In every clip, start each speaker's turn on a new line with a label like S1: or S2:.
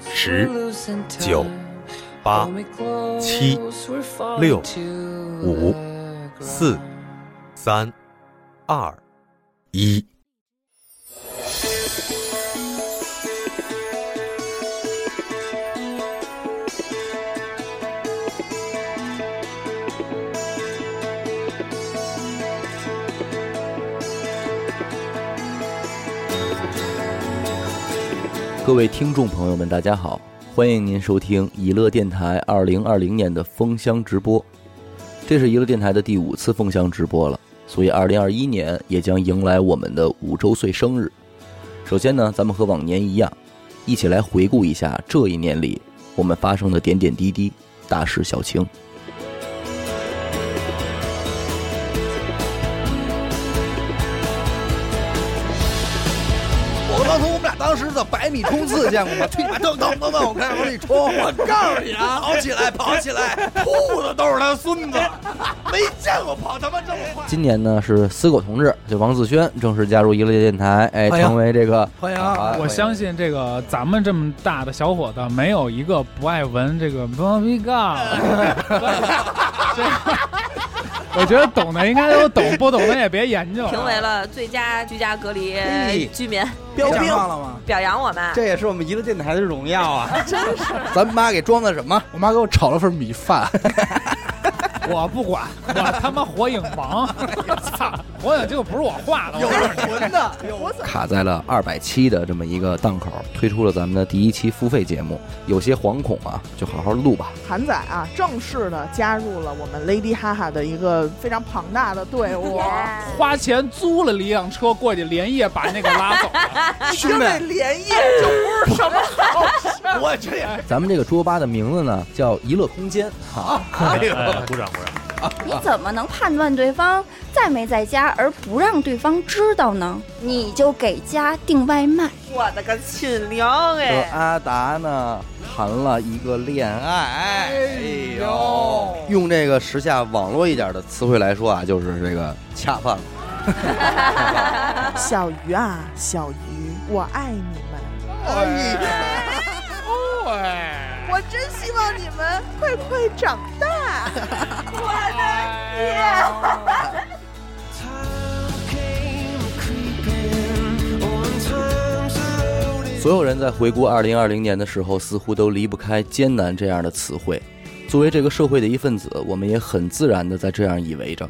S1: 十、九、八、七、六、五、四、三、二、一。
S2: 各位听众朋友们，大家好，欢迎您收听娱乐电台二零二零年的封箱直播。这是娱乐电台的第五次封箱直播了，所以二零二一年也将迎来我们的五周岁生日。首先呢，咱们和往年一样，一起来回顾一下这一年里我们发生的点点滴滴、大事小情。
S3: 我告诉我们俩当时的百米冲刺见过吗？ 去你妈！噔噔噔噔，我开始往里冲！我告诉你啊，跑起来，跑起来！兔子都是他孙子，没见过跑他妈这么快。
S2: 今年呢是死狗同志，就王自轩正式加入娱乐电台，哎，
S3: 欢迎
S2: 成为这个
S3: 欢迎
S2: 啊
S4: 我相信这个咱们这么大的小伙子，没有一个不爱闻这个 Bobby g o 我觉得懂的应该都懂，不懂的也别研究。
S5: 评为了最佳居家隔离
S3: 嘿
S5: 居民，
S3: 标兵了吗？
S5: 表扬我们。
S6: 这也是我们娱乐电台的荣耀啊！
S3: 咱妈给装的什么？
S7: 我妈给我炒了份米饭，
S4: 我不管，我他妈火影王，操，火影这个不是我画的，我告诉你
S3: 纯的，
S2: 卡在了二百期的这么一个档口，推出了咱们的第一期付费节目。有些惶恐啊，就好好录吧。
S8: 韩仔啊，正式的加入了我们 Lady 哈哈的一个非常庞大的队 伍。
S4: 花钱租了一辆车过去，连夜把那个拉走。
S3: 兄
S8: 因为
S3: 弟，
S8: 连夜就不是什么好事。
S3: 我这也
S2: 咱们这个桌吧的名字呢叫“娱乐空间”啊，
S1: 哎
S6: 哎
S1: 鼓掌鼓掌！
S9: 你怎么能判断对方在没在家而不让对方知道呢？你就给家订外卖，
S5: 我的个亲娘
S2: 这
S5: 哎！
S2: 阿达呢谈了一个恋爱，哎呦，用这个时下网络一点的词汇来说啊，就是这个恰饭了。
S8: 小鱼啊，小鱼，我爱你们，
S2: 哎
S4: 对，
S8: 我真希望你们快快长 大。
S2: 所有人在回顾二零二零年的时候，似乎都离不开“艰难”这样的词汇。作为这个社会的一份子，我们也很自然的在这样以为着。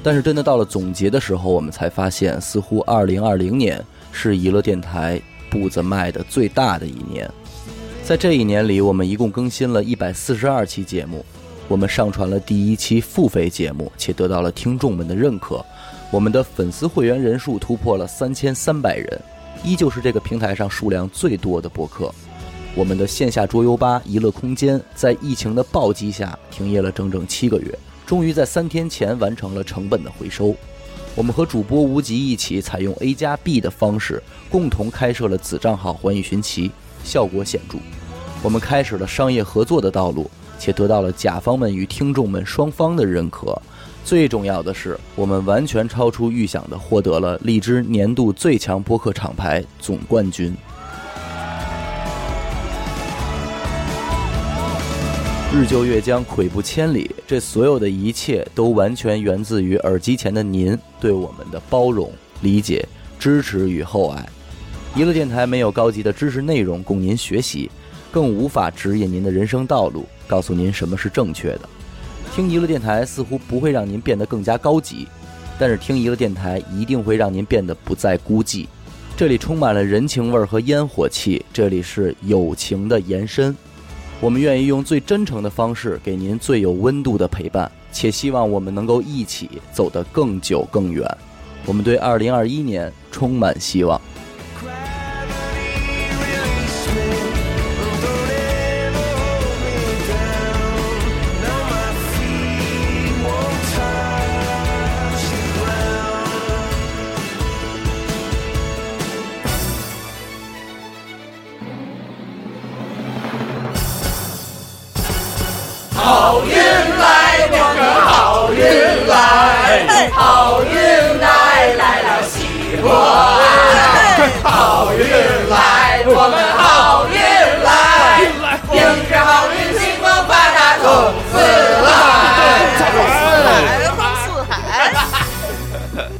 S2: 但是真的到了总结的时候，我们才发现，似乎二零二零年是娱乐电台步子迈的最大的一年。在这一年里，我们一共更新了一百四十二期节目，我们上传了第一期付费节目，且得到了听众们的认可。我们的粉丝会员人数突破了三千三百人，依旧是这个平台上数量最多的播客。我们的线下桌游吧娱乐空间在疫情的暴击下停业了整整七个月，终于在三天前完成了成本的回收。我们和主播无极一起采用 A 加 B 的方式，共同开设了子账号“环宇寻奇”，效果显著。我们开始了商业合作的道路，且得到了甲方们与听众们双方的认可。最重要的是，我们完全超出预想的获得了荔枝年度最强播客厂牌总冠军。日就月将，跬步千里。这所有的一切都完全源自于耳机前的您对我们的包容、理解、支持与厚爱。娱乐电台没有高级的知识内容供您学习，更无法指引您的人生道路，告诉您什么是正确的。听娱乐电台似乎不会让您变得更加高级，但是听娱乐电台一定会让您变得不再孤寂。这里充满了人情味儿和烟火气，这里是友情的延伸。我们愿意用最真诚的方式给您最有温度的陪伴，且希望我们能够一起走得更久更远。我们对二零二一年充满希望。
S3: 来，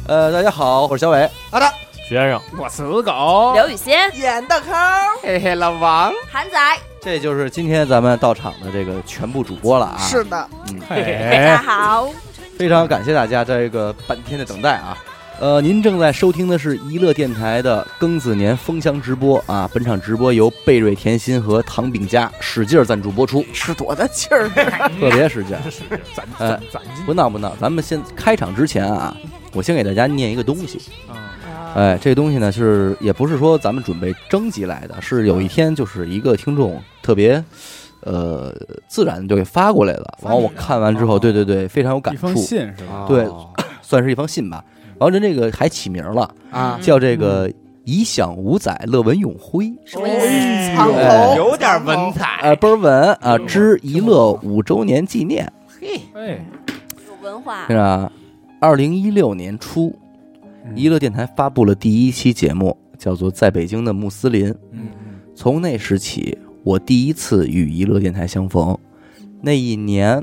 S2: 呃，大家好，我是小伟。
S1: 徐先生，
S4: 我死 狗，
S5: 刘雨欣、
S3: 演的抠，
S6: 嘿嘿，老王，
S9: 韩仔，
S2: 这就是今天咱们到场的这个全部主播了啊！
S8: 是，的，
S9: 大
S5: 哎
S9: 家好，
S2: 非常感谢大家这个半天的等待啊！呃，您正在收听的是娱乐电台的庚子年封箱直播啊，本场直播由贝瑞甜心和唐饼家使劲儿赞助播出，
S8: 是多大气儿？
S2: 特别使劲儿。
S4: 攒
S2: 呃
S4: 攒攒
S2: 不闹不闹，咱们先开场之前啊，我先给大家念一个东西。
S4: 啊，
S2: 哎，这个东西呢是也不是说咱们准备征集来的，是有一天就是一个听众特别，呃，自然就给发过来了。然后我看完之后，对对对，非常有感
S4: 一封
S2: 触，
S4: 信是吧？
S2: 对 算是一封信吧。然后这个还起名了，
S6: 啊，
S2: 叫这个“以享五载，乐文永辉
S9: 嗯什么意思？
S8: 藏头
S6: 有点文”，采，
S2: 呃，倍儿文啊，之一乐五周年纪念
S4: 哎，
S9: 有文化
S2: 是，吧？二零一六年初，娱乐电台发布了第一期节目，叫做《在北京的穆斯林》。
S4: 嗯，
S2: 从那时起，我第一次与娱乐电台相逢。那一年，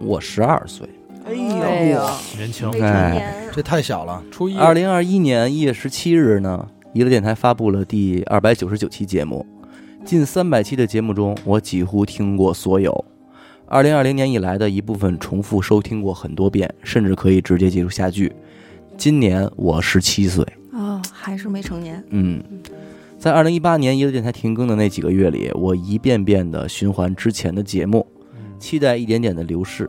S2: 我十二岁。哎
S8: 哎
S9: 哎
S8: 呦
S9: 呀，
S1: 年轻
S9: 未成年，
S3: 这太小了，初一
S2: 二零二一年一月十七日呢，娱乐电台发布了第二百九十九期节目。近三百期的节目中，我几乎听过所有。二零二零年以来的一部分重复收听过很多遍，甚至可以直接记住下句。今年我十七岁。
S5: 哦，还是没成年。
S2: 嗯，在二零一八年一乐电台停更的那几个月里，我一遍遍的循环之前的节目，期待一点点的流逝。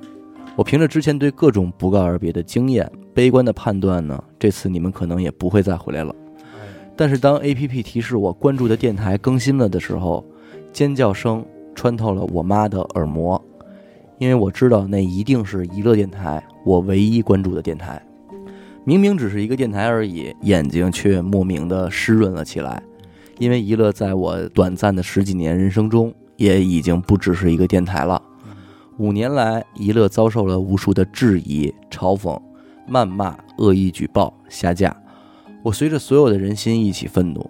S2: 我凭着之前对各种不告而别的经验，悲观的判断呢，这次你们可能也不会再回来了。但是当 A P P 提示我关注的电台更新了的时候，尖叫声穿透了我妈的耳膜，因为我知道那一定是娱乐电台，我唯一关注的电台。明明只是一个电台而已，眼睛却莫名的湿润了起来，因为娱乐在我短暂的十几年人生中，也已经不只是一个电台了。五年来，娱乐遭受了无数的质疑、嘲讽、谩骂、恶意举报、下架。我随着所有的人心一起愤怒，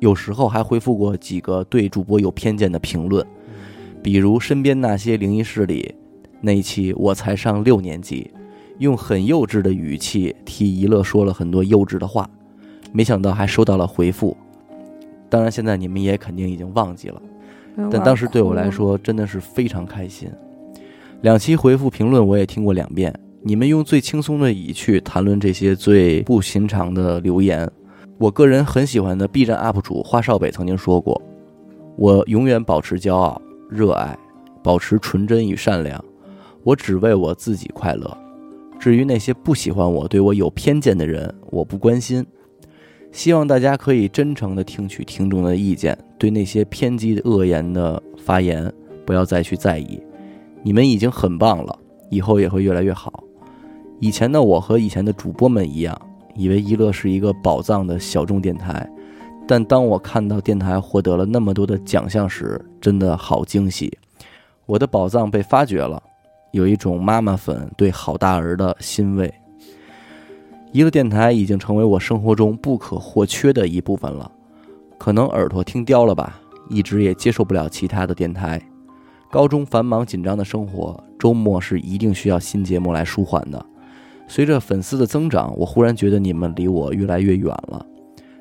S2: 有时候还回复过几个对主播有偏见的评论，比如身边那些灵异事里那一期，我才上六年级，用很幼稚的语气替一乐说了很多幼稚的话，没想到还收到了回复。当然，现在你们也肯定已经忘记了，但当时对我来，说真的是非常开心。两期回复评论我也听过两遍，你们用最轻松的语去谈论这些最不寻常的留言。我个人很喜欢的 B 站 UP 主花少北曾经说过：“我永远保持骄傲、热爱，保持纯真与善良，我只为我自己快乐。至于那些不喜欢我、对我有偏见的人，我不关心。”希望大家可以真诚地听取听众的意见，对那些偏激恶言的发言不要再去在意。你们已经很棒了，以后也会越来越好。以前的我和以前的主播们一样，以为一乐是一个宝藏的小众电台，但当我看到电台获得了那么多的奖项时，真的好惊喜。我的宝藏被发掘了，有一种妈妈粉对好大儿的欣慰。一乐电台已经成为我生活中不可或缺的一部分了。可能耳朵听刁了吧，一直也接受不了其他的电台。高中繁忙紧张的生活，周末是一定需要新节目来舒缓的。随着粉丝的增长，我忽然觉得你们离我越来越远了，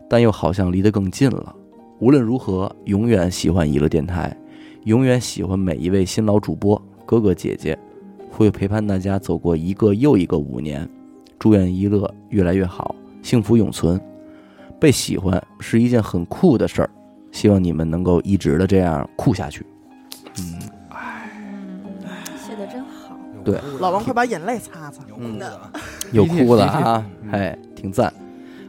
S2: 但又好像离得更近了。无论如何，永远喜欢娱乐电台，永远喜欢每一位新老主播哥哥姐姐，会陪伴大家走过一个又一个五年。祝愿一乐越来越好，幸福永存。被喜欢是一件很酷的事儿，希望你们能够一直的这样酷下去。嗯
S9: 写的真好，
S2: 对
S8: 老王快把眼泪擦擦。
S2: 嗯，
S3: 的
S2: 有哭的啊，哎，挺赞。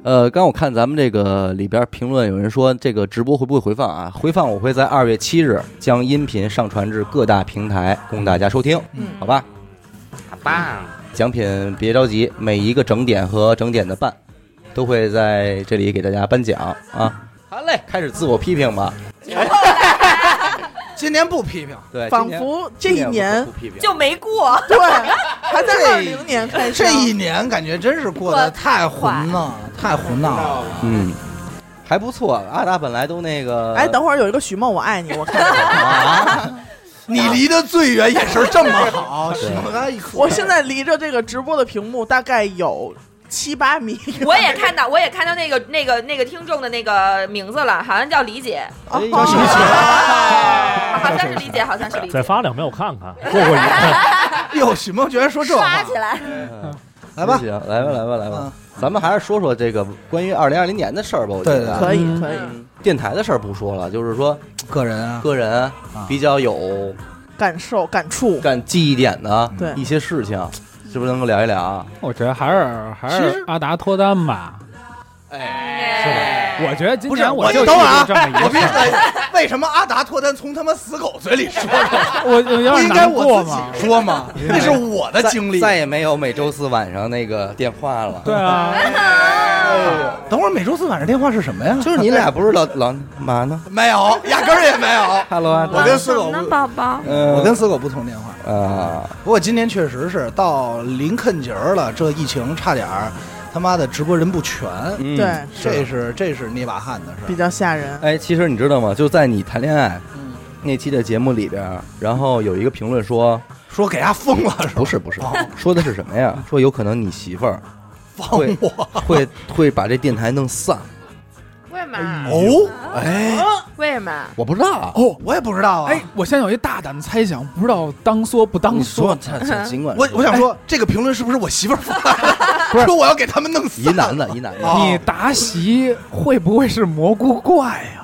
S2: 呃，刚我看咱们这个里边评论有人说，这个直播会不会回放啊？回放我会在二月七日将音频上传至各大平台供大家收听，
S8: 嗯
S2: 好吧？
S6: 棒，
S2: 奖品别着急，每一个整点和整点的半都会在这里给大家颁奖啊。好嘞，开始自我批评吧。
S3: 今年不批评，
S2: 对，哎今
S8: 仿
S2: 年
S8: 佛这一年，
S2: 不批评
S5: 就没过，
S8: 对，还在二零年开始，
S3: 这一年感觉真是过得太混了，太混闹了。
S2: 嗯，还不错。阿达本来都那个，
S8: 哎，等会儿有一个许梦，我爱你，我看看。
S2: 啊，
S3: 你离得最远，眼神这么好，
S2: 对
S3: 什么一口
S8: 我现在离着这个直播的屏幕大概有七八米。
S7: 我也看到，我也看到那个那个那个听众的那个名字了，好像叫李姐，
S8: 哦
S2: 叫什么
S7: 哎好像是李姐，好像是李
S1: 再
S7: 姐。
S1: 发两遍我看看。
S2: 过过瘾，
S3: 哟，许梦居然说这话
S9: 刷，起来，
S3: 来吧，
S2: 行，来吧，来吧，来吧
S3: 嗯，
S2: 咱们还是说说这个关于二零二零年的事儿吧。我觉
S3: 对
S2: 得
S3: 的
S8: 可以
S4: 嗯
S8: 可以，
S2: 电台的事儿不说了，就是说
S3: 个人啊，
S2: 个人比较有
S8: 感受感触，
S2: 感记忆点的
S8: 对
S2: 一些事情，是不是能够聊一聊啊？
S4: 我觉得还是还是阿达脱单吧。
S7: 哎
S4: 我觉得今
S3: 不是
S4: 年
S3: 我
S4: 就
S3: 等会儿啊
S4: 记住这么一个
S3: 我必
S4: 事
S3: 须
S4: 儿，
S3: 得， 为什么阿达脱单从他妈死狗嘴里说的？
S4: 我我有
S3: 不
S4: 点
S3: 应该
S4: 难过
S3: 我自
S4: 嘛。
S3: 己说吗？那是我的哎经历。
S2: 再再也没有每周四晚上那个电话了。
S4: 对，啊，
S3: 等会儿每周四晚上电话是什么呀？
S2: 就是你俩不是老老嘛呢
S3: 没有，压根儿也没有。
S2: ？Hello 啊，
S3: 我跟四狗
S9: 晚上呢
S3: 不，
S9: 宝宝，
S2: 嗯，
S3: 我跟四狗不通电话。
S2: 啊，
S3: 不过今年确实是到临近节儿了，这疫情差点儿他妈的直播人不全，
S2: 嗯
S8: 对，
S3: 这是这是捏把汗的事
S8: 比
S3: 儿。
S8: 较吓人。
S2: 哎，其实你知道吗？就在你谈恋爱
S3: 嗯
S2: 那期的节目里边儿，然后有一个评论说，
S3: 说给他封了是吧？
S2: 不是不是，说的是什么呀？说有可能你媳妇儿
S3: 放我
S2: 会会把这电台弄散，
S7: 为嘛？
S3: 哦，哎
S7: 为嘛？
S2: 我不知道。
S3: 哦，我也不知道啊。
S4: 哎，我现在有一大胆的猜想，不知道当说不当
S2: 你说，
S4: 说。
S2: 这这尽管
S3: 我
S2: 说
S3: 我想说，这个评论是不是我媳妇儿发
S2: 不是
S3: 的？说我要给他们弄 死
S2: 疑难啊的疑难的，，
S3: 哦
S4: 你达喜会不会是蘑菇怪呀？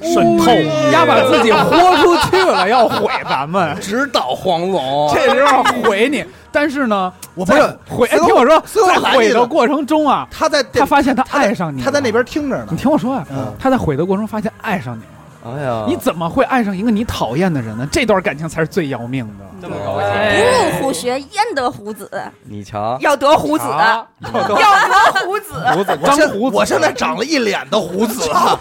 S1: 渗透
S4: 丫把自己豁出去了，要毁咱们
S2: 直捣黄龙
S4: 这时候毁你。但是呢，
S3: 我不是
S4: 在毁，哎
S3: 四狗
S4: 听我说，
S3: 四狗
S4: 在
S3: 拦
S4: 毁
S3: 你
S4: 的
S3: 了
S4: 过程中啊，
S3: 他在
S4: 他发现他
S3: 在
S4: 爱上你了，
S3: 他在那边听着呢
S4: 你。听我说呀、
S3: 嗯
S4: 他在毁的过程中发现爱上你了，
S2: 哎呀，
S4: 你怎么会爱上一个你讨厌的人呢？这段感情才是最要命的。
S6: 这么高兴，
S9: 不入虎穴焉得虎子？
S2: 你瞧，
S7: 要得虎子，
S4: 啊
S7: 要得虎 子。
S4: 胡子
S3: 我
S4: 张
S3: 现
S4: 胡子，
S3: 我现在长了一脸的胡子，啊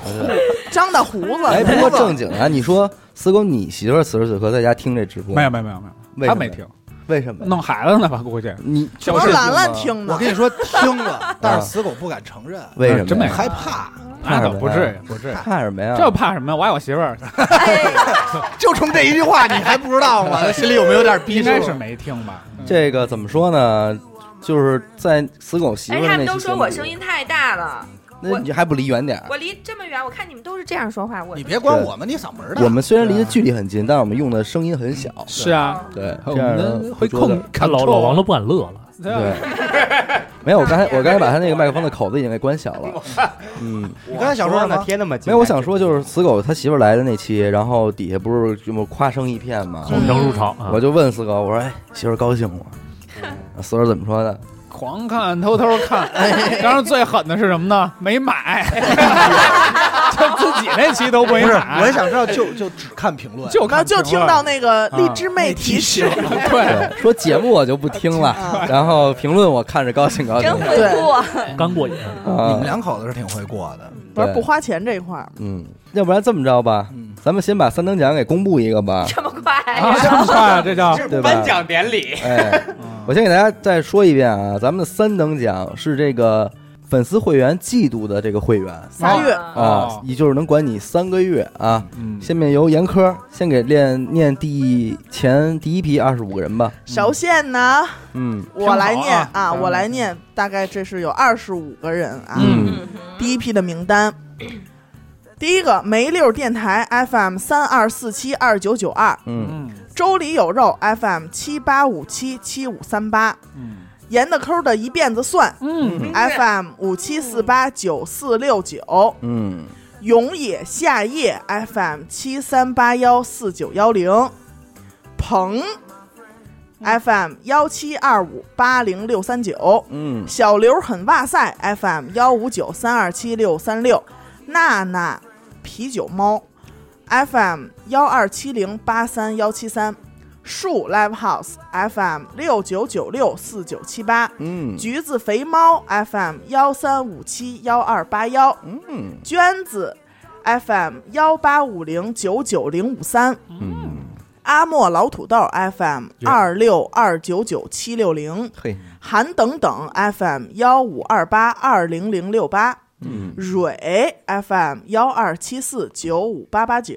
S8: 张大胡子，
S2: 哎，不过
S3: 胡子
S2: 正经啊，你说四狗，你媳妇儿此时此刻在家听这直播
S4: 没有没有没有没
S2: 为
S4: 有，
S2: 什
S4: 他
S2: 么
S4: 没听，
S2: 为什么？
S4: 弄孩子呢吧？估计
S2: 你
S8: 可
S4: 我
S8: 能
S4: 是
S8: 兰兰听
S3: 我
S8: 的，
S3: 跟你 说听了，但
S2: 啊
S3: 是死狗不敢承认，
S2: 为什么呀？
S4: 真没有
S3: 害怕，
S4: 那倒不至于，不至于。
S2: 怕什么呀？
S4: 这怕什么？我爱我媳妇儿，
S3: 就冲这一句话你还不知道 吗？心里有没有点逼
S4: 应
S3: 数？
S4: 该是没听吧？
S2: 这个怎么说呢？就是在死狗媳妇
S7: 哎，
S2: 儿
S7: 他
S2: 那
S7: 们
S2: 期
S7: 都说
S2: 节目
S7: 我
S2: 里
S7: 声音，太大了，
S2: 那你还不离远点儿？
S7: 我离这么远，我看你们都是这样说话，我
S3: 你别管我们，你嗓门儿大。
S2: 我们虽然离的距离很近，但是我们用的声音很小。
S4: 是啊，
S2: 对，
S4: 我
S2: 这样呢
S4: 们会
S2: 我觉得
S4: 控。啊
S1: 看老老王都不敢乐了。
S2: 对， 没有，我刚才我刚才把他那个麦克风的口子已经给关小了。 嗯，
S3: 你刚才想说什
S6: 呢
S3: 么？
S6: 贴那么近，
S2: 没有，我想说就是死狗他媳妇儿来的那期，然后底下不是这么夸声一片吗？
S4: 嗯
S1: 口条如潮啊！
S2: 我就问死狗，我说：“哎，媳妇儿高兴吗？”死狗怎么说的？
S4: 狂看，偷偷看。当然最狠的是什么呢？没买， 就自己那期都没
S3: 不是，
S4: 买。
S3: 我也想知道，就就只看评论。哎
S4: 就
S8: 然后
S4: 看
S8: 就
S4: 评
S8: 听
S4: 论
S8: 到那个
S4: 啊
S8: 荔枝妹提醒，
S4: 对，
S2: 说节目我就不听了， 然后评论我看着高兴高兴
S9: 真。会哭啊，
S1: 刚过瘾，
S3: 你
S2: 啊
S3: 们，两口子是挺会过的。
S8: 不是不花钱这一块儿，
S2: 嗯，要不然这么着吧，
S3: 嗯
S2: 咱们先把三等奖给公布一个吧，
S7: 这么快
S4: 啊，这么快啊，这叫
S2: 对吧
S6: 颁？奖典礼，
S2: 哎，我先给大家再说一遍啊，咱们的三等奖是这个粉丝会员季度的这个会员
S8: 仨月
S7: 啊
S2: 啊
S4: 哦，
S2: 也就是能管你三个月啊。
S4: 嗯
S2: 下面由严科先给念念第前第一批二十五个人吧。
S8: 小县呢，
S2: 嗯
S8: 我来
S4: 挺好啊
S8: 念啊，
S4: 嗯
S8: 我来念，大概这是有二十五个人啊，
S2: 嗯，
S7: 嗯哼
S8: 第一批的名单。第一个梅六电台 FM 三二四七二九九二，
S2: 嗯
S4: 嗯
S8: 周里有肉 FM 七八五七七五三八，
S4: 嗯
S8: 盐的抠的一辫子蒜
S4: 嗯，
S8: FM 五七四八九四六九，
S2: 嗯
S8: 永野夏夜 FM 七三八幺四九幺零，鹏 FM 幺七二五八零六三九，
S2: 嗯
S8: 小刘很哇塞 FM 幺五九三二七六三六，娜娜啤酒猫 FM 幺二七零八三幺七三，树 Live House FM 六九九六四九七八，
S2: 嗯
S8: 橘子肥猫 FM 幺三五七幺二八幺，
S2: 嗯
S8: 娟子 FM 幺八五零九九零五三，
S2: 嗯，
S8: 阿莫老土豆 FM 二六二九九七六零，
S2: 嘿，
S8: 韩等等 FM 幺五二八二零零六八，
S2: 嗯，
S8: 蕊 FM 幺二七四九五八八九，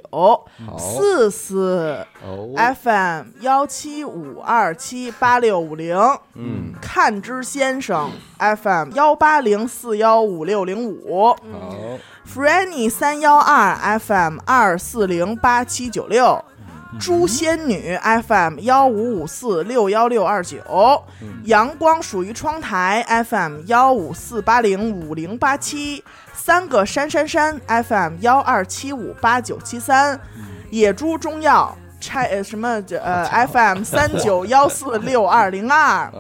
S6: 好
S8: 四四
S6: 哦
S8: FM 幺七五二七八六五零，
S2: 嗯，
S8: 看之先生 FM 幺八零四幺五六零五
S6: 好，
S8: ，Franny 三幺二 FM 二四零八七九六。诛仙女 FM 幺五五四六幺六二九，阳光属于窗台 FM 幺五四八零五零八七，三个山山山 FM 幺二七五八九七三，野猪中药拆呃什么这呃 FM 三九幺四六二零二
S2: 啊，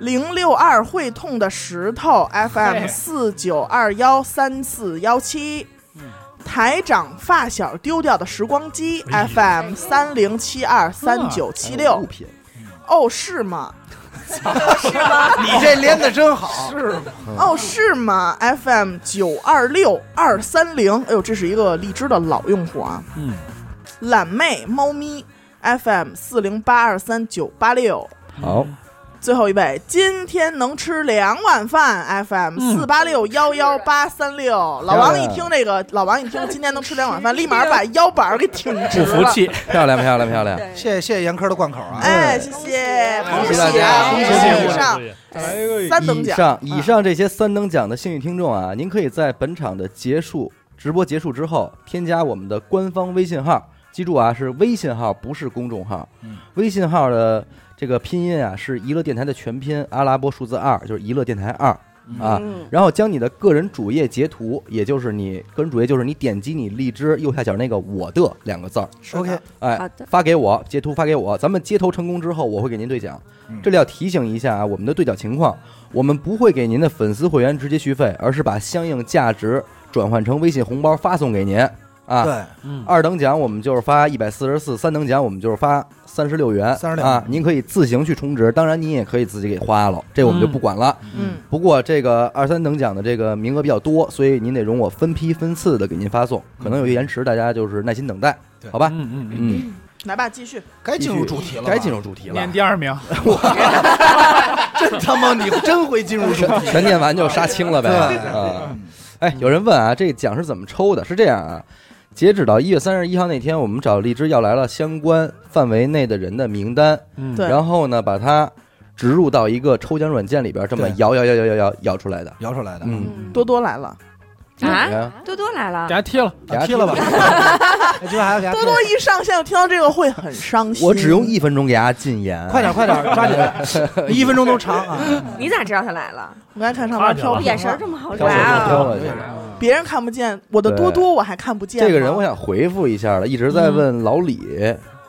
S8: 零六二会痛的石头 FM 四九二幺三四幺七。台长发小丢掉的时光机 FM 三零七二三九七六
S2: 物，品，
S8: 哦是吗？
S3: 你这连的真 好，
S8: 哦是吗？FM 九二六二三零，哎呦，这是一个荔枝的老用户啊。
S1: 嗯，
S8: 懒妹猫咪 FM 四零八二三九八六。
S2: 好，
S8: 最后一位，今天能吃两碗饭，FM 四八六幺幺八三六。老王一听这个，老王一听今天能吃两碗饭，立马把腰板儿给挺直
S1: 不服
S8: 了。
S1: 气，
S2: 漂亮漂亮漂亮，
S3: 谢谢谢谢严科的贯口啊！
S8: 哎，谢谢，
S2: 恭
S8: 恭
S2: 喜
S8: 喜
S2: 大家
S8: 啊，
S2: 恭
S8: 恭
S2: 喜
S8: 喜
S1: 上
S8: 上
S4: 再来一个
S8: 三等
S2: 以
S8: 奖。啊
S2: 上以上这些三等奖的幸运听众啊，您可以在本场的结束直播结束之后，添加我们的官方微信号，记住啊，是微信号，不是公众号。
S4: 嗯
S2: 微信号的这个拼音啊是娱乐电台的全拼，阿拉伯数字二，就是娱乐电台二啊。
S5: 嗯，
S2: 然后将你的个人主页截图，也就是你个人主页，就是你点击你荔枝右下角那个“我的”两个字儿，
S3: OK，
S2: 哎
S5: 好的，
S2: 发给我，截图发给我，咱们接头成功之后，我会给您兑奖。这里要提醒一下啊，我们的兑奖情况，我们不会给您的粉丝会员直接续费，而是把相应价值转换成微信红包发送给您啊。
S3: 对，
S1: 嗯，
S2: 二等奖我们就是发一百四十四，三等奖我们就是发三十六元，
S3: 36
S2: 啊，您可以自行去充值，当然您也可以自己给花了，这我们就不管了。
S8: 嗯，
S2: 不过这个二三等奖的这个名额比较多，所以您得容我分批分次的给您发送，可能有延迟，大家就是耐心等待，
S3: 对
S2: 好吧？
S1: 嗯嗯嗯，
S2: 嗯。
S8: 来吧，继续。
S3: 该进入主题了吧，
S2: 该进入主题了
S4: 念。第二名，
S3: 真 他妈你真会进入主题，
S2: 全念完就杀青了呗。
S3: 对嗯
S2: 啊，哎，有人问啊，这奖是怎么抽的？是这样啊，截止到一月三十一号那天，我们找荔枝要来了相关范围内的人的名单，
S1: 嗯
S8: 对
S2: 然后呢，把它植入到一个抽奖软件里边，这么
S3: 对
S2: 摇摇摇摇摇摇摇出来的。
S3: 摇出来的，
S2: 嗯，
S8: 多多来了，
S7: 啊，
S2: 啊，
S7: 多多来了
S4: 给，他踢了，
S2: 给它
S3: 踢啊了吧， 哎今晚还要给他
S8: 多多一上线，我听到这个会很伤心。
S2: 我只用一分钟给大家禁言，啊
S3: 快点快点，抓紧， 一分钟都长啊！
S7: 你咋知道他来了？
S8: 我刚才看上面飘
S1: 啊
S8: 屏
S9: 眼神儿
S8: 了，
S9: 这么好
S2: 飘
S7: 飘
S2: 过
S7: 过
S2: 去，
S7: 去
S2: 飘
S7: 飘
S2: 过
S7: 过
S2: 去。
S8: 别人看不见，我的
S2: 对
S8: 多多我还看不见吗。
S2: 这个人我想回复一下了，一直在问老李，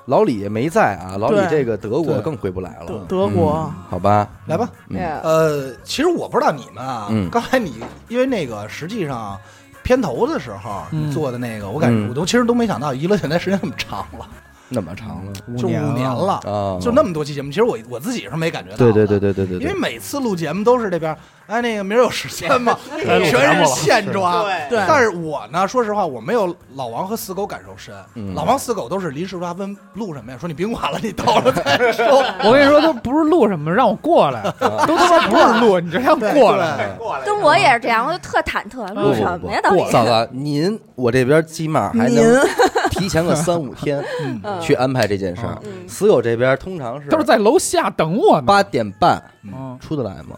S2: 老李也没在啊，老李
S8: 嗯对
S2: 这个德国
S3: 对
S2: 更回不来了
S8: 德，德国
S2: 嗯好吧，
S3: 来吧，
S2: 嗯
S9: 啊
S3: 呃，其实我不知道你们啊，
S2: 嗯
S3: 刚才你因为那个实际上片头的时候
S4: 嗯
S3: 做的那个，我感
S2: 嗯
S3: 觉我都其实都没想到，娱乐电台时间那么长了，
S2: 那么长了
S3: 就五年了，
S2: 啊，
S3: 就那么多期节目，其实我我自己是没感觉到，
S2: 对对对。对对对
S3: 因为
S2: 对，
S3: 每次录节目都是这边，哎，那个明儿有时间吗？
S1: 该录节目了
S3: 全是现抓。
S8: 对对
S3: 但是我呢，说实话，我没有老王和死狗感受深。
S2: 嗯
S3: 老王、死狗都是临时抓，问录什么呀？说你甭管了，你到了再说。
S4: 我跟你说，都不是录什么，让我过来，都他妈不是录，你这让我过来，
S3: 对，
S9: 跟我也是这样，我就特忐忑，录什么呀？到底
S2: 嫂子，您我这边起码还
S8: 您嗯
S2: 能提前个三五 天 去安排这件事儿。死狗这边通常是
S4: 都是在楼下等我呢。
S2: 八点半
S4: 嗯，
S2: 出得来吗？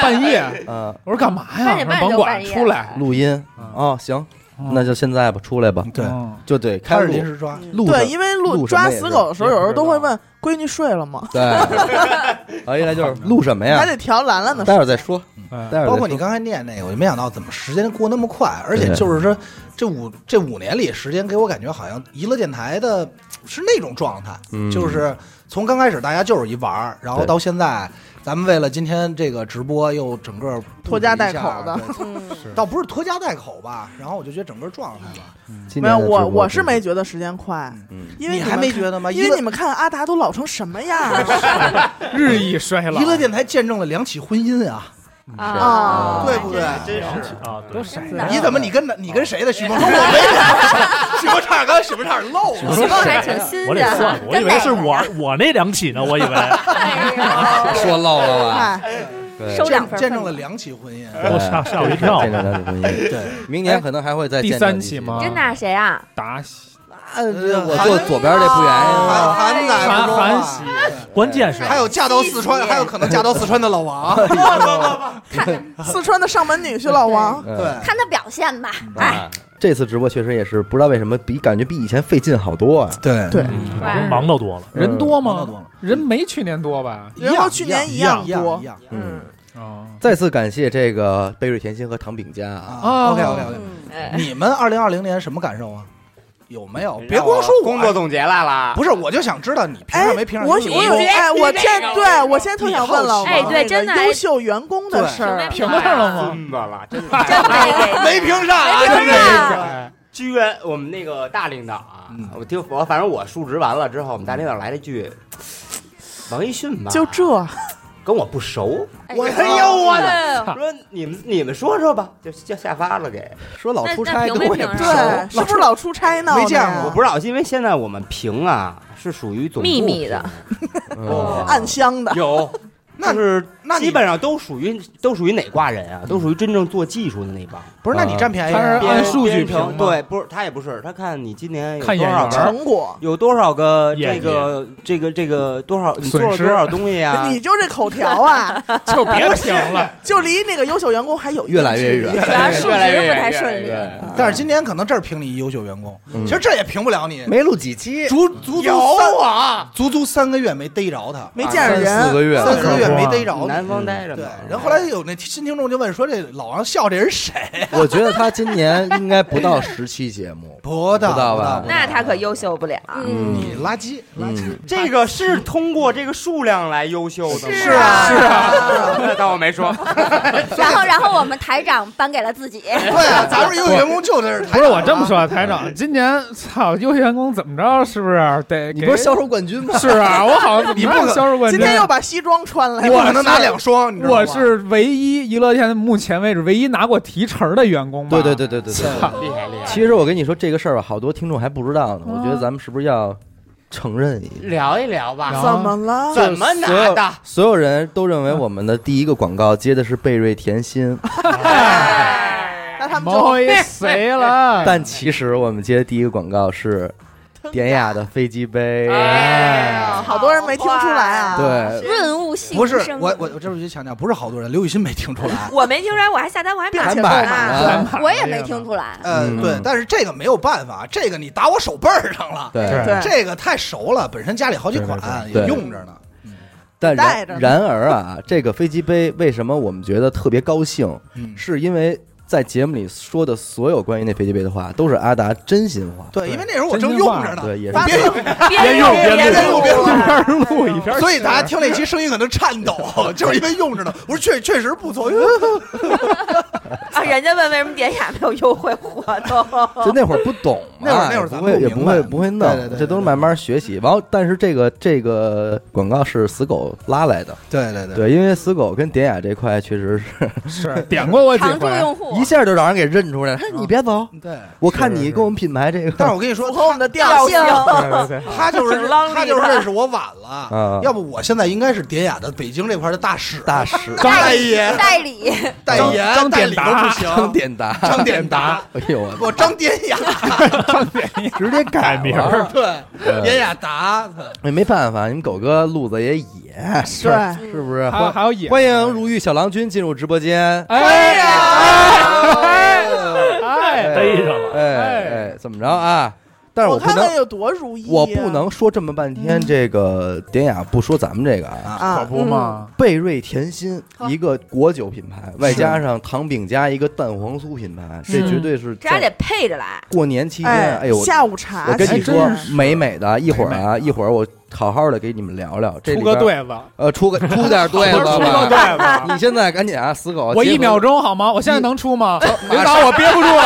S4: 半夜，
S2: 啊，
S4: 我说干嘛呀？
S9: 半点半
S4: 我说甭
S9: 就
S4: 管，
S9: 半夜
S4: 出来。
S2: 录音啊，行，那就现在吧，出来吧，
S3: 对
S4: 嗯
S2: 就得
S3: 他
S2: 开
S3: 是
S2: 始
S3: 临时抓。
S2: 录上
S8: 对，因为
S2: 录
S8: 录
S2: 什么
S8: 抓
S2: 也
S8: 死
S2: 是
S8: 狗的时候，有时候都
S2: 哎
S8: 会问闺女睡了吗？
S2: 对，啊，一来就是录什么呀
S8: 还？得调兰兰的
S2: 待
S8: 事。
S2: 会儿再说，
S4: 嗯
S2: 待会儿再说
S3: 包括你刚才念那个，我就没想到怎么时间过那么快，而且就是说，这五这五年里，时间给我感觉好像娱乐电台的是那种状态，
S2: 嗯
S3: 就是从刚开始大家就是一玩儿，然后
S2: 对
S3: 到现在，咱们为了今天这个直播又整个
S8: 拖家带口的
S3: 布置一下，
S5: 嗯
S3: 对倒不是拖家带口吧，然后我就觉得整个状态吧，
S2: 今
S8: 没
S2: 年
S8: 有，
S2: 的直
S8: 我
S2: 播
S8: 我是没觉得时间快，
S2: 嗯，
S8: 因为
S3: 还没啊觉
S8: 得，
S3: 得吗？
S8: 因
S3: 娱
S8: 为
S3: 乐
S8: 你们看阿达都老成什么样儿
S4: 日益衰老
S3: 娱。乐电台见证了两起婚姻啊，
S8: 啊？
S3: 对不对？
S7: 哦
S1: 啊，对
S4: 都谁
S9: 真的
S4: 呀？
S8: 哦
S3: 你怎么你跟你跟谁的徐梦说我没有？什么岔？刚才什么岔漏了？
S7: 许梦还挺
S9: 啊
S7: 新
S1: 我得
S7: 鲜
S1: 算
S7: 哈，
S1: 了，我以为是我我那两起呢，我以为
S9: 哎
S2: 说漏了吧？
S8: 哎，
S2: 对
S7: 收两
S3: 见
S7: 份份
S3: 见证了
S7: 吧。
S3: 两起婚姻，
S2: 哎
S1: 我吓吓我一跳
S2: 见。证咱的婚姻，对，明年可能还会再
S4: 第
S2: 见
S4: 三
S2: 证
S4: 起
S2: 一
S4: 吗？
S7: 真的啊谁啊？
S4: 达喜，
S2: 呃，这我坐左边这不远，
S3: 韩韩仔不说
S4: 韩
S3: 话
S4: 喜，
S1: 关键是
S3: 还有嫁到四川，还有可能嫁到四川的老王，
S8: 四川的上门女婿老王，
S2: 嗯，
S3: 对，
S9: 看他表现吧。哎，
S2: 这次直播确实也是不知道为什么比感觉比以前费劲好多啊。
S3: 对
S8: 对
S1: 人忙到多了，
S4: 人多
S3: 人多
S4: 吗
S3: 了？
S4: 人没去年多吧？
S3: 一
S8: 人和
S3: 样
S8: 去年
S3: 一
S8: 样
S3: 一样
S8: 多
S3: 一。样
S2: 嗯，
S4: 哦，
S2: 再次感谢这个贝瑞甜心和唐饼佳啊，
S3: 啊。OK OK OK，
S9: 嗯，
S7: 哎
S3: 你们二零二零年什么感受啊？有没有？别
S6: 让
S3: 光
S6: 哎我
S3: 说我
S6: 工作，总结来了，
S3: 不是，我就想知道你评
S8: 哎，
S3: 上
S8: 我
S3: 没评上
S8: 我
S3: 去。
S8: 有哎，我现在对我现在特想问老王，
S7: 哎对真的
S8: 那个优秀员工的事
S7: 嗯
S8: 儿，
S4: 评上 了吗？
S6: 哎孙子啊了，真的哎
S7: 真没
S9: 哎
S7: 给
S9: 嗯
S3: 没评上啊，
S7: 没评
S3: 真的
S7: 上
S6: 居然我们那个大领导啊
S3: 嗯，
S6: 我听我反正我述职完了之后，我们大领导来了一句：“王一迅吧，
S8: 就这，
S6: 跟我不熟。”
S9: 哎
S6: 我
S9: 呦
S6: 哎呦我的，
S7: 哎
S6: 说你们你们说说吧，就就下发了给。
S2: 说老出
S7: 那那
S2: 差
S7: 评
S2: 跟
S7: 没
S2: 我也不
S7: 评
S2: 熟
S7: 上
S8: 对，是不是老出差呢？
S3: 没见过
S6: 我不知道，因为现在我们评啊是属于总部
S7: 秘密的
S2: 嗯
S8: 暗箱的
S6: 评，有。
S3: 那
S6: 就是
S3: 那你
S6: 基本上都属于都属于哪挂人啊？都属于真正做技术的那帮。
S3: 不是，那你占便宜
S4: 他
S3: 啊
S4: 是。按数据
S6: 编程
S4: 评吗
S6: 对，不是他也不是，他看你今年有
S4: 看
S6: 多
S4: 眼
S6: 少
S4: 缘儿
S6: 个，
S8: 成果。
S6: 有多少个
S1: 眼
S6: 这个这个这个多少，你做
S4: 损
S6: 了
S4: 失
S6: 多少东西 啊？
S8: 你就这口条啊，
S4: 就别评了，
S8: 就离那个优秀员工还有一
S2: 嗯越来越
S8: 距离
S2: 远。
S7: 主要数值
S6: 越来越
S7: 不太顺利
S2: 对，。
S6: 啊
S3: 但是今年可能这儿评你一优秀员工，
S2: 嗯
S3: 其实这也评不了你，
S2: 没录几期，
S3: 足足足三
S6: 啊，
S3: 足足三个月没逮着他，
S8: 没见
S2: 三
S8: 着
S2: 四啊
S8: 人，
S2: 个月
S3: 三
S2: 了
S3: 四个月没逮着你。
S6: 南方待着
S3: 对
S6: 呢。，
S2: 啊
S3: 然后后来有那新听众就问说：“这老王笑这人谁
S2: 我觉得他今年应该不到十期节目？”，
S3: 不
S2: 不到吧
S3: 不到
S7: 那他可优秀不了。啊
S9: 嗯，
S3: 你垃圾，垃圾
S2: 嗯，
S6: 这个是通过这个数量来优秀的吗？
S7: 是 啊是
S6: 啊，那当我没 说。
S9: 然后然后我们台长颁给了自己，
S3: 对啊，咱们优秀员工就这啊
S4: 不是我这么，说，台长，今年操优秀员工怎么着？是不是得
S2: 你
S4: 给
S2: 不是销售冠军吗？
S4: 是啊，我好像
S3: 你
S4: 怎
S3: 不
S4: 么
S3: 可
S4: 着销售冠
S8: 今
S4: 军？
S8: 天又把西装穿来
S3: 你
S8: 了，
S3: 不可能拿两双，你知道吗
S4: 我是唯一娱乐圈目前为止唯一拿过提成的员工吧？
S2: 对对对对对对。
S4: 操，
S6: 厉害厉害
S2: 其实我跟你说这个事儿吧，好多听众还不知道呢。我觉得咱们是不是要承认一下？
S6: 聊一聊吧
S4: 然后
S8: 怎么了？
S6: 怎么
S2: 所
S6: 拿
S2: 有
S6: 的？
S2: 所有人都认为我们的第一个广告接的是贝瑞甜心，
S7: 哎
S8: 那他们
S4: 毛
S8: 就
S4: 一谁了？
S2: 但其实我们接的第一个广告是典雅的飞机杯。
S7: 哎。
S8: 嗯好多人没听出来啊
S2: 对，
S9: 润物细
S3: 不
S9: 无
S3: 是
S9: 声。
S3: 我我我这必须强调，不是好多人，刘雨欣没听出来
S7: 我没听出来，我还下单，我还
S2: 还
S7: 买哎
S2: 买
S7: 呢。
S2: 了，
S9: 我也没听出来。
S3: 呃，
S2: 嗯
S3: 对，但是这个没有办法，这个你打我手背儿上了，
S2: 对，
S8: 对
S3: 这个太熟了，本身家里好几款
S2: 对对对
S3: 也用着呢。
S2: 但
S8: 带着
S2: 然然
S8: 呢
S2: 而啊，这个飞机杯为什么我们觉得特别高兴？
S3: 嗯，
S2: 是因为在节目里说的所有关于那飞机杯的话，都是阿达真心话。
S3: 对，因为那时候我
S4: 真
S3: 正
S4: 心
S3: 用
S4: 话
S3: 着呢，
S2: 对也是
S3: 发
S2: 这
S3: 现
S7: 边用边
S3: 录
S7: 边
S4: 一边录一 边，
S3: 所以大家听那期声音可能颤抖， 就是因为用着呢。我说确确实不错，因 为
S7: 啊！人家问为什么典雅没有优惠活
S2: 就
S7: 动？
S2: 那会儿不懂嘛，
S3: 那会儿那会儿
S2: 也
S3: 咱
S2: 不
S3: 们
S2: 会也
S3: 不
S2: 不
S3: 明白
S2: 会不会弄
S3: 对对对，对
S2: 这都是慢慢学习。然后，但是这个这个广告是死狗拉来的，
S3: 对对对
S2: 对，因为死狗跟典雅这块确实是
S4: 是点过我几
S9: 常驻
S4: 回，
S9: 用户
S2: 一下就让人给认出来了。嘿，哎你别走，
S3: 对。
S2: 我看你跟我们品牌这
S3: 但
S2: 个，
S3: 是我跟你说，
S8: 符合我们的
S7: 调
S8: 调性
S7: 性。
S4: 对对对，
S3: 他就是
S7: 挺浪丽的
S3: 他就是认识我晚
S2: 嗯
S3: 了，要不我现在应该是典雅的北京这块的大使
S2: 大使
S3: 张大爷、
S9: 代理，
S3: 代言、
S4: 张张
S3: 代
S4: 典
S3: 理
S4: 达
S3: 都不行，
S2: 张典达，
S3: 张典达，
S2: 哎呦我
S3: 我张典雅，
S2: 直接改名
S1: 改名
S2: 儿，
S3: 对，典雅达，
S2: 也哎没办法，你们狗哥路子也野，是
S8: 对
S2: 是不是？
S4: 还有还有野，
S2: 欢迎如玉小郎君进入直播间。
S4: 哎呀，哎，
S1: 逮上了，
S2: 哎哎，怎么着啊？但是
S8: 我
S2: 不
S8: 看看
S2: 能，
S8: 有多如意啊，
S2: 我不能说这么半天。这个典雅不说咱们这个啊，
S4: 可
S8: 啊，
S4: 不嘛，
S2: 贝瑞甜心
S9: 呵
S2: 一个果酒品牌，外加上糖饼加一个蛋黄酥品牌，
S4: 是
S2: 这绝对是
S7: 这还得
S2: 在
S7: 配着来。
S2: 过年期间，
S8: 哎
S2: 哎呦，我
S8: 下午茶，
S2: 我跟你
S8: 其实
S2: 说
S8: 是，
S2: 美美的，一会儿啊，一会儿我好好的给你们聊聊。这
S4: 哎出
S2: 里
S4: 个
S2: 边，
S4: 对子，
S2: 呃，出 个出点对
S4: 出
S2: 子吧。
S4: 个对子。
S2: 你现在赶紧啊，死狗！
S4: 我
S2: 结
S4: 一
S2: 合
S4: 秒钟好吗？我现在能出吗？
S2: 马
S4: 领
S2: 上
S4: 导，我憋不住了，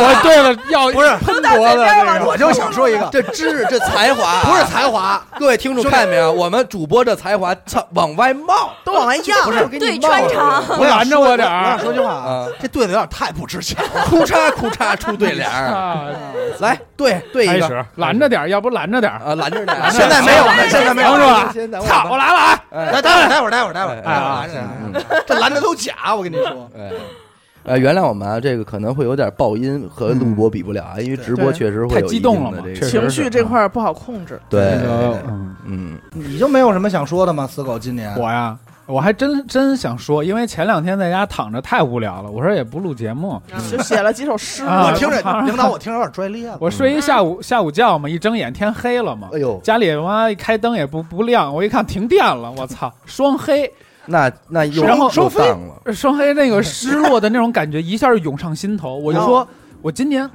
S4: 我对了，要
S3: 不是
S4: 喷脖子那个。
S3: 我就想说一个，
S2: 这知识，这才华 啊，
S3: 不是才华，
S2: 各位听众看见没有？我们主播这才华操往外冒
S8: 都往外要，
S5: 对穿肠，
S4: 我拦着我点
S3: 我想
S4: 儿
S3: 说句话啊，
S4: 嗯
S2: 啊，
S3: 这对子有点太不值钱了。
S2: 哭嚓哭嚓出对联儿，
S4: 啊，
S2: 来对对
S1: 开
S2: 一
S1: 始
S2: 个
S4: 拦着点儿，要不拦着点儿。
S2: 啊，拦着呢啊，
S3: 现在没有了，现在没有
S4: 王
S3: 了。
S4: 叔
S2: 先等会
S4: 操，我
S2: 儿
S4: 来了啊！
S2: 哎
S3: 来，待会儿，待会儿，待会儿，待会
S2: 哎
S3: 儿，
S2: 哎
S4: 啊
S3: 拦着
S2: 嗯
S3: 拦着，这拦着都假，我跟你说。
S2: 哎呃，原谅我们啊，这个可能会有点爆音和录播比不了啊，因为直播确实会有
S4: 太激动了
S2: 一定的
S4: 嘛
S2: 这
S4: 确
S2: 个
S4: 实
S8: 情绪这块儿不好控制。
S2: 嗯对
S3: 那，个
S2: 嗯，
S3: 你就没有什么想说的吗？死狗今年
S4: 我呀，我还真真想说，因为前两天在家躺着太无聊了，我说也不录节目，
S8: 就写了几首诗，
S4: 啊
S3: 我听着，领导，我听着有点拽裂了。
S4: 我睡一下午下午觉嘛，一睁眼天黑了嘛
S2: 哎，呦，
S4: 家里妈一开灯也不不亮，我一看停电了，我操，双黑，
S2: 那那又
S4: 然后啊
S2: 又
S4: 收费
S2: 荡了，
S4: 双黑那个失落的那种感觉 一下就涌上心头，我就说，
S2: 哦
S4: 我今年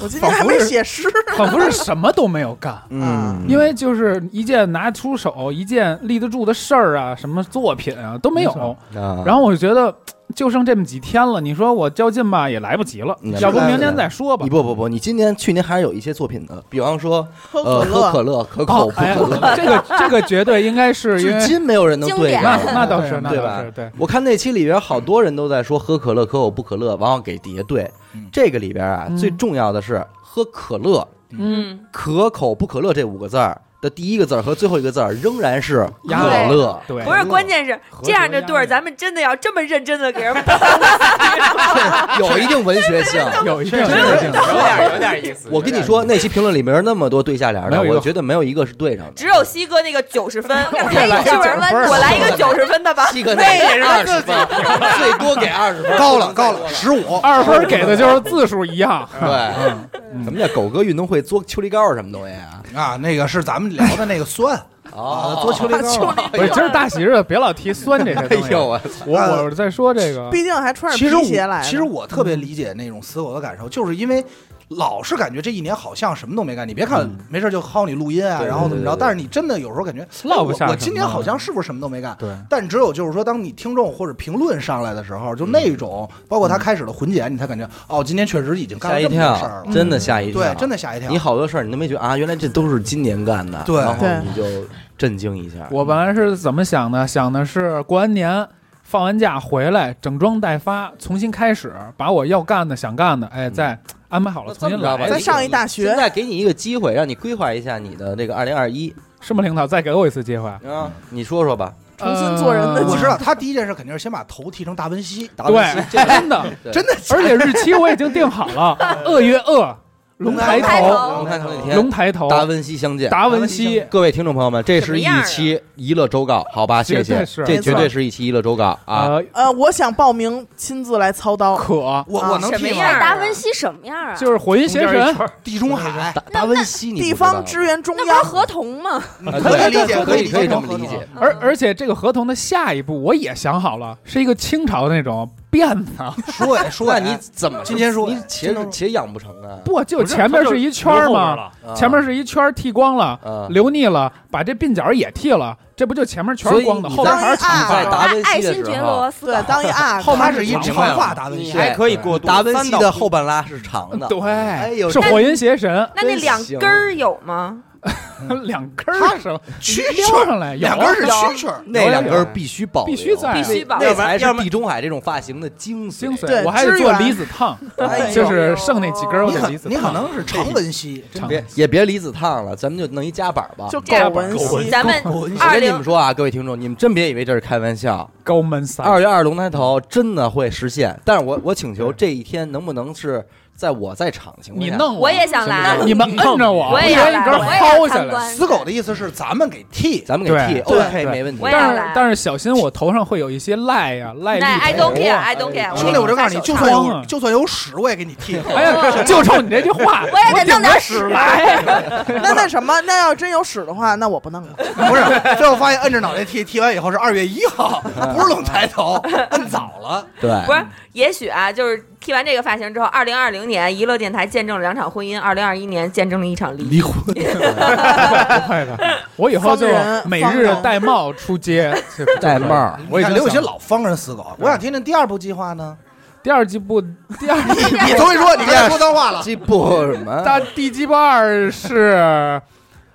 S8: 我今天还没 写诗，
S2: 呃
S4: 仿佛是什么都没有干。
S2: 嗯，
S4: 因为就是一件拿出手、一件立得住的事儿啊，什么作品啊都没有。
S2: 啊，
S4: 然后我就觉得，就剩这么几天了，你说我较劲吧也来不及了
S2: 嗯，
S4: 要不明年再说吧
S2: 你。不不不，你今年去年还是有一些作品的，比方说
S8: 喝
S2: 呃
S8: 可
S2: 喝可
S8: 乐，
S2: 乐可口
S4: 哦
S2: 不，
S4: 哎
S2: 可乐，，
S4: 这个这个绝对应该是 因
S2: 至
S4: 为
S2: 今没有人能
S5: 经
S2: 对
S5: 典
S4: 那
S2: 上。
S4: 那倒是，那
S2: 对
S4: 倒
S2: 吧
S4: 是对。
S2: 我看那期里边好多人都在说喝可乐可口不可乐，往往给叠对。这个里边啊，
S4: 嗯
S2: 最重要的是喝可乐
S4: 嗯，
S7: 嗯，
S2: 可口不可乐这五个字儿的第一个字儿和最后一个字儿仍然是可
S4: 鸭
S2: 乐。
S4: 对，
S7: 不是，关键是
S4: 嗯合
S7: 这样的
S4: 辙
S7: 对
S4: 押
S7: 儿，
S4: 韵
S7: 咱们真的要这么认真的给人
S2: 有一定文学性。
S4: 有一定有
S3: 确实
S4: 一定，
S6: 有点有点意思。
S2: 我跟你说，那期评论里面那么多对下联
S4: 没
S2: 的，
S4: 有一个
S2: 我觉得没有一个是对上的。。
S7: 只有西哥那个九十分，我
S5: 再来一个
S7: 是不是
S5: 90分
S7: 我来一个九十分的吧
S2: 七个那也是二十分，最多给二十分，
S3: 高了，高了，十五。
S4: 二分给的就是字数一样。
S2: 对，
S4: 嗯
S2: 什么叫狗哥运动会嘬秋梨膏是什么东西啊？
S3: 啊，那个是咱们聊的那个酸啊，
S2: 啊，
S3: 多秋梨 膏。
S4: 不是，今儿大喜日，别老提酸这些
S2: 哎
S4: 东西。
S2: 呦我
S4: 我我在说这个，
S8: 毕竟还穿着
S3: 其实
S8: 皮
S3: 我
S8: 鞋来呢。
S3: 其实我特别理解那种死狗的感受，就是因为老是感觉这一年好像什么都没干。你别看没事就薅你录音啊，
S2: 对对
S3: 然后怎么
S2: 对
S3: 着，
S2: 对
S3: 但是你真的有时候感觉
S4: 落不下什
S3: 哎我我
S4: 么
S3: 今年好像是不是什么都没干？
S4: 对，
S3: 但只有就是说，当你听众或者评论上来的时候，就那种包括他开始的混剪，你才感觉哦，今天确实已经干
S2: 吓
S3: 了
S2: 一
S3: 这么多事
S2: 跳
S3: 儿，了。
S2: 真的吓一跳，
S3: 对，真的吓一跳
S2: 你。好多事儿你都没觉得啊，原来这都是今年干的，
S3: 对
S2: 然后
S8: 对
S2: 你就震惊一下。
S4: 我本来是怎么想的？想的是过完年放完假回来，整装待发，重新开始，把我要干的、想干的，哎，再安排好了，重新来。
S8: 再上一大学
S2: 现在给哎你一个机会，让你规划一下你的这个二零二一
S4: 是吗，领导？再给我一次机会，
S2: 啊，你说说吧。
S8: 重新做人的
S4: 呃
S3: 我啊知道
S2: 嗯
S3: 他第一件事肯定是先把头剃成达文西，
S2: 达文西
S4: 对，真的，
S2: 对
S3: 真的假的
S4: 而且日期我已经定好了，鳄月鳄，龙抬头，
S2: 我看头那
S4: 龙
S2: 天
S4: 抬头，
S2: 达文西相见。
S4: 达
S3: 达
S4: 文
S3: 文西
S4: 西
S3: 相，
S2: 各位听众朋友们，这是一
S7: 什
S8: 啊
S7: 么样
S2: 期娱乐周告，好吧？谢
S4: 绝
S2: 谢
S4: 对，
S3: 啊
S4: 是
S2: 这绝对是一期娱乐周告啊！
S4: 呃，
S8: 呃，我想报名亲自来操刀。
S4: 可
S3: 我
S8: 啊
S3: 我能
S7: 什么
S3: 剃
S7: 样
S3: 吗？
S7: 儿
S9: 达文西什么样啊？
S4: 就是火云邪神，
S3: 地中海，
S2: 达达文西，你不
S8: 地
S2: 知道
S8: 方支援中
S5: 那不是
S8: 央，
S5: 合同吗？
S2: 啊
S3: 可
S2: 对
S3: 以理解
S2: 可以
S3: 可
S2: 可以
S3: 以理解
S2: 这么理解。
S4: 而而且这个合同的下一步我也想好了，是一个清朝的那种辫子，
S3: 说呀说
S2: 那
S3: 呀，
S2: 你怎么
S3: 今天说
S2: 你且且养不成啊？
S4: 不就
S1: 不是
S4: 前面
S1: 他就是
S4: 一圈儿
S1: 留后
S4: 吗
S1: 边？了
S2: 啊
S4: 前面是一圈儿剃光了，
S2: 啊，
S4: 留腻了，把这鬓角也剃了，这不就前面全
S2: 所
S4: 是
S2: 以
S4: 光的，
S2: 你
S4: 后边
S8: 在
S4: 还是长
S2: 在
S4: 发
S2: 达文
S9: 啊爱
S2: 西的
S9: 新
S2: 时
S9: 觉
S2: 候
S9: 罗，斯
S8: 对， 当一啊，
S3: 后面
S8: 是
S3: 是一长发达文西，
S2: 还
S6: 可以过渡
S2: 达文西的后半拉是长
S4: 嗯
S2: 的，啊呦
S4: 对，是火云邪神，
S7: 那那两
S2: 行
S7: 根儿有吗？
S4: 两根儿是吧？
S3: 蛐
S4: 撩
S3: 蛐儿，
S4: 上来，有
S3: 两根儿是蛐蛐儿，
S2: 那两根儿必须保留，
S4: 必须在啊，
S7: 必须吧。
S2: 那才是地中海这种发型的精髓。
S4: 精髓。
S8: 对
S4: 我还得做离子烫，
S2: 哎呦
S4: 就是剩那几根儿我
S3: 你
S4: 得
S3: 可
S4: 离子
S3: 你可
S4: 烫。
S3: 能是长文西，
S4: 长
S2: 别也别离子烫了，咱们就弄一夹板吧。
S8: 就
S7: 这样
S8: 狗文
S1: 狗文
S8: 西，
S7: 咱们
S3: 我
S2: 我
S7: 二
S2: 跟你
S7: 零
S2: 们说啊，各位听众，你们真别以为这是开玩笑。
S4: 高门三，
S2: 二月二龙抬头真的会实现，但是我我请求这一天能不能是在我在场的情况
S4: 你
S2: 下？
S4: 弄
S7: 我也想来，
S4: 你们摁着我，
S7: 我也
S4: 一
S7: 要
S4: 人一
S7: 来
S4: 根儿
S7: 我也
S4: 薅下
S5: 参
S4: 来。
S5: 观
S3: 死狗的意思是咱们给剃，
S2: 咱们给
S4: 对
S2: 剃
S3: 对
S2: ，OK，
S4: 对
S2: 没问题
S7: 我。也
S4: 但
S7: 要
S4: 是
S7: 来。
S4: 但是小心我头上会有一些癞
S5: 哎
S4: 呀癞
S7: 那 I
S4: 粒
S7: don't
S4: 头
S7: care,
S4: 啊。
S7: I don't care。
S3: 兄弟，我就告诉你，就算
S4: 光啊
S3: 有就算有屎，我也给你 剃。
S4: 哎呀，就冲你这句话，
S5: 我也得弄点屎
S4: 来。
S8: 那那什么，那要真有屎的话，那我不弄了。
S3: 不是，最后发现摁着脑袋剃，剃完以后是二月一号，不是冷抬头，摁早了。
S2: 对，
S7: 不是，也许啊，就是剃完这个发型之后，二零二零年娱乐电台见证了两场婚姻，二零二一年见证了一场离。
S2: 离婚，
S4: 不
S3: 哎
S4: 会的， 我以后就
S8: 方人
S4: 每
S8: 方
S4: 日
S8: 人
S4: 戴帽出 街，
S2: 戴帽儿。
S4: 我已
S3: 你
S4: 经
S3: 看刘雨
S4: 想
S3: 欣老方人死狗，我想听听第二部计划呢。
S4: 第二季不，第二季
S3: 你重新说，你刚才说脏话了。
S2: 这不什么？
S4: 大第季部二是，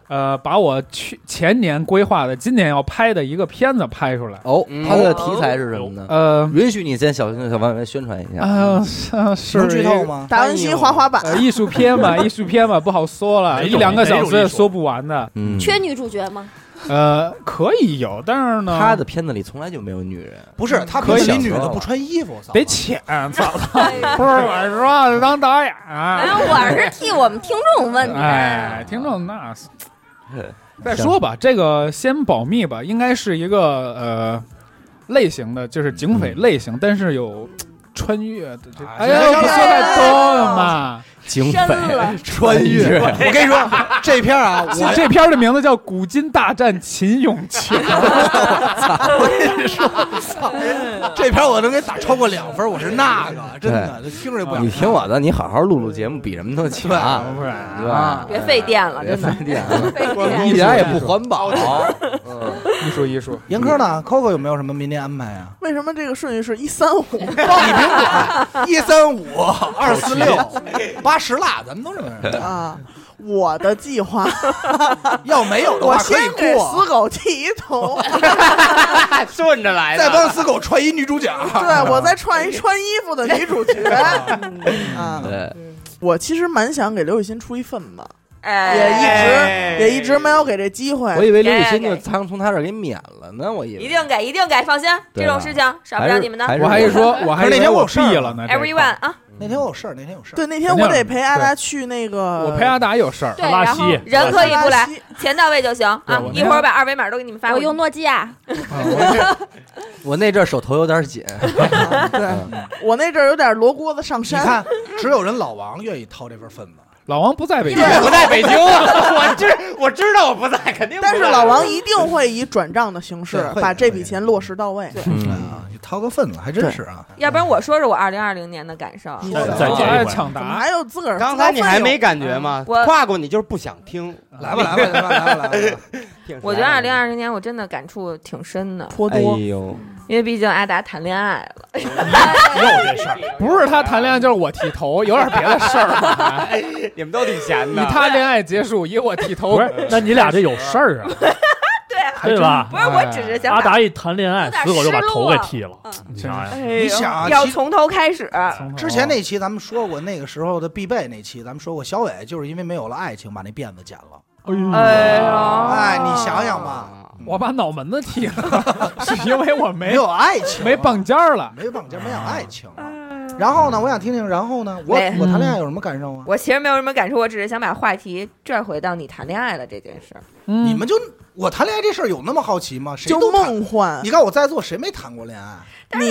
S4: 呃，把我去前年规划的今年要拍的一个片子拍出来。
S2: 哦，
S6: 嗯
S2: 它的题材是什么呢？
S4: 呃
S2: 允许你先小小范围宣传一
S7: 哎
S2: 下。
S4: 啊，是是
S3: 嗯能剧
S4: 一
S3: 透
S4: 个
S2: 哦
S3: 吗？
S8: 达文西滑滑板，
S4: 呃艺术片嘛，艺术片嘛，不好说了，
S1: 哪
S4: 一
S1: 种
S4: 两个小
S1: 哪种
S4: 时
S1: 艺术
S4: 说不完的。
S2: 嗯，
S5: 缺女主角吗？
S4: 呃，可以有，但是呢，
S2: 他的片子里从来就没有女人。
S3: 不是，他
S2: 可以
S3: 平时
S2: 想
S3: 里女
S2: 说
S3: 的
S2: 了
S3: 不穿衣服，我操
S4: 得浅，操，不是我说当导演啊
S5: 哎
S9: 然后我是替我们听众问的，
S4: 哎，听众那是再说吧，这个先保密吧，应该是一个呃类型的，就是警匪类型，但是有穿越的这。哎呀，不说太多了嘛。
S2: 警
S5: 深了
S2: 匪 穿越，
S3: 我跟你说，这片儿啊，
S4: 这
S3: 我
S4: 这片儿的名字叫《古今大战秦俑情》，
S3: 这片儿我能给打超过两分儿，我是那个真的，这听着就不想看。
S2: 你听我的，你好好录录节目，比什么都强，
S4: 不然
S2: 对
S7: 哎
S2: 吧？
S7: 啊别费电了，
S2: 哎别
S7: 真的
S2: 费电了，
S7: 费 电。
S2: 一点也不环保。 嗯
S4: 艺术艺术，
S3: 严科呢？Coco 有没有什么明天安排啊？
S8: 为什么这个顺序是一三 五？
S3: 一三五二四六八十啦，咱们都这么认为。
S8: 啊，我的计划，
S3: 要没有的
S8: 我
S3: 话可以
S8: 先给
S3: 过，
S8: 死狗剃一头，
S6: 哎顺着来
S3: 再帮死狗穿一女主角。
S8: 对我再穿一穿衣服的女主角。啊，
S2: 对，
S8: 我其实蛮想给刘雨欣出一份子，
S7: 哎，
S8: 也一直没有给这机会
S2: 我。以为刘雨欣
S7: 给
S2: 就
S7: 给
S2: 从从他这儿给免了呢，我以为
S7: 一定给，一定给，放心，
S2: 对
S7: 这
S2: 吧
S7: 种事情少不
S2: 还
S7: 了
S2: 是
S7: 你们的。
S2: 还是
S4: 我还一说，我还以
S3: 可
S4: 为
S3: 是那天我
S4: 我
S3: 有事儿
S4: 毙了呢。这一块
S7: Everyone 啊，
S3: 那天我有事儿，那天有事儿。
S8: 对，那天我得陪阿达去那个，
S4: 我陪阿达有事儿，
S5: 对，
S1: 拉
S5: 然后
S1: 稀
S7: 人可以不
S8: 阿达
S7: 来，
S8: 西
S7: 钱到位就行啊
S4: 我！那
S7: 一会儿把二维码都给你们发
S5: 我
S7: 过去。
S5: 用诺基亚，。
S2: 我那阵儿手头有点紧，
S8: 啊
S4: 嗯
S8: 我那阵儿有点罗锅子上
S3: 你
S8: 山，
S3: 看，只有人老王愿意掏这份份子。
S4: 老王不在北京，
S6: 不在 北京啊！我知我知道我不在，肯定不在。
S8: 但是老王一定会以转账的形式
S3: 对会
S8: 把这
S3: 会
S8: 笔钱落实到位。
S2: 嗯，
S3: 啊，你掏个份子还真是啊。
S7: 要不然我说说我二零二零年的感受。啊
S8: 你
S3: 再
S8: 怎么
S1: 再
S4: 我
S1: 见
S7: 哎
S4: 爱抢答，啊
S8: 还有自个儿
S6: 刚才你还没感觉吗？
S7: 我
S6: 跨过你就是不想听。
S3: 来吧，来吧，来吧，来吧，来吧。
S7: 我觉得二零二零年我真的感触挺深的，
S8: 颇
S2: 哎
S8: 多？
S2: 呦，
S7: 因为毕竟阿达谈恋爱了。
S1: 有这事儿，
S4: 不是他谈恋爱就是我剃头，有点别的事儿 吧。
S6: 爱，你们都挺闲
S4: 以
S6: 的。啊
S4: 他恋爱结束，以我剃头
S1: 不，是？ 那你俩这有事儿啊，
S7: 对啊，
S1: 对吧？
S7: 不是，我只
S4: 哎
S7: 是想
S1: 阿
S7: 把
S1: 达一谈恋爱，
S7: 有点
S1: 死狗就把头
S7: 失落
S1: 给
S7: 啊
S1: 剃了，你 想想，
S7: 哎呦
S3: 你想啊
S7: 要
S3: 其
S7: 从头开始，
S4: 哦
S3: 之前那期咱们说过，那个时候的必备那期，咱们说过，小伟就是因为没有了爱情，把那辫子剪了。
S7: 哎呦，
S3: 哎，你想想吧，
S4: 我把脑门子剃了， 是因为我
S3: 没
S4: 没
S3: 有爱 情，啊
S4: 没绑尖儿了。
S3: 没绑架，没有爱情了。
S7: 哦
S3: 然后呢，我想听听，然后呢，我
S7: 没
S3: 我谈恋爱有什么感受啊？
S7: 我其实没有什么感触，我只是想把话题拽回到你谈恋爱了这件 事儿。
S4: 嗯
S3: 你们就我谈恋爱这事儿有那么好奇吗？谁
S8: 就
S3: 都谈。
S8: 梦啊幻
S3: 你，看我在座谁没谈过恋爱？
S8: 你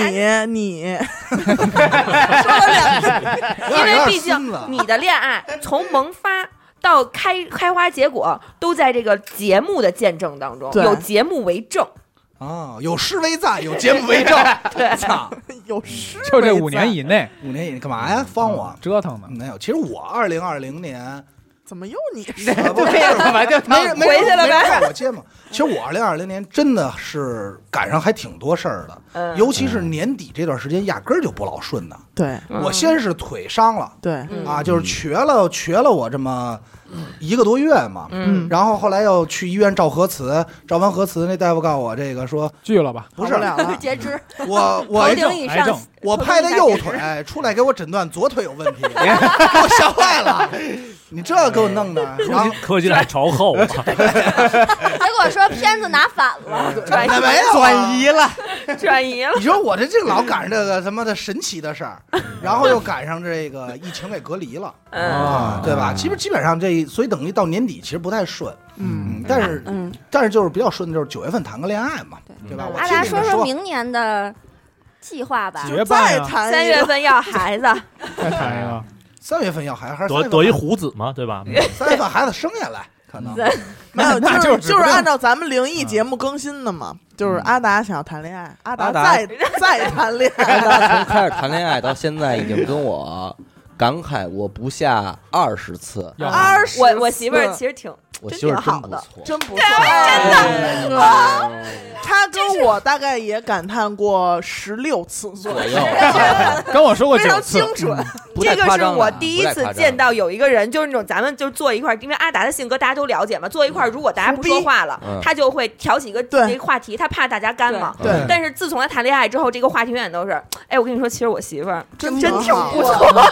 S8: 你
S3: 我
S7: 因
S3: 有
S7: 为
S3: 点
S7: 毕
S3: 孙
S7: 竟
S3: 子
S7: 你的恋爱从萌发到开开花结果，都在这个节目的见证当中，
S8: 对
S7: 有节目为证。
S3: 啊，有诗为赞，有节目为证。操，
S8: 有诗
S4: 就这
S8: 没
S4: 五年
S8: 在
S4: 以内
S3: 五年你干嘛呀？放我？
S4: 折腾呢。
S3: 没有，其实我二零二零年
S8: 怎么又你说？
S6: 对呀，我就
S3: 没人没人
S7: 回去了
S3: 没人
S7: 呗
S3: 让我接嘛。其实我二零二零年真的是赶上还挺多事儿的，
S7: 嗯，
S3: 尤其是年底这段时间，压根儿就不老顺的。
S8: 对
S7: 嗯
S3: 我先是腿伤了。
S8: 对，
S7: 嗯
S3: 啊，就是瘸了瘸了我这么一个多月嘛，
S7: 嗯，
S3: 然后后来又去医院照核磁，照完核磁那大夫告诉我这个说
S4: 聚了吧？
S3: 不
S8: 好
S3: 是
S8: 不了了
S5: 截肢，
S3: 我我
S5: 头顶以
S4: 癌症
S5: 上，
S3: 我拍的右腿出来给我诊断左腿有问题，给我吓坏了，你这给我弄的，然后
S1: 科技还朝后啊，
S5: 结果说片子拿反了，
S7: 转
S3: 那没有啊
S6: 转移了，
S7: 转移了。
S3: 你说我这这老赶上这个什么的神奇的事儿，然后又赶上这个疫情给隔离了
S7: 嗯，
S3: 啊，对吧？基本基本上这，所以等于到年底其实不太顺，
S8: 嗯，
S3: 嗯，但是
S5: 嗯，
S3: 但是就是比较顺的就是九月份谈个恋爱嘛，对吧？我
S5: 阿
S3: 听
S5: 达
S3: 你们
S5: 说
S3: 说
S5: 说明年的计划吧。
S4: 结伴啊
S8: 再
S4: 呀，
S8: 谈
S7: 三
S8: 一个
S7: 月份要孩子，
S4: 再谈一个。
S3: 三月份要孩子，还是三
S1: 得
S3: 月份
S1: 得一胡子嘛，对吧？嗯
S3: 三月份孩子生下来，
S2: 可能。
S8: 没有，
S4: 那
S8: 就是
S4: 就是
S8: 就
S4: 不
S8: 是
S4: 对
S8: 按照咱们灵异节目更新的嘛，就是阿达想要谈恋爱，阿达
S2: 阿达哎
S8: 再再谈恋爱，
S2: 从开始谈恋爱到现在，已经跟我感慨我不下二十次，
S4: 要不
S8: 二十，
S7: 我我媳妇儿其实挺
S2: 我
S7: 真
S2: 媳妇儿
S7: 挺好
S2: 不
S7: 的
S2: 错，
S8: 真不错，真的，他跟我大概也感叹过十六次左
S2: 左
S8: 右
S2: 右，
S4: 跟我说过
S7: 非
S4: 九
S7: 常
S4: 次
S7: 精， 准。
S2: 嗯不
S7: 这
S2: 太
S7: 个
S2: 夸
S7: 是
S2: 张
S7: 我
S2: 了
S7: 第
S2: 不
S7: 一
S2: 太
S7: 次
S2: 夸张
S7: 见到有一个人，就是那种咱们就是坐一块儿，因为阿达的性格大家都了解嘛，坐一块儿如果大家不说话了
S2: 嗯，
S7: 他就会挑起一个
S8: 对
S7: 那个话题，他怕大家干嘛。
S4: 对
S2: 嗯
S7: 但是自从他谈恋爱之后，这个话题永远都是，哎，我跟你说，其实我媳妇儿
S8: 真
S7: 真挺
S8: 好
S7: 不错。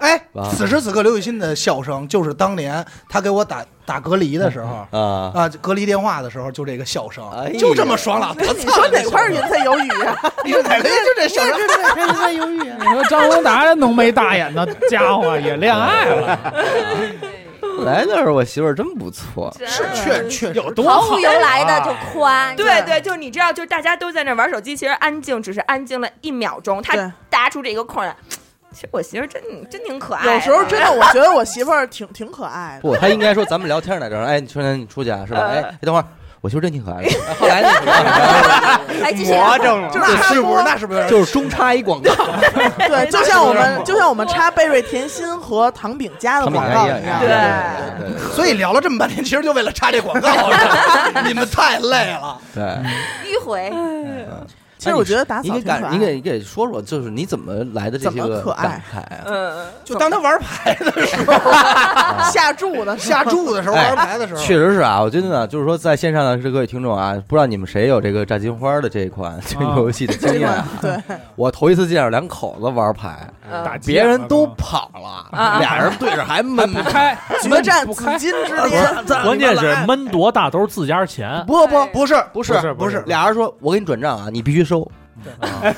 S3: 哎
S2: 哇，
S3: 此时此刻刘雨欣的笑声，就是当年他给我打打隔离的时候
S2: 啊，
S3: 啊，隔离电话的时候，就这个笑声
S2: 哎，呀
S3: 就这么爽朗。
S8: 你说哪块云彩有雨啊？
S3: 你说哪个呀？就这笑声，就这犹豫。
S4: 你说张宏达这浓眉大眼的家伙也恋爱了，
S2: 本来就是我媳妇儿真不错，
S3: 是
S8: 嗯
S3: 确确实
S1: 有多
S5: 毫
S1: 好
S5: 无由来
S9: 啊
S5: 的就夸，
S7: 对对，就是你知道，就是大家都在那玩手机，其实安静只是安静了一秒钟，
S8: 啊对
S7: 他搭出这个空来。其实我媳妇儿真真挺可爱的，
S8: 有时候真的，我觉得我媳妇儿挺挺可爱的。
S2: 不，他应该说咱们聊天来着，哎，春天你出去啊，是吧？
S7: 呃
S2: 哎，哎等会儿。我媳妇儿真挺可 爱的，哎后来那
S5: 哎，继续
S6: 魔怔了，
S8: 就是他
S3: 是不
S8: 说
S3: 是？那是不是？
S2: 就是中插一广告，
S8: 对，就像我们就像我们插贝瑞甜心和糖饼家 的
S2: 他们
S8: 广告
S2: 也
S8: 一样，
S7: 对
S2: 哎对对
S3: 所以聊了这么半天，其实就为了插这广告，是吧 你们太累了。
S2: 对。
S5: 迂回，
S8: 其实我觉得打
S2: 你
S8: 扫
S2: 给
S8: 挺可爱
S2: 感，你给你给说说，就是你怎么来的这些
S8: 怎么
S2: 个
S8: 可爱
S2: 感慨啊？
S7: 嗯，
S3: 就当他玩牌的时候，
S8: 啊下注的时候
S3: 下注的时候，
S2: 哎
S3: 玩牌的时候，
S2: 确实是啊，我觉得呢，就是说在线上的这各位听众啊，不知道你们谁有这个炸金花的这一款 这个游戏的经
S8: 这
S2: 验
S8: 款
S2: 啊？
S8: 对，
S2: 我头一次见着两口子玩牌，
S5: 嗯
S4: 打急
S2: 别
S4: 眼了
S2: 人都跑了，
S7: 啊
S2: 俩人对着还闷
S4: 不开，
S8: 决战
S4: 不
S8: 紫
S4: 开，
S8: 金之巅，
S1: 关键是闷多大都是自家钱，
S2: 不不
S3: 不是不
S2: 是
S3: 不是，
S2: 俩人说：“我给你转账啊，你必须收。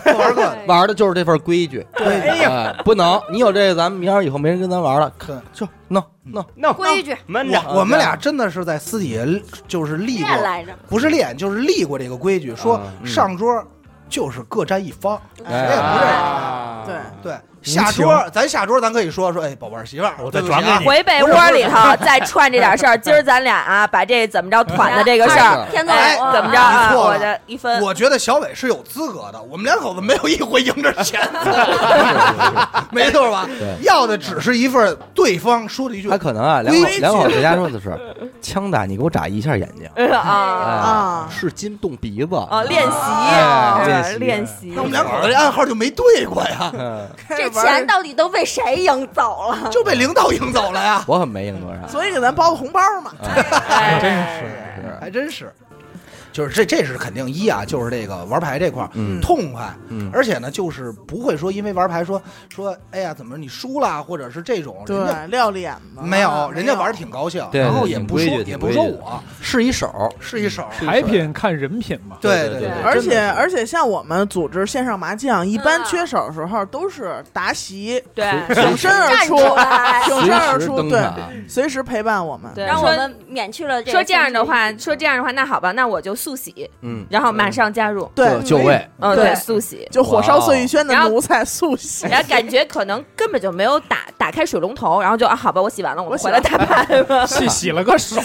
S3: 各玩各的。
S2: 玩的就是这份规矩，
S3: 对，
S2: 哎，不能你有这个，咱们明儿以后没人跟咱玩了。
S3: 对
S2: 就弄
S3: 嗯
S2: 弄，
S6: 那
S5: 规矩
S6: 闷着，
S3: 我我们俩真的是在私底下就是立过
S5: 练，来着，
S3: 不是练就是立过这个规矩，说
S2: 嗯
S3: 上桌就是各占一方，谁也不认。
S6: 啊
S8: 对，
S3: 对，下桌咱下桌咱可以说说，哎，宝贝儿媳妇儿，
S1: 我
S3: 对
S1: 再
S3: 不起啊
S1: 转给你
S7: 回被窝里头再串这点事儿，今儿咱俩啊，把这怎么着团的这个事儿，
S5: 天纵
S7: 哎，
S5: 我
S7: 怎么着啊？
S3: 你错了
S7: 我的一分，
S3: 我觉得小伟是有资格的，我们两口子没有一回赢着钱的， 没错吧
S2: 对？
S3: 要的只是一份对方说的一句
S2: 他可能啊，两口
S3: 规矩
S2: 两口子家说的是，枪打你给我眨一下眼睛，哎
S7: 呃啊
S8: 啊
S2: 是金动鼻子
S7: 啊，练习
S2: 哎
S7: 呃
S2: 练习
S7: 练习
S3: 那我们两口子这暗号就没对过呀，
S2: 嗯
S8: 哎
S5: 这钱到底都被谁赢走了？
S3: 就被领导赢走 了呀，
S2: 我可没赢多少，
S8: 所以给咱包个红包嘛，
S7: 哎
S3: 还真是。就是这，这是肯定一啊，就是这个玩牌这块儿、
S2: 嗯
S3: 痛快，
S2: 嗯
S3: 而且呢，就是不会说因为玩牌说说，哎呀，怎么你输了，或者是这种，人家
S8: 对，撂脸子啊
S3: 没有，人家玩儿挺高兴，
S2: 对
S3: 然
S2: 对
S3: 后
S2: 对
S3: 也
S2: 挺
S3: 不
S2: 规
S3: 说
S2: 矩
S3: 也
S2: 挺
S3: 不
S2: 规
S3: 说
S2: 矩的
S3: 我
S2: 试一手，
S3: 是一手，
S4: 牌品看人品嘛，
S3: 对
S2: 对
S3: 对
S2: 对
S8: 而
S2: 真
S8: 且
S2: 的是
S8: 而且，像我们组织线上麻将，一般
S5: 嗯
S8: 缺手的时候都是答席，
S7: 对，
S8: 挺身而
S5: 站
S8: 出
S5: 出， 来，
S8: 挺
S2: 随
S8: 身而
S2: 时
S8: 出，
S2: 登
S8: 对，
S2: 场，啊
S8: 随时陪伴我们。
S7: 对
S5: 让我们免去了
S7: 说这样的，话，说这样的话，那好吧，那我就速洗，
S2: 嗯，
S7: 然后马上加入，
S8: 对，
S2: 就就位，
S7: 嗯，
S8: 对
S7: 对，速洗。
S8: 就火烧碎玉轩的
S7: 哇哦
S8: 奴才速写。
S7: 然后感觉可能根本就没有打打开水龙头，然后就啊，好吧，我洗完了，我
S8: 我
S7: 们
S8: 洗
S7: 回来
S8: 完
S7: 打牌吧。
S4: 洗洗了个手，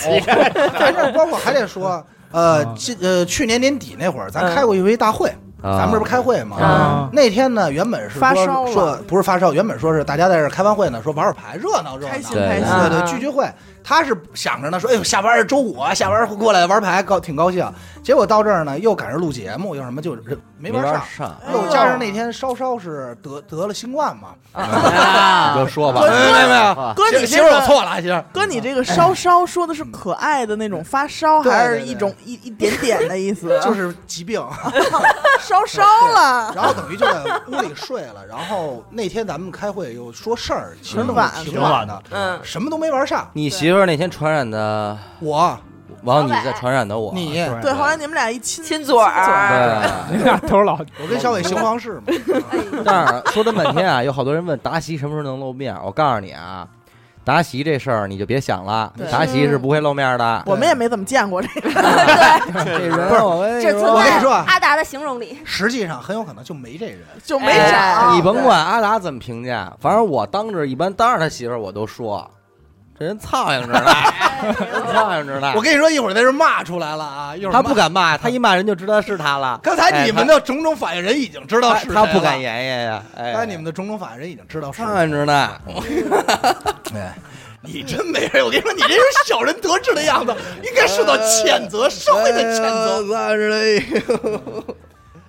S3: 咱 这包括还得说，呃，
S2: 啊
S3: 今呃去年年底那会儿，咱开过一回大会，咱们这不开会吗？
S4: 啊
S3: 那天呢，原本是说
S8: 发烧了
S3: 说不是发烧，原本说是大家在这儿开完会呢，说玩会儿牌，热闹热闹，
S8: 开心
S2: 对
S8: 开
S3: 对
S8: 心，
S3: 对，聚聚会。他是想着呢，说哎呦，下班儿周五啊，下班儿过来玩牌，高挺高兴。结果到这儿呢，又赶上录节目，又什么就没
S2: 没
S3: 玩
S2: 法
S3: 上。
S2: 上，
S3: 又加上那天稍稍是得得了新冠嘛，
S2: 你啊就说吧哎
S8: 哥，
S3: 没有没有，
S6: 啊
S8: 哥你
S3: 媳
S8: 这
S3: 妇儿我
S8: 个。
S3: 错了，媳妇儿
S8: 哥，你这个稍稍说的是可爱的那种发烧，
S3: 对
S8: 还
S3: 对
S8: 是
S3: 对
S8: 一种一一点点的意思？
S3: 就是疾病。
S8: 烧烧了，
S3: 然后等于就在屋里睡了。然后那天咱们开会又说事儿，其实弄得
S8: 挺晚
S3: 挺晚
S1: 的
S3: 的，
S7: 嗯，
S3: 什么都没玩上。
S2: 你媳妇儿那天传染的，
S3: 我
S2: 完了你再传染的我，
S3: 你，
S4: 对
S8: 对，后来你们俩一亲
S7: 亲嘴儿，
S2: 对，
S4: 你俩都是老
S3: 我跟小伟行房事嘛，
S8: 哎
S2: 但是说这半天啊，有好多人问达西什么时候能露面，我告诉你啊。达西这事儿你就别想了
S8: 对，
S2: 达西是不会露面的。
S8: 我们也没怎么见过这个。
S2: 这人不是我跟你
S5: 这
S2: 说
S5: 存
S3: 我跟
S5: 在
S3: 你说啊
S5: 阿达的形容里，
S3: 实际上很有可能就没这人。
S8: 就没
S7: 哎
S8: 找。
S2: 你甭管阿达怎么评价，反正我当着一般当着他媳妇儿我都说，这人苍蝇着呢， 苍蝇着呢。
S3: 我跟你说，一会儿在这骂出来了啊！一会儿
S2: 啊哎他
S3: 骂
S2: 不。敢骂，他一骂人就知道是他了。
S3: 刚才你们的种种反应，人已经知道
S2: 他
S3: 是谁
S2: 哎他不敢
S3: 了。
S2: 言言呀，哎，
S3: 刚才你们的种种反应，人已经知道是谁
S2: 苍
S3: 了。
S2: 蝇着呢，
S3: 哎，你真没人！我跟你说，你这是小人得志的样 子，应该受到谴责，社会的谴责。
S2: 苍蝇嘞。呃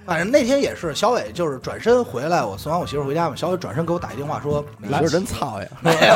S3: 反正那天也是，小伟就是转身回来，我送完我媳妇回家嘛，小伟转身给我打一电话说：“
S2: 你说真苍蝇，
S3: 没有。”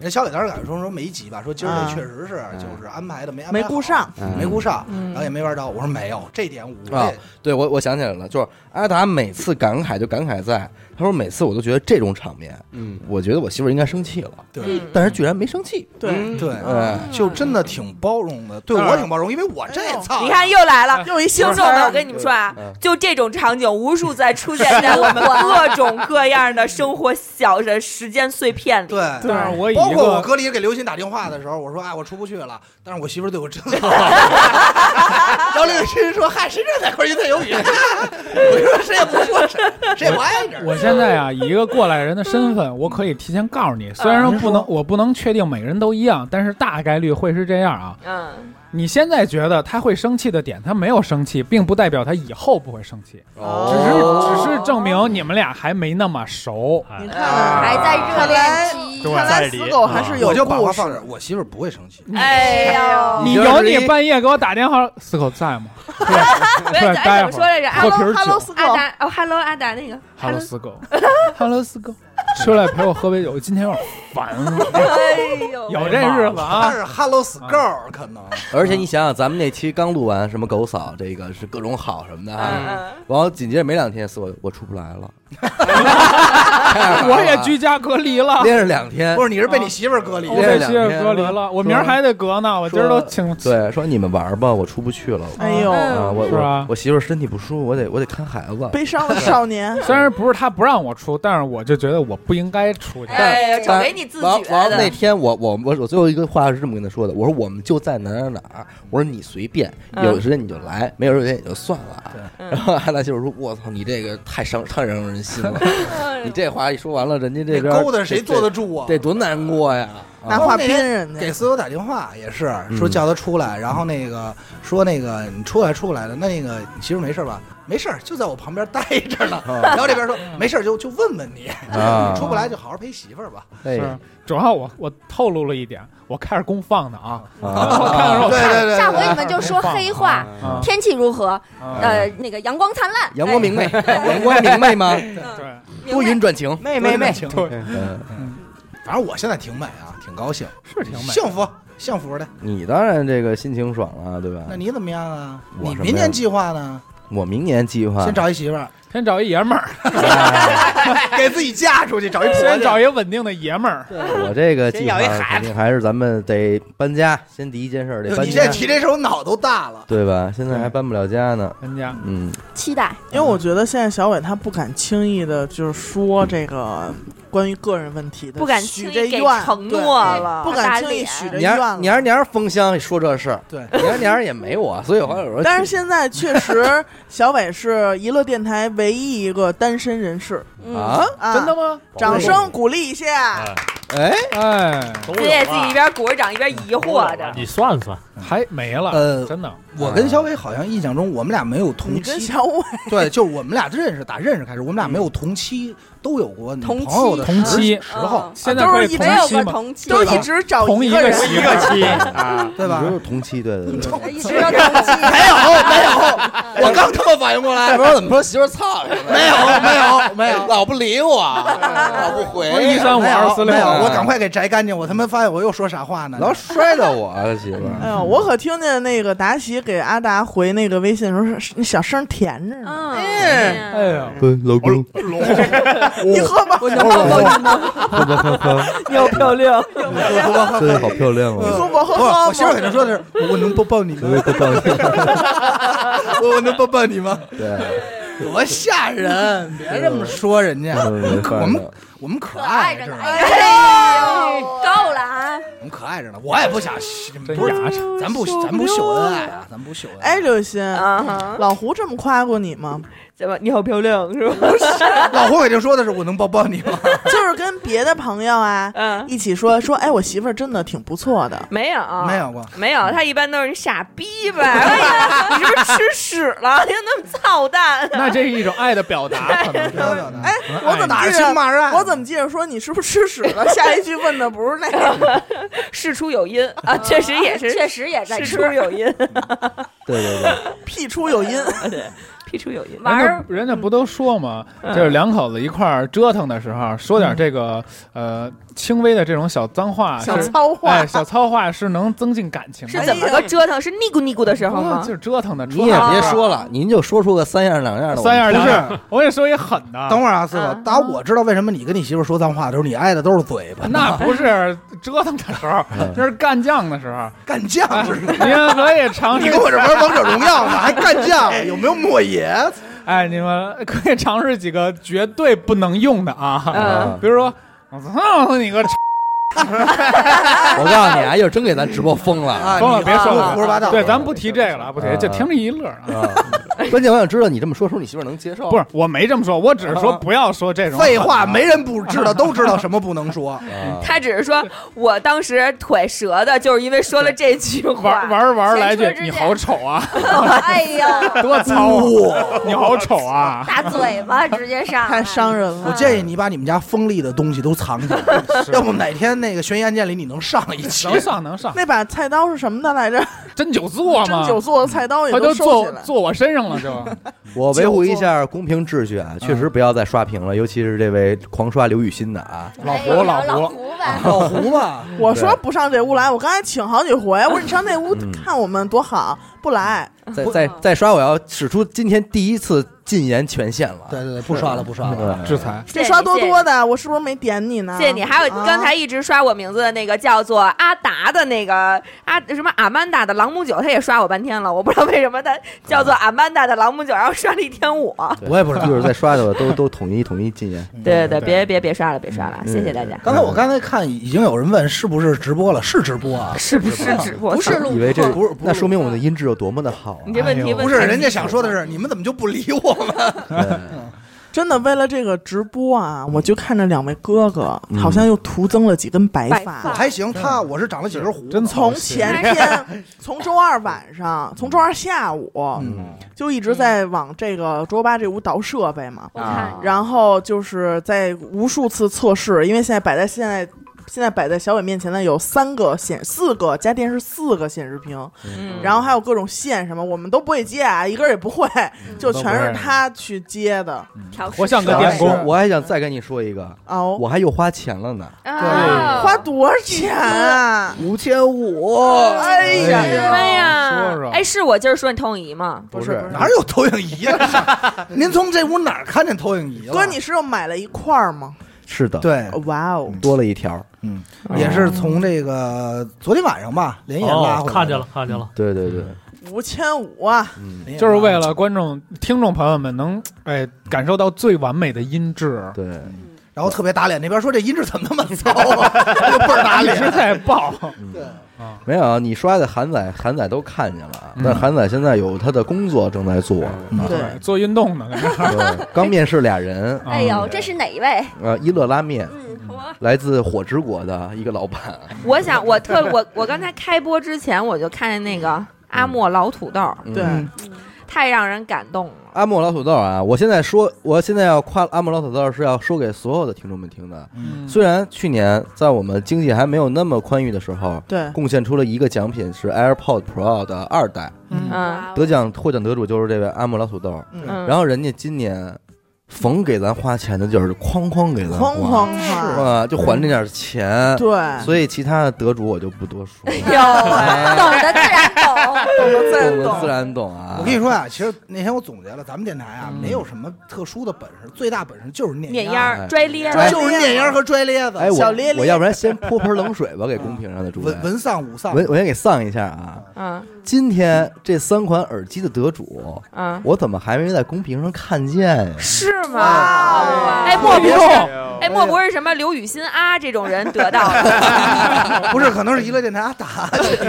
S3: 那小伟当时感觉说说没急吧，说今儿这确实
S2: 啊
S3: 是就是安排的没安排
S8: 没
S3: 好
S8: 顾上，
S7: 哎
S8: 嗯
S3: 没顾上，然后也没玩着。我说没有，这点我
S2: 啊
S3: 也，
S2: 对我我想起来了，就是阿达每次感慨就感慨在，他说每次我都觉得这种场面，
S6: 嗯，
S2: 我觉得我媳妇儿应该生气了，
S8: 嗯
S3: 对
S2: 但是居然没生气，
S8: 对，
S3: 嗯对，
S2: 哎，
S3: 就真的挺包容的，对我挺包容，因为我这操，
S7: 哎你看又来 了。
S8: 又啊一新
S7: 听众
S8: 词
S7: 们，我
S8: 儿，
S7: 跟你们说啊
S2: 嗯，
S7: 就这种场景无数在出现在 我们各种各样的生活小的时间碎片里。
S3: 对。
S4: 但是我以
S3: 包
S4: 一
S3: 括
S4: 个
S3: 我隔离给刘鑫打电话的时候，我说：“哎，我出不去了。”但是我媳妇儿对我真好。然后刘鑫说：“嗨，谁这在块儿云彩有雨？” 我说：“谁也不说谁，谁也不挨着。”
S4: 我现在啊，以一个过来人的身份，我可以提前告诉你，虽然说不能，我不能确定每个人都一样，但是大概率会是这样啊。
S7: 嗯，
S4: 你现在觉得他会生气的点，他没有生气，并不代表他以后不会生气，只
S7: 哦
S4: 是只是证明你们俩还没那么熟。
S1: 哎
S8: 你看
S3: 啊
S9: 还
S8: 看，
S9: 在热恋期，
S1: 对
S8: 看来嗯死狗还是有
S3: 我就把
S8: 故
S3: 话放这
S8: 事
S3: 儿，。我媳妇儿不会生气。
S7: 哎呦，
S4: 你有你半夜给我打电话，四口在吗？
S7: 没有，咱怎么说来着？
S4: 喝
S7: 阿
S4: 瓶儿
S8: Hello，Hello，
S4: 酒
S8: 死
S7: 阿
S8: 狗，
S7: 达，哦，Hello，阿达，那个
S4: ，Hello 四狗，Hello 四狗，出来陪我喝杯酒，今天有点烦了，
S7: 哎呦，
S4: 有这日子
S3: 但
S4: 啊。
S3: 是 Hello s k i r 可能
S2: 而且你想想，咱们那期刚录完什么狗嫂，这个是各种好什么的啊，
S7: 嗯嗯
S2: 然后紧接着没两天，我我出不来了，
S4: 我也居家隔离了，
S2: 连着两天
S3: 不，是，你是被你媳妇儿隔离。
S4: 我被媳妇儿隔离了，我明儿还得隔呢，我今儿都请
S2: 对，说你们玩吧，我出不去了。
S8: 哎呦，
S7: 嗯
S2: 啊，我
S4: 是吧
S2: 我我媳妇儿身体不舒服，我得我得看孩子。
S8: 悲伤的 少年，
S4: 虽然不是他不让我出，但是我就觉得我不应该出去。
S7: 哎呀，
S2: 但
S7: 这没你自
S2: 王
S7: 觉
S2: 王那
S7: 的，
S2: 天我我我我最后一个话是这么跟他说的，我说我们就在哪儿哪儿哪儿，我说你随便，
S7: 嗯
S2: 有时间你就来，没有时间也就算了啊。然后安大媳妇说：“我操，你这个太伤太让人心 了，
S7: 哎
S2: 你这话一说完了，人家这
S3: 这
S2: 边
S3: 勾搭谁坐得
S2: 住
S3: 住啊？
S2: 得多难过呀！”啊
S8: 拿话拼人家
S3: 给，思友打电话也是说叫他出来，然后那个说那个你出来出来了，那那个你媳妇没事吧？没事儿，就在我旁边待着呢。
S2: 啊
S3: 然后这边说
S8: 嗯
S3: 没事儿就就问问你，
S2: 啊
S3: 你出不来就好好陪媳妇儿吧。
S2: 哎
S4: 是，主要我我透露了一点，我开始公放的啊， 我
S2: 啊，
S4: 看着
S3: 对
S4: 我
S3: 对对对，
S9: 下回你们就说黑
S6: 嗯
S9: 话，
S4: 啊
S9: 天气如何？呃，那个阳光灿烂，
S2: 阳光明
S5: 哎
S2: 媚， 阳光明 媚吗？
S4: 对，
S2: 多云转晴，
S6: 妹妹妹，
S4: 对，
S2: 嗯，
S3: 反正我现在挺美啊，挺高兴，
S4: 是挺美。
S3: 幸福幸福的。
S2: 你当然这个心情爽了，对吧
S3: 那？你怎么样啊？
S2: 我
S3: 你
S2: 什么
S3: 明
S2: 呀
S3: 年计划呢？
S2: 我明年计划
S3: 先找一媳妇儿，
S4: 先找一爷们儿，
S3: 给自己嫁出去，找一婆
S4: 先找
S3: 家。
S4: 一个稳定的爷们儿。
S2: 我这个计划
S6: 先养一孩子
S2: 肯定还是咱们得搬家，先第一件事儿得搬
S3: 你现在
S2: 家，
S3: 提这事儿，我脑都大了。
S2: 对吧？现在还搬不了家呢，
S4: 人家
S2: 嗯，
S9: 期待。
S8: 因为我觉得现在小伟他不敢轻易的，就是说这个关于个人问题 的，
S7: 不敢轻
S8: 许
S7: 易
S8: 这
S7: 给
S8: 愿
S7: 承
S8: 对
S7: 诺了，
S8: 不敢轻易许这
S2: 年
S8: 愿
S2: 儿
S8: 了。
S2: 年儿年儿封箱说这事儿，
S3: 对，
S2: 年儿年儿也没我，所以我有时候
S8: 但是现在确实，小伟是娱乐电台唯一一个单身人士
S2: 啊，
S8: 啊！
S4: 真的，吗？
S8: 掌声鼓励一下。
S2: 哎，
S4: 哎，
S1: 都
S7: 自
S1: 有
S7: 己也自己一
S1: 啊
S7: 边鼓着掌一边疑惑着。
S1: 你算算，
S4: 还没了，
S3: 呃
S4: 真的。
S3: 我跟小伟好像印象中，我们俩没有
S8: 你
S3: 同
S8: 跟
S3: 期，
S8: 小伟
S3: 对，就是我们俩认识，打认识开始，我们俩没有同期，都有过女
S7: 同期
S3: 朋友的
S4: 同
S3: 时
S4: 期
S3: 时
S7: 嗯
S3: 候，
S4: 现在可以
S8: 没
S4: 同
S8: 有
S4: 期吗？
S9: 同期
S8: 都一直找
S4: 同
S8: 一
S4: 一
S8: 个
S4: 个
S8: 人，
S4: 媳
S1: 一
S4: 妇儿
S1: 个期，
S6: 啊，
S3: 对吧哎
S2: 你？就是同期，对对对。
S9: 一直都同期，
S3: 没有没有，我哎刚他妈反应过来，
S2: 不知道怎么说媳妇儿操，
S3: 没有没有没有。哎
S2: 老不理我，老不回
S4: 不是一三五
S3: 没有
S4: 二四六
S3: 没有，
S4: 啊
S3: 我赶快给摘干净。我他妈发现我又说啥话呢？
S2: 老摔着我媳妇
S8: 哎
S2: 儿。
S8: 呦，我可听见那个达喜给阿达回那个微信的时候，是那小声甜着 呢。
S7: 嗯，
S4: 哎
S7: 哎
S4: 呀，
S2: 哎，老公，
S8: 你喝吧，
S2: 喝吧喝吧，
S7: 你好漂亮，
S2: 真好漂亮
S8: 你
S2: 哦！
S8: 喝吧，喝
S3: 不，
S8: 喝
S3: 我媳妇儿肯定说的是，我能抱抱你吗？我能抱抱你吗？
S2: 对，
S3: 多吓人！别这么说人家，
S2: 嗯没办法
S3: 我们我们可爱着呢。哎
S9: 哎呦，够了啊！
S3: 我们可爱着呢，我也不想，
S4: 真
S3: 不是，
S4: 牙碜。
S3: 咱不咱不秀恩爱啊，咱不秀恩爱。
S8: 哎，刘雨欣，
S7: 啊哈，
S8: 老胡这么夸过你吗？
S7: 怎么你好漂亮是吧？
S3: 老胡给定说的是我能抱抱你吗？
S8: 就是跟别的朋友啊
S7: 嗯，
S8: 一起说说，哎，我媳妇儿真的挺不错的。
S7: 没有，
S3: 没有过，
S7: 没有，他一般都是你傻逼 呗，哎呀，你是不是吃屎了？你怎么那么操蛋啊？
S4: 那这是一种爱的表达，可能
S3: 没有没有没有
S8: 哎，我怎么
S3: 哪儿
S8: 记
S3: 亲
S8: 着？
S3: 哪儿爱？
S8: 我怎么记着说你是不是吃屎了？下一句问的不是那个，
S7: 事出有因啊，确实也是，
S5: 确实也在
S7: 事
S5: 吃
S7: 出。有 因，
S2: 对对对，
S8: 屁出有 因。
S7: 屁出有因，
S4: 人
S7: 玩
S4: 家
S7: 儿嗯
S4: 人家不都说嘛，就是两口子一块儿折腾的时候，说点这个呃轻微的这种小脏话，
S8: 小
S4: 是
S8: 糙话
S4: 哎，，小糙话是能增进感情的。
S7: 是怎么个折腾？是腻咕腻咕的时候
S4: 不
S7: 吗
S4: 就？是折腾的，
S2: 你也别
S4: 说
S2: 说了，您就说出个三样两样的，
S4: 三样
S2: 我们听
S4: 两
S2: 听
S4: 样。我跟你说一狠的，
S3: 等会儿啊，四哥，打我知道为什么你跟你媳妇说脏话的时候，你挨的都是嘴巴，
S4: 那不是折腾的时候，那是干将的时
S8: 嗯
S4: 候。
S3: 干将是 吧？
S4: 您可以尝
S3: 你
S4: 试
S3: 跟，我这玩王者荣耀呢，还干 将？啊有没有莫言？
S4: 哎，你们可以尝试几个绝对不能用的啊，
S7: 嗯，
S4: 比如说，我操你个
S2: 我告诉你啊，一会儿真给咱直播疯了。
S8: 哎
S3: 啊，
S4: 疯了
S3: 你
S4: 别说了
S3: 胡说八道。
S4: 对，咱不提这个了，不提，就听着一乐啊。
S2: 啊，关键我想知道你这么说时候，你媳妇儿能接受？啊
S4: 不是，我没这么说，我只是说不要说这种啊
S3: 废话，没人不知道，都知道什么不能说。
S2: 啊，
S7: 他只是说我当时腿折的，就是因为说了这句话
S4: 玩。玩儿玩儿来一
S5: 前车
S4: 句
S5: 之
S4: 你
S5: 鉴
S4: 好丑啊，
S5: 哎呀，
S4: 多糙啊，你好丑 啊，
S5: 大嘴巴直接上来，
S8: 太伤人了
S3: 我。建议你把你们家锋利的东西都藏起来， 要不哪天那个悬疑案件里你能上一期。
S4: 能上能上，
S8: 那把菜刀是什么的来着？
S4: 针灸做
S8: 针
S4: 嘛，
S8: 灸做的菜刀也
S4: 他
S8: 都
S4: 都
S8: 收起
S4: 坐
S8: 来。
S4: 坐我身上了就，
S2: 我维护一下公平秩序啊，确
S3: 嗯
S2: 实不要再刷屏了，尤其是这位狂刷刘雨欣的啊，
S4: 老
S5: 哎呀
S4: 胡老
S5: 老
S4: 胡，
S5: 胡吧，
S3: 老啊胡嘛，
S8: 我说不上这屋来，我刚才请好几回，我说你上那屋
S2: 嗯
S8: 看我们多好，不来。
S3: 嗯
S2: 再再再刷，我要使出今天第一次禁言权限了。
S3: 对对对，不刷了不刷了。
S4: 制裁，
S7: 谢谢
S8: 这
S7: 你
S8: 刷多多的，我是不是没点你呢？
S7: 谢谢你，还有
S8: 啊
S7: 刚才一直刷我名字的那个叫做阿达的那个阿什么阿曼达的朗姆酒，他也刷我半天了，我不知道为什么他叫做阿曼达的朗姆酒，然后刷了一天我。
S2: 对
S3: 我也不知道
S2: 一会儿再刷的我都都统一统一禁言。
S7: 对对对，
S4: 对
S7: 别别别刷了，别刷了，
S2: 嗯
S7: 谢谢大家。
S3: 刚才我刚才看已经有人问是不是直播了，是直播啊，
S7: 是不是直播？
S5: 不是录
S2: 以为这
S5: 播
S2: 不是，那说明我们的音质有多么的好
S7: 你这问题问
S3: 不是人家想说的是你们怎么就不理我们？
S2: 啊！
S8: 真的为了这个直播啊，我就看着两位哥哥
S2: 嗯
S8: 好像又徒增了几根白
S7: 白
S8: 发。
S7: 发
S3: 我还行，他我是长了几根胡子，
S4: 真操
S8: 从
S4: 心，
S8: 前天，从周二晚上，从周二下午，
S3: 嗯
S8: 就一直在往这个桌吧这屋倒设备嘛，
S5: 我
S6: 啊
S2: 啊
S5: 看
S8: 然后就是在无数次测试，因为现在摆在现在现在摆在小伟面前的有三个显四个家电是四个显示屏，
S7: 嗯
S8: 然后还有各种线什么，我们都
S2: 嗯
S8: 不会接啊，一根儿也不会，就全是他去接的
S7: 调试
S4: 我像个
S7: 设
S4: 电
S7: 备
S4: 工
S2: 我还想再跟你说一个，
S8: 哦，
S2: 我还又花钱了呢。
S7: 啊，
S8: 花多少钱啊？
S3: 五千五，
S8: 哎呀
S7: 什么呀？
S4: 说说
S7: 哎，是我今儿说你投影仪吗？
S8: 不
S2: 是
S8: 不是
S3: 哪有投影仪啊？您从这屋哪儿看见投影仪了？
S8: 哥，你是又买了一块儿吗？
S2: 是的，
S3: 对，
S8: 哇哦，
S2: 多了一条。
S3: 也是从这个昨天晚上吧，连夜拉回来
S1: 哦
S3: 的，
S1: 看见了，看见了，
S2: 对对对，
S8: 五千五啊！
S2: 嗯，
S3: 连夜
S4: 就是为
S3: 拉回来
S4: 了观众听众朋友们能哎感受到最完美的音质，
S2: 对，
S3: 然后特别打脸，那边说这音质怎么那么糟啊， 就倍儿打
S4: 一
S3: 脸。
S4: 直在爆，
S2: 没有你刷的韩仔，韩仔都看见了啊，
S4: 嗯
S2: 但韩仔现在有他的工作正在做。啊
S3: 嗯
S8: 对，
S4: 做运动呢，在这儿
S2: 对刚面试俩人，
S4: 啊
S5: 哎呦，这是哪一位？
S2: 呃，伊乐拉面
S5: 嗯，我
S2: 来自火之国的一个老板，
S7: 我想我特我我刚才开播之前我就看见那个阿莫老土豆，
S2: 嗯
S8: 对，
S7: 太让人感动了。
S2: 阿莫老土豆啊，我现在说，我现在要夸阿莫老土豆是要说给所有的听众们听的。
S4: 嗯
S2: 虽然去年在我们经济还没有那么宽裕的时候，
S8: 对
S2: 贡献出了一个奖品是 AirPod Pro 的二代，
S5: 哦
S7: 嗯
S2: 得奖获奖得主就是这位阿莫老土豆。
S7: 嗯，
S2: 然后人家今年逢给咱花钱的就是哐哐给咱花，
S8: 哐哐哐，
S2: 啊，就还这点钱。
S8: 对，
S5: 哎
S2: 所以其他的得主我就不多说了。
S7: 哟，
S5: 懂的自然懂，
S8: 懂得自然
S2: 懂了自
S8: 懂。
S2: 然懂啊。
S3: 我跟你说啊，其实那天我总结了，咱们电台啊，
S1: 嗯
S3: 没有什么特殊的本事，最大本事就是
S7: 碾
S3: 碾
S7: 烟
S3: 儿，
S7: 儿、哎拽咧
S8: 拽
S7: 儿，啊
S3: 就是碾烟儿和拽咧子。
S2: 哎，我
S8: 小咧咧
S2: 我要不然先泼盆冷水吧，给公屏上的诸位
S3: 文。文丧武丧，
S2: 我我先给丧一下啊！
S7: 嗯
S2: 今天这三款耳机的得主，
S7: 嗯，
S2: 我怎么还没在公屏上看见呀？
S7: 是吗？哎，莫不是，哎，莫不是什么刘雨欣啊这种人得到的，
S3: 不是，可能是娱乐电台啊 打。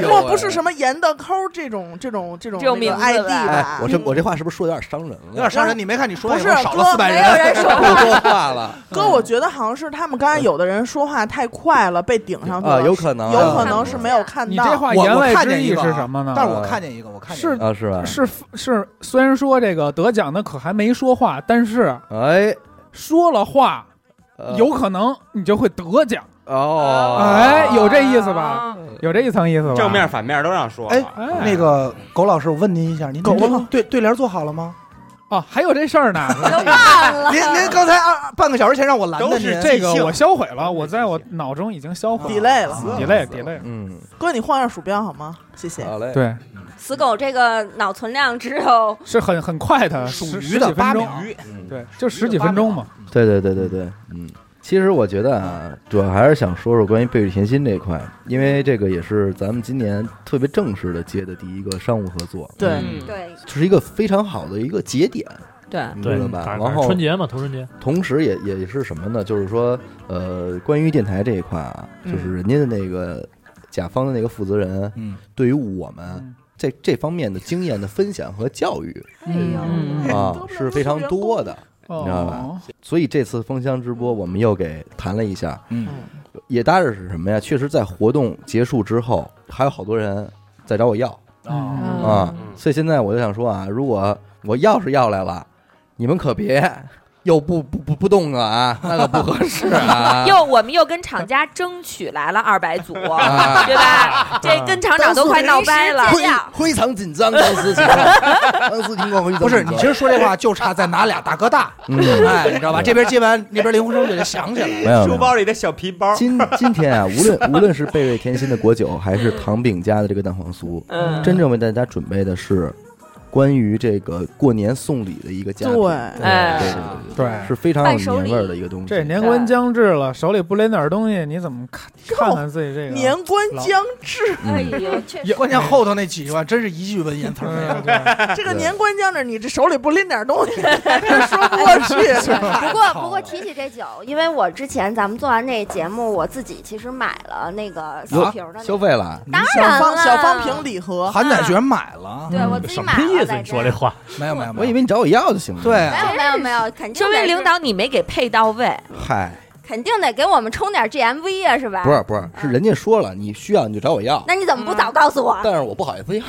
S8: 莫不是什么盐的抠这种这种这种
S7: 这种
S8: 那个
S7: 名字
S8: ID
S7: 吧
S8: 吧
S2: 哎，？我这我这话是不是说的有点伤人了
S3: 有点？伤人，你没看你说
S8: 不
S3: 一
S8: 是
S3: 会儿少了
S8: 哥
S3: 四百啊
S7: 没有 人说
S2: 不说话了
S8: 哥，我觉得好像是他们刚才有的人说话太快了，被顶上去
S2: 啊，
S8: 了，
S2: 嗯有可能，
S8: 有可能是没有看
S4: 你
S8: 到。
S4: 这 话
S3: 我
S4: 言
S3: 我
S4: 外
S3: 看
S4: 之
S3: 见一
S4: 意
S3: 个
S4: 是
S3: 啊
S4: 什么呢？
S3: 但是我看见一个，我看见一个
S2: 啊，是吧？
S4: 是是，虽然说这个得奖的可还没说话，但是
S2: 哎，
S4: 说了话，
S2: 呃
S4: 有可能你就会得奖。
S2: 哦，
S4: 哎，有这意思吧？有这一层意思吧？
S6: 正面反面都让说。
S3: 哎
S4: 哎
S3: 那个狗老师，我问您一下，您
S4: 狗
S3: 对对对联做好了吗？
S4: 哦，还有这事儿呢。
S5: 都忘了。
S3: 您您刚才二半个小时前让我拦的
S6: 都
S3: 您，
S6: 是
S3: 啊
S4: 这个我销毁了，我在我脑中已经销毁了。
S8: delay 了，
S4: delay delay。
S2: 嗯，
S8: 哥，你换下鼠标好吗？谢谢。
S2: 好嘞，
S4: 对，
S5: 死狗这个脑存量只有
S4: 是很很快的，十
S3: 鱼
S4: 十
S3: 的
S4: 几
S3: 八
S4: 分
S3: 秒
S4: 钟，，
S2: 嗯
S4: 对，就十几分钟嘛。
S2: 对对对对对，嗯，其实我觉得啊，主要还是想说说关于贝尔甜心这块，因为这个也是咱们今年特别正式的接的第一个商务合作，
S8: 对，
S6: 嗯
S5: 对
S2: 就是一个非常好的一个节点，
S7: 对，
S2: 你
S1: 对
S2: 知道，吧？
S1: 赶
S2: 然
S1: 上
S2: 后
S1: 春节嘛，头春节，
S2: 同时也也是什么呢？就是说，呃，关于电台这一块啊，就是人家的那个甲方的那个负责人，
S3: 嗯，
S2: 对于我们
S4: 嗯
S2: 这这方面的经验的分享和教育
S5: 哎呦嗯
S4: 嗯
S2: 啊
S8: 都，不能
S2: 是非常多的。
S4: 哦，
S2: 你知道吧所以这次封箱直播，我们又给谈了一下，
S3: 嗯，
S2: 也搭着是什么呀？确实，在活动结束之后，还有好多人在找我要
S4: 嗯
S7: 嗯
S2: 啊，所以现在我就想说啊，如果我要是要来了，你们可别 又不不不不动了啊，那可不合适 啊。
S7: 又我们又跟厂家争取来了二百组，
S2: 啊
S7: 对吧？这跟厂长都快闹掰了
S5: 当。
S2: 非
S5: 时料
S2: 非常紧张，当时情况，当时情况非常紧张
S3: 不是你其实说这话就差再拿俩大哥大，
S2: 嗯
S3: 哎，你知道吧？这边接完，那边灵魂声就得响起来。
S2: 没有没
S6: 书
S2: 有。
S6: 包里的小皮包，
S2: 今今天啊，无论无论是贝瑞甜心的果酒，还是唐饼家的这个蛋黄酥，
S7: 嗯，
S2: 真正为大家准备的是关于这个过年送礼的一个佳品，
S8: 对
S7: 哎
S2: 对对对对
S4: 对，
S2: 是非常有年味儿的一个东西。
S4: 这年关将至了，手里不拎点东西，你怎么看
S8: 哟
S4: 看看自己这个？
S8: 年关将 至，
S5: 哎
S2: 嗯，
S5: 呦，确实
S4: 有
S3: 关键后头那几句话真是一句文言词儿没有。
S4: 嗯对
S8: 这个年关将至，你这手里不拎点东西， 这说不 过 去。
S9: 不过不过提起这酒，因为我之前咱们做完这节目，我自己其实买了那个小瓶儿的那
S2: 消
S9: 个，
S2: 费了，
S9: 当
S8: 小
S9: 然
S8: 方
S9: 了，
S8: 小方瓶礼
S2: 嗯
S8: 盒，
S3: 韩仔居然买了，
S9: 对我自己
S1: 什
S9: 买
S1: 么
S9: 了。
S1: 意思？
S9: 在
S1: 你
S9: 家
S1: 说这话，
S3: 没有没有
S2: 啊
S3: 没有，
S2: 我以为你找我要就行了。
S3: 对，
S9: 没有没有没有，肯定
S7: 说明
S9: 得是
S7: 领导你没给配到位，
S2: 嗨，
S9: 肯定得给我们充点 GMV 啊，是吧？
S2: 不是，不是，是人家说了，你需要你就找我要，
S9: 那你怎么不早告诉我？
S2: 但是我不好意 思要。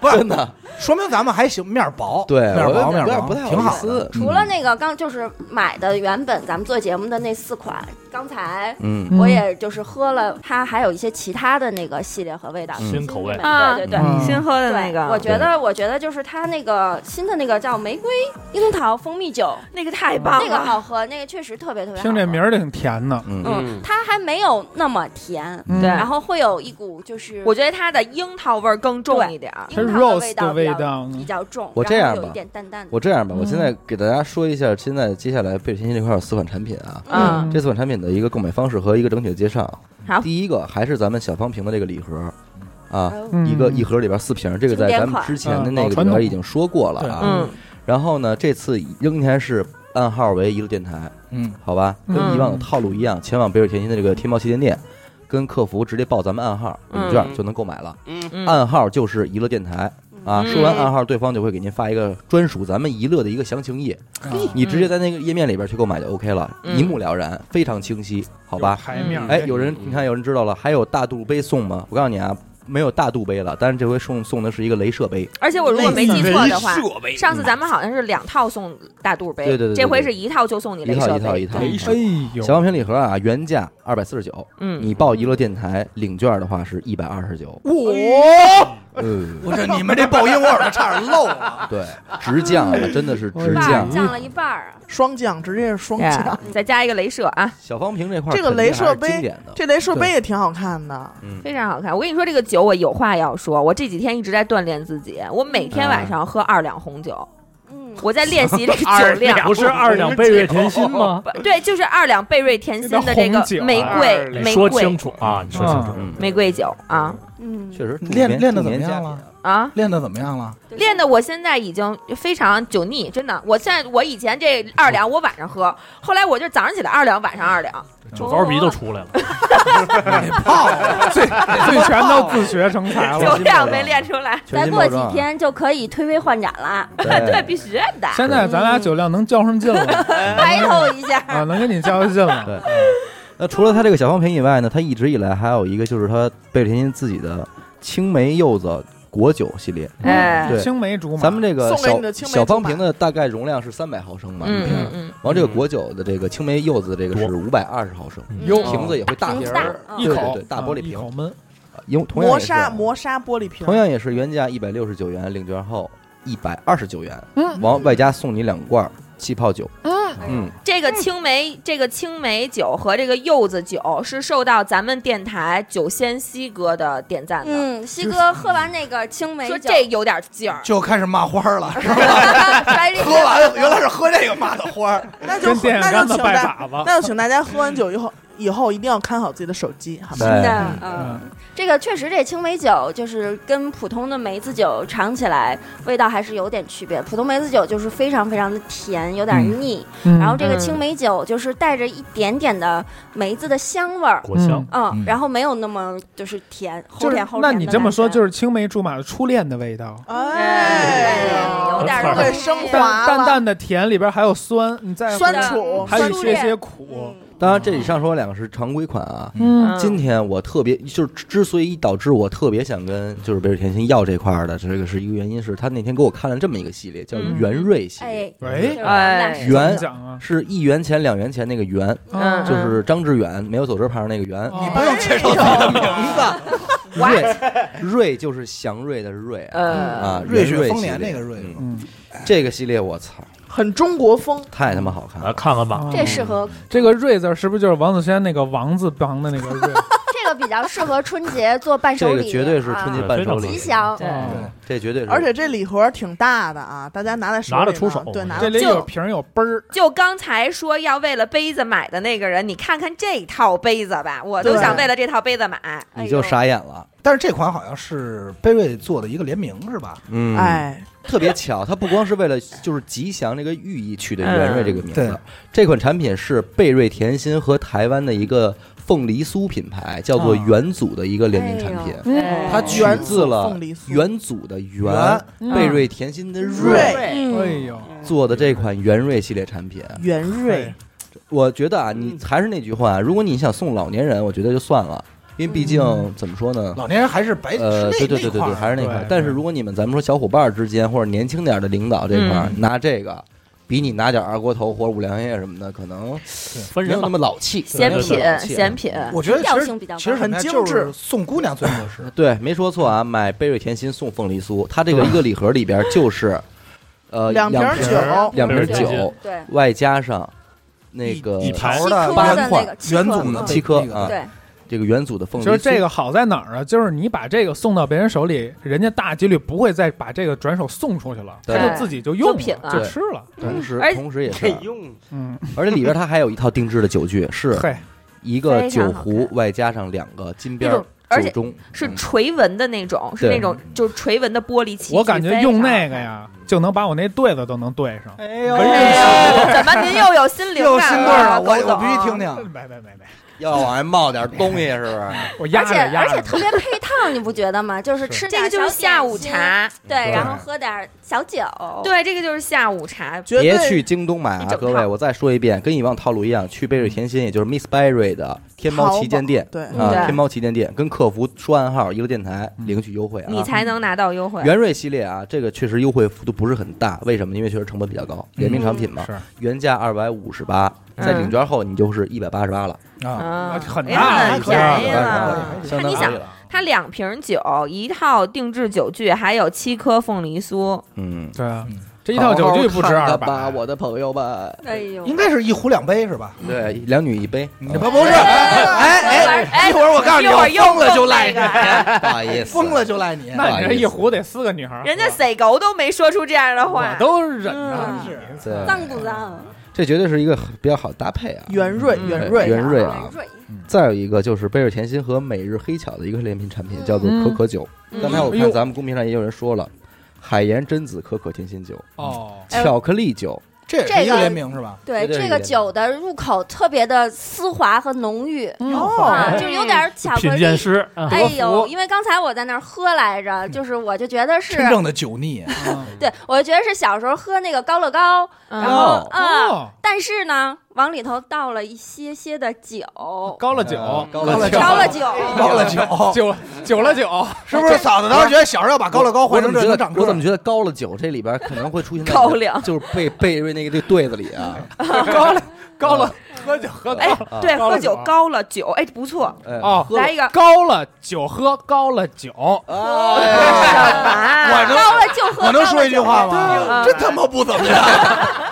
S3: 不是
S2: 真的，
S3: 说明咱们还行，面儿薄，
S2: 对，
S3: 面儿
S2: 我
S3: 薄，
S2: 有
S3: 面儿
S2: 点
S3: 薄，
S2: 不太
S3: 挺
S2: 好意
S3: 好
S2: 思
S3: 的。。
S9: 除了那个刚就是买的原本咱们做节目的那四款，刚才
S2: 嗯，
S4: 嗯
S9: 我也就是喝了，它还有一些其他的那个系列和味道，
S2: 嗯
S1: 新口味
S9: 对对对。
S4: 嗯
S7: 新喝的
S9: 对
S7: 那
S9: 我
S7: 个，
S9: 觉得，我觉得就是它那个新的那个叫玫瑰樱桃蜂蜜酒，
S7: 那个太棒啊
S9: 那个
S7: 了。
S9: 好喝，那个确实特别特别好喝。
S4: 听这名儿挺甜的。
S2: 嗯，
S7: 嗯，
S9: 它还没有那么甜，
S4: 嗯
S7: 对
S9: 然后会有一股就是
S7: 我觉得它的樱桃味儿更重一点儿。
S9: 樱
S4: 它
S9: 桃的
S4: rose 的
S9: 味道比较
S4: 味道呢
S9: 比较重，
S2: 我这
S9: 然
S2: 样
S9: 后有
S2: 吧
S9: 一点淡淡的。
S2: 我这样吧，我
S4: 嗯
S2: 现在给大家说一下，现在接下来贝尔甜心这块有四款产品啊，
S7: 嗯
S2: 这四款产品的一个购买方式和一个整体的介绍。
S7: 好
S2: 第一个还是咱们小方瓶的这个礼盒，啊，
S9: 嗯
S4: 嗯
S2: 一个一盒里边四瓶，这个在咱们之前的那个里边已经说过了啊。
S7: 嗯，
S2: 然后呢，这次仍然是暗号为一路电台，
S3: 嗯，
S2: 好吧，跟
S7: 嗯
S2: 以往的套路一样，前往北尔甜心的这个天猫旗舰店。跟客服直接报咱们暗号领券
S6: 嗯
S2: 就能购买了，
S6: 嗯，
S7: 嗯
S2: 暗号就是娱乐电台啊。
S7: 嗯
S2: 说完暗号，对方就会给您发一个专属咱们娱乐的一个详情页，
S4: 嗯
S2: 你直接在那个页面里边去购买就 OK 了，
S7: 嗯
S2: 一目了然，非常清晰，好吧？
S4: 牌面儿。
S2: 哎，有人你看，有人知道了，还有大肚杯送吗？我告诉你啊，没有大肚杯了，但是这回送送的是一个镭射杯。
S7: 而且我如果没记错的话，
S6: 备
S7: 上次咱们好像是两套送大肚杯，
S2: 对对对对
S7: 这回是一套就送你
S2: 一
S7: 镭
S2: 套
S7: 射杯，
S2: 一套一套
S7: 对
S2: 一
S4: 哎呦，
S2: 小方瓶礼盒啊，原价二百四十九，
S7: 嗯，
S2: 你报娱乐电台领券的话是一百二十九。
S8: 我
S2: 嗯，
S3: 我这你们这爆音我耳朵差点漏 了。
S2: 对，直降了，真的是直
S4: 哇
S2: 降。
S9: 降了一半儿啊，
S8: 双降直接是双降。
S7: Yeah，再嗯加一个镭射啊，
S2: 小方瓶这块儿
S8: 这个
S2: 肯定
S8: 镭射
S2: 还是
S8: 杯
S2: 经典的，
S8: 这镭射杯也挺好看的，
S2: 嗯，
S7: 非常好看。我跟你说，这个酒我有话要说，我这几天一直在锻炼自己，我每
S2: 啊
S7: 天晚上喝二两红酒，
S9: 嗯，
S7: 我在练习这个酒量。
S1: 不是 二两贝瑞甜心吗？
S7: 不对，就是二两贝瑞甜心的这
S4: 那
S7: 个
S4: 红酒啊
S7: 玫瑰
S1: 你
S7: 玫
S1: 说清
S7: 瑰
S1: 楚啊！你说清 楚，
S2: 嗯
S7: 玫瑰酒啊
S9: 嗯，
S2: 确实助
S3: 练
S2: 眠
S3: 练得
S2: 助眠
S3: 怎么样
S2: 佳
S3: 了
S2: 品
S7: 啊！
S3: 练的怎么样了？
S7: 练的我现在已经非常酒腻，真的。我现在我以前这二两我晚上喝，后来我就早上起来二两，晚上二两。
S1: 酒糟鼻
S9: 哦
S1: 都出来了。
S3: 哦
S4: 醉醉全都自学成 才
S7: 酒
S4: 了。
S7: 量没练出来，
S2: 全
S9: 再
S2: 新
S9: 过
S2: 包
S9: 几
S2: 装啊
S9: 天就可以推杯换盏了，
S2: 哎
S7: 对，必须的。
S4: 现在咱俩酒量能较上劲了
S9: 白头一下。
S4: 啊，能跟你较上劲了。
S2: 对，那除了它这个小方瓶以外呢，它一直以来还有一个就是它贝甜心自己的青梅柚子果酒系列。
S7: 哎，
S2: 对
S4: 青梅竹马，
S2: 咱们这个
S8: 送给
S2: 小
S8: 你的青梅
S2: 小
S8: 竹
S2: 方
S8: 马
S2: 瓶的大概容量是三百毫升嘛，
S7: 嗯
S2: 一瓶
S7: 嗯嗯，
S2: 完这个果酒的这个青梅柚子这个是五百二十毫升，
S1: 嗯
S4: 哟
S2: 瓶子也会大
S9: 瓶
S2: 瓶
S9: 子
S2: 儿，
S9: 大
S4: 一
S2: 对
S4: 口
S2: 对对大玻璃瓶
S4: 嗯一口闷，
S2: 因为同样
S8: 磨
S2: 也是
S8: 砂磨砂玻璃瓶，
S2: 同样也是原价一百六十九元，领券后一百二十九元，
S4: 嗯
S2: 完外加送你两罐儿气泡酒。嗯
S7: 这个青梅，这个青梅酒和这个柚子酒是受到咱们电台酒仙西哥的点赞的，
S9: 嗯，西哥喝完那个青梅
S7: 说
S9: 酒，
S7: 这有点劲儿。
S3: 就开始骂花了，是吧？
S9: 白
S3: 喝完了原来是喝这个骂的花儿，
S8: 那就
S4: 跟电线
S8: 那
S4: 杆
S8: 就
S4: 子
S8: 请大
S4: 拜
S8: 家，
S4: 把子。
S8: 那就请大家喝完酒以后，以后一定要看好自己的手机，好
S2: 对
S8: 吗？
S7: 真的，
S9: 嗯
S4: 嗯，
S9: 这个确实，这青梅酒就是跟普通的梅子酒尝起来味道还是有点区别。普通梅子酒就是非常非常的甜，有点腻，
S2: 嗯
S9: 然
S4: 嗯
S9: 后这个青梅酒就是带着一点点的梅子的香味儿，
S1: 果香，
S9: 嗯，
S3: 嗯
S9: 然后没有那么就是甜，齁
S4: 就是
S9: 甜齁甜。
S4: 那你这么说，就是是青梅竹马的初恋的味道，
S7: 哎
S8: 哎，
S7: 有点
S1: 儿
S8: 对升
S7: 嗯
S9: 淡
S4: 淡
S8: 华
S4: 淡
S8: 了，
S4: 淡的甜里边还有酸，你再
S8: 酸
S7: 的
S8: 楚，
S4: 还有
S8: 酸
S4: 一
S8: 楚
S4: 些些苦，
S2: 当然这以上说两个是常规款啊。
S4: 嗯，
S2: 今天我特别就是之所以导致我特别想跟就是北水甜心要这块儿的这个是一个原因是他那天给我看了这么一个系列叫
S7: 嗯
S2: 元瑞系列，
S9: 哎，
S4: 喂，
S7: 哎，
S4: 怎么
S2: 元
S4: 讲啊，
S2: 是一元钱两元钱那个元，
S7: 嗯，
S2: 就是张志远没有走之旁那个元，
S9: 嗯
S4: 哦
S3: 不用介绍自己的名字，
S2: 瑞瑞就是祥瑞的瑞啊
S7: 呃，
S2: 啊，
S3: 瑞
S2: 元
S3: 雪丰年
S2: 系列
S3: 那个瑞
S2: 嗯
S4: 嗯，
S2: 这个系列我操
S8: 很中国风，
S2: 太他妈好看
S1: 来
S2: 了，
S1: 看看吧。
S4: 哦
S9: 这适合
S4: 这个“瑞”字是不是就是王子轩那个“王”字旁的那个“瑞
S9: 这个比较适合春节做伴手
S2: 这个
S9: 礼，
S2: 绝对是春节
S9: 啊
S2: 伴手
S1: 啊
S2: 礼嗯
S9: 吉，祥。
S7: 对，
S4: 哦
S2: 这绝对是，
S8: 而且这礼盒挺大的啊，大家拿在手里
S1: 拿
S8: 呢
S1: 得出手
S8: 对，拿”？
S4: 这
S8: 得
S4: 里有瓶儿有杯儿，
S7: 就刚才说要为了杯子买的那个人，你看看这套杯子吧，我都
S8: 对
S7: 想为了这套杯子买。
S9: 哎
S2: 你
S9: 呦
S2: 就傻眼了，
S3: 但是这款好像是贝瑞做的一个联名是吧？
S2: 嗯，
S8: 哎，
S2: 特别巧，它不光是为了 就是吉祥这个寓意取的元瑞这个名字，
S3: 嗯对
S2: 这款产品是贝瑞甜心和台湾的一个凤梨酥品牌叫做
S4: 啊
S2: 元祖的一个联名产品，
S7: 哎
S2: 它取
S8: 元
S2: 自
S8: 祖
S2: 了
S8: 凤梨酥
S2: 元祖的元
S3: 元嗯
S2: 贝瑞甜心的瑞
S8: 瑞
S2: 嗯
S4: 哎呦，
S2: 做的这款元瑞系列产品，
S8: 元瑞，
S2: 我觉得啊，
S3: 嗯
S2: 你还是那句话，如果你想送老年人，我觉得就算了，因为毕竟
S3: 嗯
S2: 怎么说呢。
S3: 老年人还是白
S2: 呃，对
S3: 哎是那
S2: 对对对
S3: 那块
S2: 对，
S3: 儿
S2: 还是那块儿
S4: 对。
S2: 但是如果你们咱们说小伙伴儿之间或者年轻点儿的领导这块儿
S7: 嗯
S2: 拿这个，比你拿点二锅头或者五粮液什么的，可能
S1: 分
S2: 没有
S1: 人
S2: 那
S1: 了，
S2: 么老气。
S7: 咸
S2: 没有
S7: 品
S2: 那么老，气啊
S9: 嗯
S7: 咸品，
S3: 我觉得其
S9: 调
S3: 实
S9: 性比较高
S3: 其实什么
S8: 很
S3: 呀
S8: 精
S3: 就是
S8: 致
S3: 送姑 娘最合适。
S2: 对，没说错啊。买贝瑞甜心送凤梨酥，它这个一个礼盒里边就是，呃，两
S8: 两瓶
S2: 瓶儿
S8: 酒，
S2: 两瓶儿
S1: 贝瑞甜
S2: 酒
S1: 心，
S9: 对，
S2: 外加上那
S3: 一
S2: 个
S1: 一盘
S3: 头
S9: 七
S3: 的
S9: 颗
S2: 八
S9: 的
S2: 块
S9: 那个七
S3: 元
S9: 颗
S3: 祖的
S9: 嗯
S2: 七颗
S3: 那个
S2: 啊
S9: 对，
S2: 这个元祖的凤梨
S4: 就是
S2: 酥，
S4: 这个好在哪儿啊？就是你把这个送到别人手里，人家大几率不会再把这个转手送出去了，
S2: 对
S4: 他就自己就用
S7: 就品了
S4: 就吃了。
S2: 同时
S7: 而
S2: 同时也
S6: 这
S2: 是，
S6: 用
S4: 嗯，
S2: 而且里边它还有一套定制的酒具，是
S4: 嘿，
S2: 一个
S7: 非
S2: 酒
S7: 常好看
S2: 壶外加上两个金边
S7: 那
S2: 儿
S7: 种而
S2: 酒
S7: 且
S2: 盅，
S7: 是
S2: 嗯
S7: 垂纹的那种，是
S2: 对
S7: 那种就是垂纹的玻璃器具。
S4: 我感觉用那个
S7: 非常好看，
S4: 呀，就能把我那对子都能对上。
S3: 哎呦
S7: 哎呦，怎么您又有心灵
S3: 又
S7: 感
S3: 新味儿了，
S7: 狗
S3: 我我
S7: 总
S3: 必须听听。
S4: 没没没没，
S2: 要往外冒点东西，是 不是？
S4: 我压
S9: 而
S4: 着
S9: 且
S4: 压
S9: 而且
S4: 着。
S9: 特别配套，你不觉得吗？就是吃
S7: 这
S9: 点
S7: 个就是
S9: 小
S7: 下午
S9: 点心，
S7: 茶，
S9: 对，
S2: 对
S9: 然后喝点小酒，，
S7: 对，这个就是下午茶。
S8: 绝
S2: 别
S8: 对
S2: 去京东买
S7: 一
S2: 啊，
S7: 整
S2: 各
S7: 套
S2: 位！我再说一遍，跟以往套路一样，去贝瑞甜心，也就是 Miss Berry 的天猫旗舰店，
S8: 淘宝
S7: 对
S2: 啊，
S7: 对
S2: 天猫旗舰店跟客服说暗号一个电台领取优惠
S7: 你
S2: 啊。
S7: 才能拿到优惠。
S2: 元瑞系列啊，这个确实优惠幅度不是很大，为什么？因为确实成本比较高，联名产品嘛，
S7: 嗯
S4: 是
S2: 原价二百五十八，在领券后你就是一百八十八了，
S3: 啊，
S7: 啊，
S4: 很
S7: 哎呀
S4: 大
S7: 很
S4: 一个
S7: 便宜
S3: 可以可以可
S7: 了
S3: 以。
S2: 相
S7: 哎那你
S2: 当可以
S7: 想
S2: 了。
S7: 它两瓶酒，一套定制酒具，还有七颗凤梨酥。
S2: 嗯，
S4: 对啊，这一套酒具不
S2: 好
S4: 值
S2: 好
S4: 二
S2: 看看吧，
S4: 百，
S2: 我的朋友们。
S7: 哎呦
S3: 应该是一壶两杯是
S9: 嗯
S3: 吧？
S2: 对，两女一杯，
S3: 不不是，哎哎，一会儿我告诉你，
S7: 一会儿又
S3: 疯了就赖
S7: 来
S3: 你，
S2: 不好意思，
S3: 疯了就赖你。
S4: 那你这一壶得四个女孩儿喝，
S7: 人家塞狗都没说出这样的
S4: 我
S7: 话，
S4: 都忍着
S9: 嗯，
S4: 是
S2: 对，
S9: 脏不脏？
S2: 这绝对是一个比较好搭配啊。
S8: 圆润
S7: 嗯
S8: 圆润，
S2: 圆润
S9: 软
S2: 啊！
S9: 软
S2: 再有一个就是贝尔甜心和每日黑巧的一个联名产品，叫做可可酒。
S7: 嗯
S2: 刚才我
S4: 哎呦
S2: 看咱们公屏上也有人说了，海盐榛子可可甜心酒、
S4: 哦，
S7: 哎
S2: 巧克力酒，
S3: 这也是一个联名是吧？
S9: 对
S2: 绝对是
S9: 这
S2: 有
S9: 个
S2: 点
S9: 酒的入口特别的丝滑和浓郁，
S4: 嗯
S9: 啊，
S8: 哦，
S9: 就有点巧克
S1: 品
S9: 力
S1: 鉴。师啊，
S9: 哎
S4: 德
S9: 呦，
S4: 芙
S9: 因为刚才我在那儿喝来着，就是我就觉得是，
S3: 真正的酒腻，
S9: 对我觉得是小时候喝那个高乐高，
S7: 嗯
S9: 然后啊、
S4: 哦，
S9: 但是呢，往里头倒了一些些的酒，
S4: 哦高了
S2: 呃
S4: 酒，
S2: 高了
S3: 酒
S9: 高了酒，
S3: 高了酒，
S4: 酒酒了酒，
S3: 是不是？嫂子当时觉得小时候要把高乐高
S2: 我
S3: 换
S2: 怎
S3: 成
S2: 么
S3: 这
S2: 觉
S3: 能
S2: 得
S3: 长个
S2: 我怎么
S3: 儿？
S2: 觉得高了酒这里边可能会出现 在
S7: 高粱
S2: 就是贝贝瑞那个这对子里啊，
S4: 高了高了，喝酒喝高
S7: 哎
S4: 了，
S7: 对，
S4: 高了
S7: 喝
S4: 酒
S7: 酒
S4: 啊
S7: 高了酒，哎，不错，
S2: 哎
S4: 哦，
S7: 来一个
S4: 高了酒喝高了酒，
S7: 干嘛？
S2: 哎
S9: 高了就喝，
S3: 我能说
S9: 高了
S3: 一句
S9: 就喝
S3: 话
S7: 嗯
S3: 吗？真他妈不怎么 样，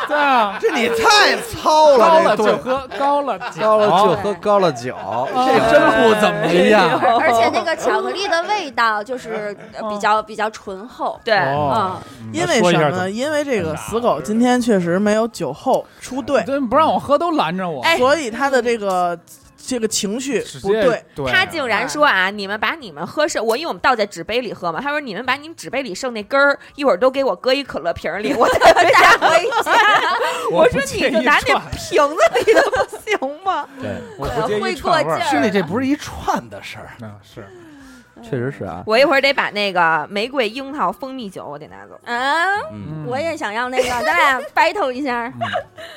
S4: 对啊，
S3: 这你太糙
S4: 高
S3: 了，
S4: 了
S3: 这
S4: 就
S3: 对。
S4: 喝高了酒，
S2: 高了酒喝高了酒，
S3: 哦这真不怎么样，
S9: 而且那个巧克力的味道就是呃比较比较醇厚，
S7: 对，
S1: 哦，
S9: 嗯，
S8: 因为
S1: 说一
S8: 什
S1: 下
S8: 么
S1: 怎么
S8: 呢？因为这个死狗今天确实没有酒后出队，
S4: 真不让我喝都拦着我，
S7: 哎
S8: 所以他的这个这个情绪
S4: 直
S8: 不
S4: 接
S8: 对，，
S7: 他竟然说啊，你们把你们喝剩，我因为我们倒在纸杯里喝嘛，他说你们把你们纸杯里剩那根儿，一会儿都给我搁一可乐瓶儿里，我再回
S9: 嗯
S7: 家回家。我说你就拿那瓶子里的不行吗？
S2: 对，
S4: 我不介
S9: 会
S4: 意
S9: 过
S4: 串
S9: 劲
S4: 味儿，
S9: 儿，
S3: 兄弟，这不是一串的事儿，
S2: 哎
S4: 嗯是
S2: 确实是啊，
S7: 我一会儿得把那个玫瑰、樱桃、蜂蜜酒我得拿走。
S9: 啊，
S2: 嗯，
S9: 我也想要那个，咱 俩 battle 一下，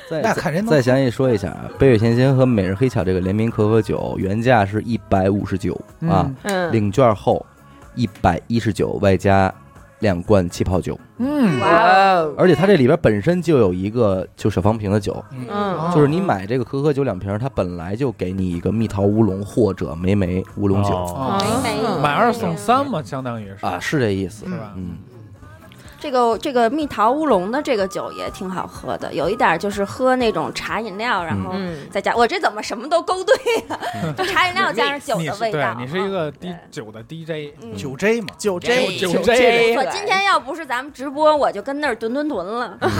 S2: 再
S3: 那
S8: 哎
S3: 看人能
S2: 再详细说一下啊，贝瑞甜心和每日黑巧这个联名可可酒原价是一百五十九啊，，
S7: 嗯，
S2: 领券后一百一十九，外加两罐气泡酒，
S4: 嗯
S7: 哇哦，
S2: 而且它这里边本身就有一个就小方瓶的酒，
S7: 嗯，
S8: 哦
S2: 就是你买这个可可酒两瓶，它本来就给你一个蜜桃乌龙或者莓莓乌龙酒、
S1: 哦
S9: 没
S7: 嗯
S4: 啊买二送三嘛，相当于是
S2: 啊，是这意思，
S4: 是吧？
S2: 嗯，
S9: 这个这个蜜桃乌龙的这个酒也挺好喝的，有一点就是喝那种茶饮料，然后
S7: 嗯，
S9: 再加我这怎么什么都勾兑呀？就茶饮料加上酒
S4: 嗯你
S9: 的
S4: 是
S9: 味道啊
S4: 对，，你是一
S7: 嗯
S4: 个
S9: 对
S4: D 酒的 DJ，
S9: 嗯
S3: 酒 J 嘛，
S8: 酒 J
S4: 酒
S7: 酒
S4: J
S9: 我今天要不是咱们直播，我就跟那儿蹲蹲蹲了。
S4: 嗯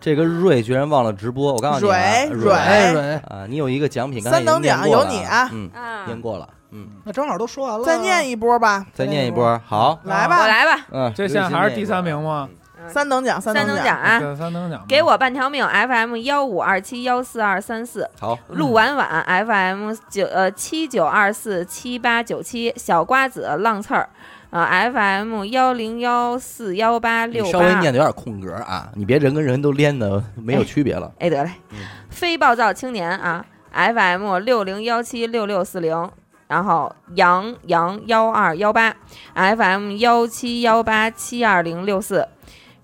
S2: 这个瑞居然忘了直播，我告诉你、啊，
S8: 蕊
S2: 蕊
S8: 蕊
S3: 对，
S2: 啊，你有一个奖品，刚才
S8: 三
S2: 已
S8: 等
S2: 经念
S8: 奖
S2: 过
S8: 有
S2: 了
S8: 你啊
S2: 嗯，
S9: 啊，
S2: 念过了，嗯，
S3: 那正好都说完了，
S8: 再念一波吧，
S2: 再念一波，好，
S8: 来
S7: 我
S8: 吧，
S7: 来吧，
S2: 嗯，
S4: 这现在还是第三名吗？
S8: 三等奖，三
S7: 嗯三等奖啊。
S4: 对三等奖嘛，
S7: 给我半条命，FM 幺五二七幺四二三四，
S2: 好，
S7: 陆婉婉 FM 九呃七九二四七八九七，小瓜子浪刺儿，呃 FM 幺零幺四幺八
S2: 你
S7: 六
S2: 稍微
S7: 八
S2: 念。的有点空格啊，你别人跟人都连的没有区别了。
S7: 哎，得嘞，非暴躁青年啊，FM 六零幺七六六四零，然后杨洋幺二幺八，FM 幺七幺八七二零六四，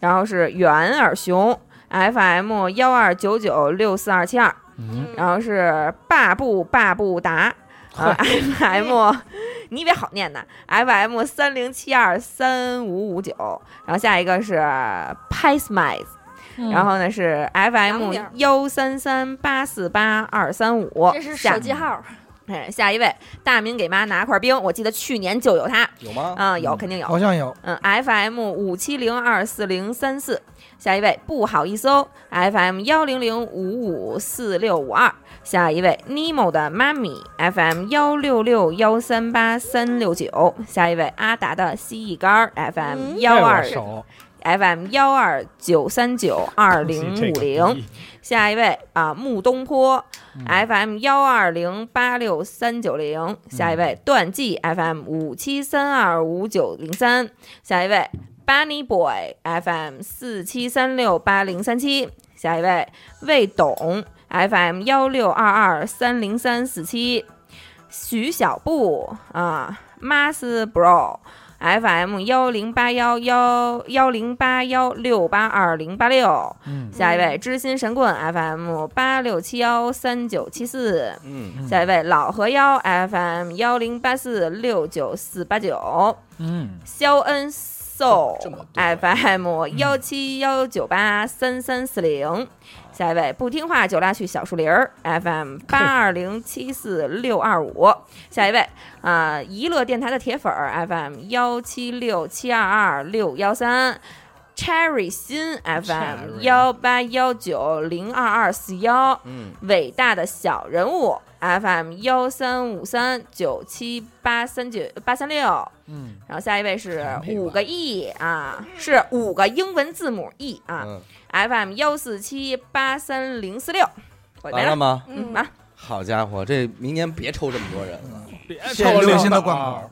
S7: 然后是远耳熊 FM 幺二九九六四二七二。
S9: 嗯
S7: 然后是霸布霸布达，呃 FM，你以为好念呢？FM 三零七二三五五九，然后下一个是 p i s m i z
S9: 嗯
S7: e 然后呢是 FM 幺三三八四八二三五，
S9: 这是
S7: 下
S9: 手机号，
S7: 哎下一位大明给妈拿块冰，我记得去年就有它，
S2: 有吗？
S7: 嗯，有肯定有，
S3: 好像有，
S7: 嗯，FM 五七零二四零三四，下一位不好意思哦，FM 幺零零五五四六五二，下一位 Nemo 的妈咪，FM 幺六六幺三八三六九，下一位阿达的蜥蜴干儿，FM
S4: 这
S7: 幺
S4: 我
S7: 二
S4: 熟
S7: FM 幺二九三九二零
S4: 这
S7: 五
S4: 个
S7: 零，下一位啊木东坡 FM 幺二零八六三九零，下一位段记 FM 五七三二五九零三，下一位 Bunny Boy FM 四七三六八零三七，下一位魏董 FM 幺六二二三零三四七，徐小布啊 m a s Bro FM 幺零八幺幺幺零八幺六八二零八六。
S4: 嗯，
S7: 下一位，知心神棍 FM 八六七幺三九七四。
S2: 嗯，
S7: 下一位，老河妖 FM 幺零八四六九四八九。
S4: 嗯，
S7: 肖恩 Soul
S3: 这么多嗯
S7: FM 幺七幺九八三三四零。下一位，不听话就拉去小树林儿 FM 八二零七四六二五。下一位啊、娱乐电台的铁粉儿 FM 幺七六七二二六幺三。Cherry 新 FM 幺八幺九零二二四幺，
S2: 嗯，
S7: 伟大的小人物 FM 幺三五三九七八三九八三六，
S4: 嗯，
S7: 然后下一位是五个 E 啊，是五个英文字母 E 啊
S2: 嗯，
S7: ，FM 幺四七八三零四六，我没
S2: 完了
S7: 了，
S2: 吗？
S7: 嗯啊，
S2: 好家伙，这明年别抽这么多人 了。
S4: 别
S3: 限定性的灌口，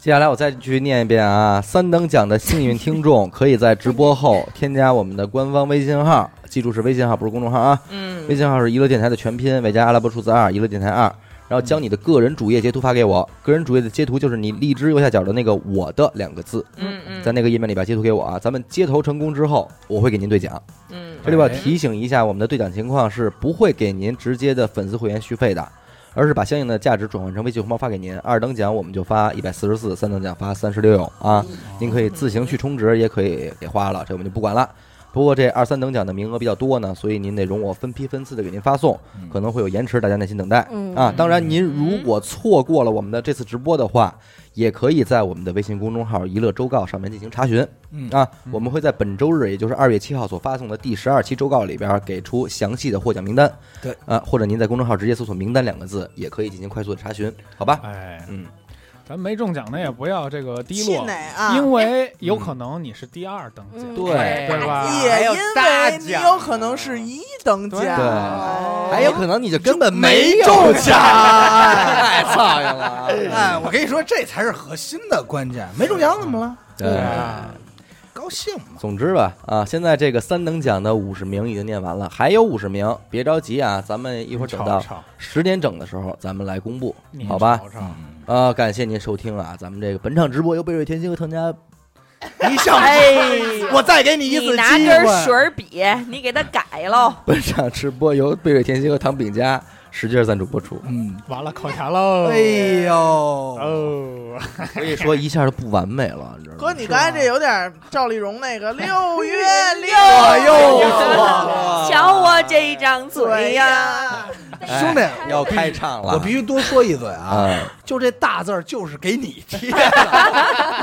S2: 接下来我再去念一遍啊！三等奖的幸运听众可以在直播后添加我们的官方微信号，记住是微信号，不是公众号啊。微
S7: 嗯，
S2: 信号是娱乐电台的全拼，外加阿拉伯数字二，娱乐电台二。然后将你的个人主页截图发给我，个人主页的截图就是你荔枝右下角的那个“我的”两个字，
S7: 嗯嗯
S2: 在那个页面里把截图给我啊。咱们接头成功之后，我会给您兑奖。
S7: 嗯
S2: 这里边提醒一下，我们的兑奖情况是不会给您直接的粉丝会员续费的，而是把相应的价值转换成微信红包发给您。二等奖我们就发一百四十四，三等奖发三十六啊，您可以自行去充值，也可以给花了，这我们就不管了。不过这二三等奖的名额比较多呢，所以您得容我分批分次的给您发送，可能会有延迟，大家耐心等待。
S9: 嗯
S2: 啊，当然您如果错过了我们的这次直播的话，也可以在我们的微信公众号“一乐周告”上面进行查询。
S3: 嗯
S2: 啊，我们会在本周日，也就是二月七号所发送的第十二期周告里边给出详细的获奖名单。
S3: 对，
S2: 啊，或者您在公众号直接搜索“名单”两个字，也可以进行快速的查询，好吧？
S4: 哎，
S2: 嗯，
S4: 咱没中奖的也不要这个低
S8: 气
S4: 落，
S8: 馁啊！
S4: 因为有可能你是第二等奖，哎
S9: 嗯
S2: 嗯对
S4: 对吧？
S8: 也因
S6: 有大
S8: 为你
S6: 奖
S8: 有可能是一等奖，
S4: 对
S8: 哎
S2: 还有可能你就根本有
S3: 中奖。
S2: 太 操心了。啊
S3: 哎，我跟你说，这才是核心的关键。没中奖怎么了？
S2: 对，
S3: 高兴嘛。
S2: 总之吧，啊，现在这个三等奖的五十名已经念完了，还有五十名，别着急啊，咱们一会儿等到
S4: 吵
S2: 十点整的时候，咱们来公布
S4: 你，
S2: 好吧？
S4: 吵吵
S2: 啊，感谢您收听啊，咱们这个本场直播由贝瑞甜心和唐家
S3: 你想，我再给你一
S7: 你
S3: 次
S7: 拿
S3: 机
S6: 啊
S7: 根水
S3: 会。
S7: 儿笔，你给它改喽。
S2: 本场直播由贝瑞甜心和唐饼家使劲赞助播出，
S3: 嗯，
S4: 完了扣钱喽！
S3: 哎呦，
S4: 哦，
S2: 可以说一下就不完美了，你知道
S8: 哥，
S2: 吗？
S8: 你刚才这有点赵丽蓉那个六月六，
S3: 哎呦，
S7: 瞧我这一张嘴
S8: 对
S7: 呀！
S8: 呀，
S2: 哎
S3: 兄弟
S2: 要开唱了，
S3: 我必须多说一嘴啊，
S2: 啊，
S3: 就这大字儿就是给你贴的，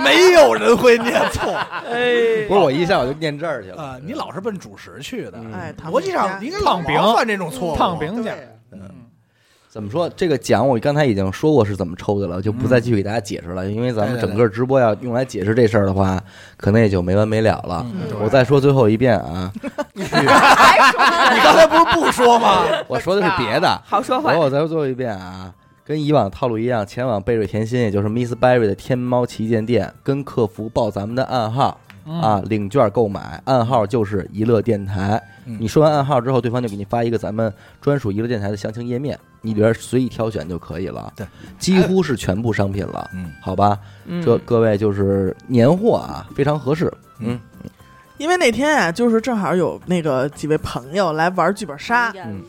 S3: 没有人会念错 啊、
S2: 不是我一下我就念这儿去了，
S3: 你老是奔主食去的，
S2: 嗯
S8: 哎，唐
S3: 逻辑上
S8: 人
S3: 你
S8: 家
S3: 应该老
S4: 烫饼
S3: 王犯这种错误。啊
S4: 烫饼奖，
S8: 对
S2: 怎么说？这个奖我刚才已经说过是怎么抽的了，就不再继续给大家解释了，因为咱们
S3: 对对
S2: 整个直播要用来解释这事儿的话，可能也就没完没了了。
S3: 嗯
S2: 我再说最后一遍 啊，
S3: 你刚才不是不说吗？
S2: 我说的是别的，
S7: 好说
S2: 我
S7: 话，
S2: 我再说最后一遍啊，跟以往套路一样，前往贝瑞甜心，也就是 Miss Berry 的天猫旗舰店，跟客服报咱们的暗号。啊，领券购买，暗号就是娱乐电台。
S3: 嗯
S2: 你说完暗号之后，对方就给你发一个咱们专属娱乐电台的详情页面，你里边随意挑选就可以了。
S3: 对，
S2: 几乎是全部商品了。
S3: 嗯，
S2: 好吧，这各位就是年货啊，非常合适。嗯，
S8: 因为那天啊，就是正好有那个几位朋友来玩剧本杀，
S2: 嗯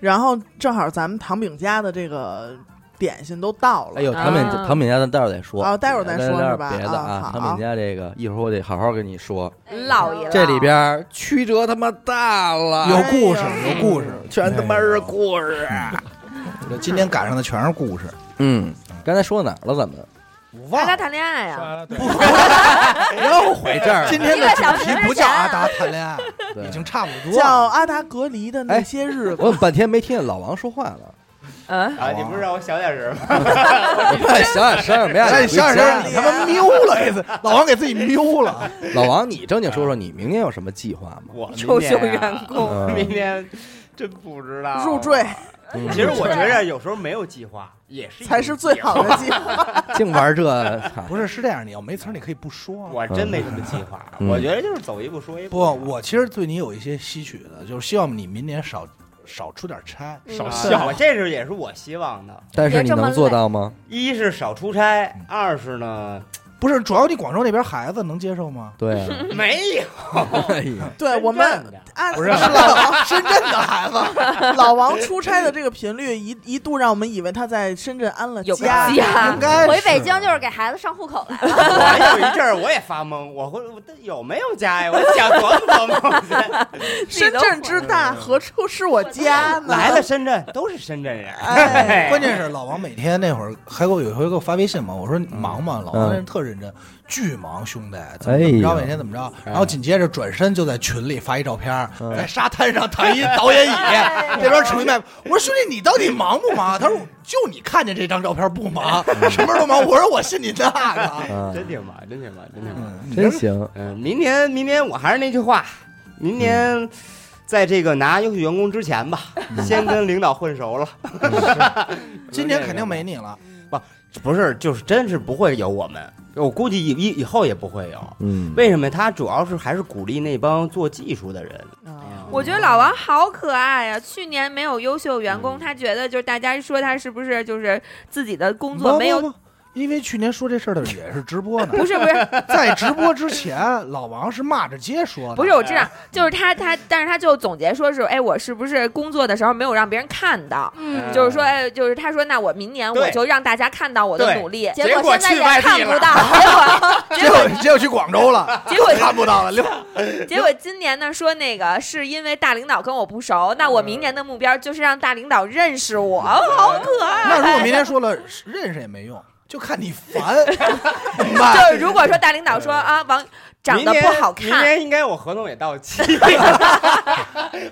S8: 然后正好咱们唐饼家的这个点心都到了。
S2: 哎呦，唐敏
S7: 啊
S2: 唐敏家咱待会儿再说
S8: 哦待会儿再说
S2: 聊点
S8: 是吧
S2: 别的
S8: 啊
S2: 啊，
S8: 好
S2: 唐敏家这个一会儿我得好好跟你说，
S7: 老爷了
S2: 这里边曲折他妈大了，
S3: 有故事
S8: 哎，
S3: 有故事，哎
S2: 全他妈是故事。
S3: 啊 今天赶上的全是故事。
S2: 嗯，刚才说哪儿了？咱们
S3: 我
S7: 大
S8: 哎
S3: 忘
S7: 家
S3: 了
S7: 谈恋爱啊，
S2: 又回这儿了
S3: 今天
S7: 一
S3: 的
S7: 个
S3: 主
S7: 小时
S3: 题不
S9: 啊
S3: 叫阿达谈恋爱，
S2: 对
S3: 已经差不多
S8: 叫
S3: 了。
S8: 阿达隔离的那些日子，
S2: 我半天没听见老王说话了，
S7: 嗯，
S6: 啊，你不是让我小点声吗？
S2: 快想想声什么呀？
S3: 哎，
S2: 你
S3: 你想
S2: 回
S3: 想，
S2: 家
S3: 你他妈瞄了一次，老王给自己瞄了。
S2: 老王，你正经说说，你明年有什么计划吗？
S6: 我明
S7: 优秀
S6: 天啊
S7: 员工，
S2: 嗯
S6: 明天真不知道啊
S8: 入赘
S2: 嗯
S6: 其实我觉着有时候没有计划也是一种
S8: 才是最好
S6: 计
S8: 的计划。
S2: 嗯净玩这，操
S3: 不是，是这样，你要没词儿你可以不
S6: 划。
S3: 说。啊
S6: 我真没什么计划，
S2: 嗯
S6: 我觉得就是走一步说一
S3: 不，
S6: 步。
S3: 我其实对你有一些吸取的，就是希望你明年少少出点差。
S9: 嗯
S4: 少
S6: 啊
S4: 笑
S6: 我，这是也是我希望的。
S2: 但是你能做到吗？
S6: 一是少出差，二是呢，
S3: 不是，主要你广州那边孩子能接受吗？
S2: 对啊，
S6: 没有，
S2: 哎呀
S8: 对我们按
S4: 不是
S8: 老
S3: 深圳 的孩子，
S8: 老王出差的这个频率，一 一度让我们以为他在深圳安了
S7: 有个
S8: 家。
S7: 家
S3: 应，该
S9: 回
S3: 是
S9: 北京就是给孩子上户口来了。
S6: 我有一阵儿我也发懵，我会我这有没有家呀？我想琢磨 琢磨。
S8: 深圳之大，何处是我家
S7: 嗯
S8: 呢？
S6: 来了，深圳都是深 圳人，
S8: 哎，
S3: 关键是老王每天那会儿还给我有一回给我发微信嘛，我说
S2: 嗯
S3: 你忙吗？老王那人特认真，巨忙，兄弟，怎么怎么
S2: 哎
S3: 着，
S2: 呦
S3: 每天怎么着，然后紧接着转身就在群里发一照片儿，
S2: 嗯哎
S3: 在沙滩上躺一导演椅，那边杵一麦克，我说兄弟你到底忙不忙？啊他说就你看见这张照片不忙，
S2: 嗯
S3: 什么都忙。我说我信你那个，
S2: 啊，
S6: 真挺忙，真挺忙，真挺忙。
S2: 真行，
S6: 哎嗯，明年明年我还是那句话，明年在这个拿优秀员工之前吧，先跟领导混熟了。
S3: 今年肯定没你了，
S6: 不是，就是真是不会有我们，我估计以以以后也不会有。
S2: 嗯，
S6: 为什么？他主要是还是鼓励那帮做技术的人。
S8: 啊
S7: 我觉得老王好可爱呀、去年没有优秀员工，他觉得就是大家说他是不是就是自己的工作
S3: 不
S7: 没有，
S3: 不不因为去年说这事儿的也是直播呢，
S7: 不是不是
S3: 在直播之前，老王是骂着街说的，
S7: 不是我知道，就是他他，但是他就总结说是，哎，我是不是工作的时候没有让别人看到？
S9: 嗯，
S7: 就是说，哎，就是他说，那我明年
S6: 对
S7: 我就让大家看到我的努力。
S9: 结果现在
S6: 结果去外
S9: 也
S6: 地了
S9: 看不到，
S3: 结果结果去广州了，
S7: 结果
S3: 看不到 了。
S7: 结果今年呢，说那个是因为大领导跟我不熟，那我明年的目标就是让大领导认识我，哦好可爱。
S3: 那如果明天说了认识也没用，就看你烦， 明白？
S7: 就是如果说大领导说啊，王长得不好
S6: 明
S7: 看，
S6: 年应该我合同也到 期，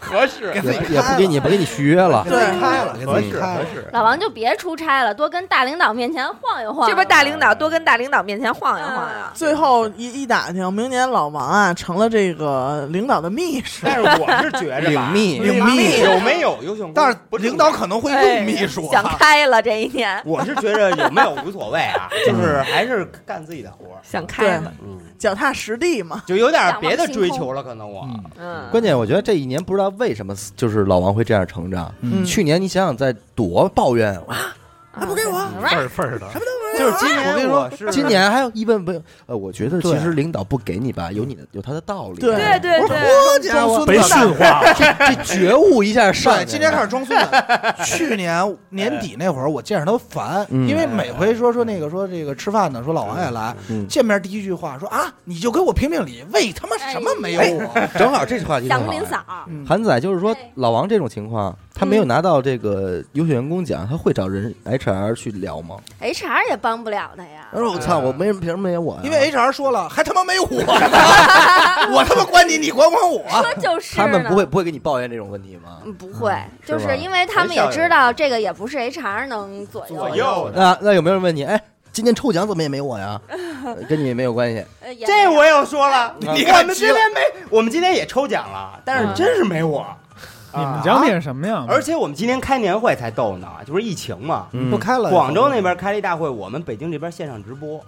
S6: 合适，
S3: 给自己
S2: 也不给你也不给你续约了
S3: 给，自己开了，给
S6: 合
S3: 自己
S6: 适，
S3: 开
S6: 合
S3: 了。
S6: 适。
S9: 老王就别出差了，多跟大领导面前晃悠晃
S7: 这
S9: 悠。
S7: 不是大领导多跟大领导面前晃啊悠晃悠
S9: 嗯。
S8: 最后一一打听，明年老王啊成了这个领导的秘书。
S6: 但是我是觉着吧，
S2: 密
S3: 领秘，
S6: 有没有优秀工作？
S3: 但
S6: 不
S3: 是领导可能会用哎秘书
S7: 嗯哎想
S3: 啊。
S7: 开了这一年，
S6: 我是觉着有没有无所谓 啊，就是还是干自己的活儿，
S7: 想开
S8: 对
S7: 了，，
S6: 嗯，
S8: 脚踏实地嘛。
S6: 就有点别的追求了，可能我
S3: 嗯
S7: 嗯，
S2: 关键我觉得这一年不知道为什么就是老王会这样成长。
S3: 嗯
S2: 去年你想想在多抱怨，
S8: 哎啊
S7: 还不给我，
S9: 嗯
S1: 份儿份儿的，
S6: 就是今
S3: 我跟
S6: 年
S3: 你说
S6: 我是
S2: 今年还有一问不呃，我觉得其
S3: 对
S2: 实领导不给你吧，有你的有他的道理。啊
S8: 对
S7: 对对对。
S3: 我家伙
S1: 被驯化了，
S2: 这觉悟一下上来
S3: 对，
S2: 了，
S3: 今天开始装孙子。去年年底那会儿，我见着他烦，
S2: 嗯
S3: 因为每回说说那个说这个吃饭呢，说老王也来，
S2: 嗯
S3: 见面第一句话说啊，你就给我评评理，为他妈什么没有我？
S2: 哎正好这句话题
S9: 祥
S2: 正好
S9: 林嫂，
S3: 嗯
S2: 韩仔就是说
S9: 对，
S2: 老王这种情况，他没有拿到这个优秀员工奖，他会找人 HR 去聊吗？
S9: HR 也帮不了他呀
S2: 他。说：“我操，我没人，凭什么没有我呀？”
S3: 因为 HR 说了，还他妈没我 呢，我他妈管你，你管管我。
S9: 说就是
S2: 他们
S9: 呢
S2: 不会不会给你抱怨这种问题吗？
S9: 嗯不会，就是
S2: 吧
S9: 是因为他们也知道这个也不是 HR 能左右的
S6: 左右的。
S2: 那那有没有人问你？哎，今年抽奖怎么也没有我呀？呃跟你也没有关系。
S9: 呃也
S6: 这我又说 了，
S3: 你
S6: 我
S3: 看
S6: 们
S3: 急
S6: 今
S3: 了
S6: 天没，我们今天也抽奖了，但
S9: 嗯
S6: 是真是没我。
S4: 你们
S6: 啊
S4: 奖品是什么呀？
S6: 而且我们今天开年会才逗呢，就是疫情嘛。
S2: 嗯
S3: 不开了，
S6: 广州那边开了一大会，我们北京这边线上直播。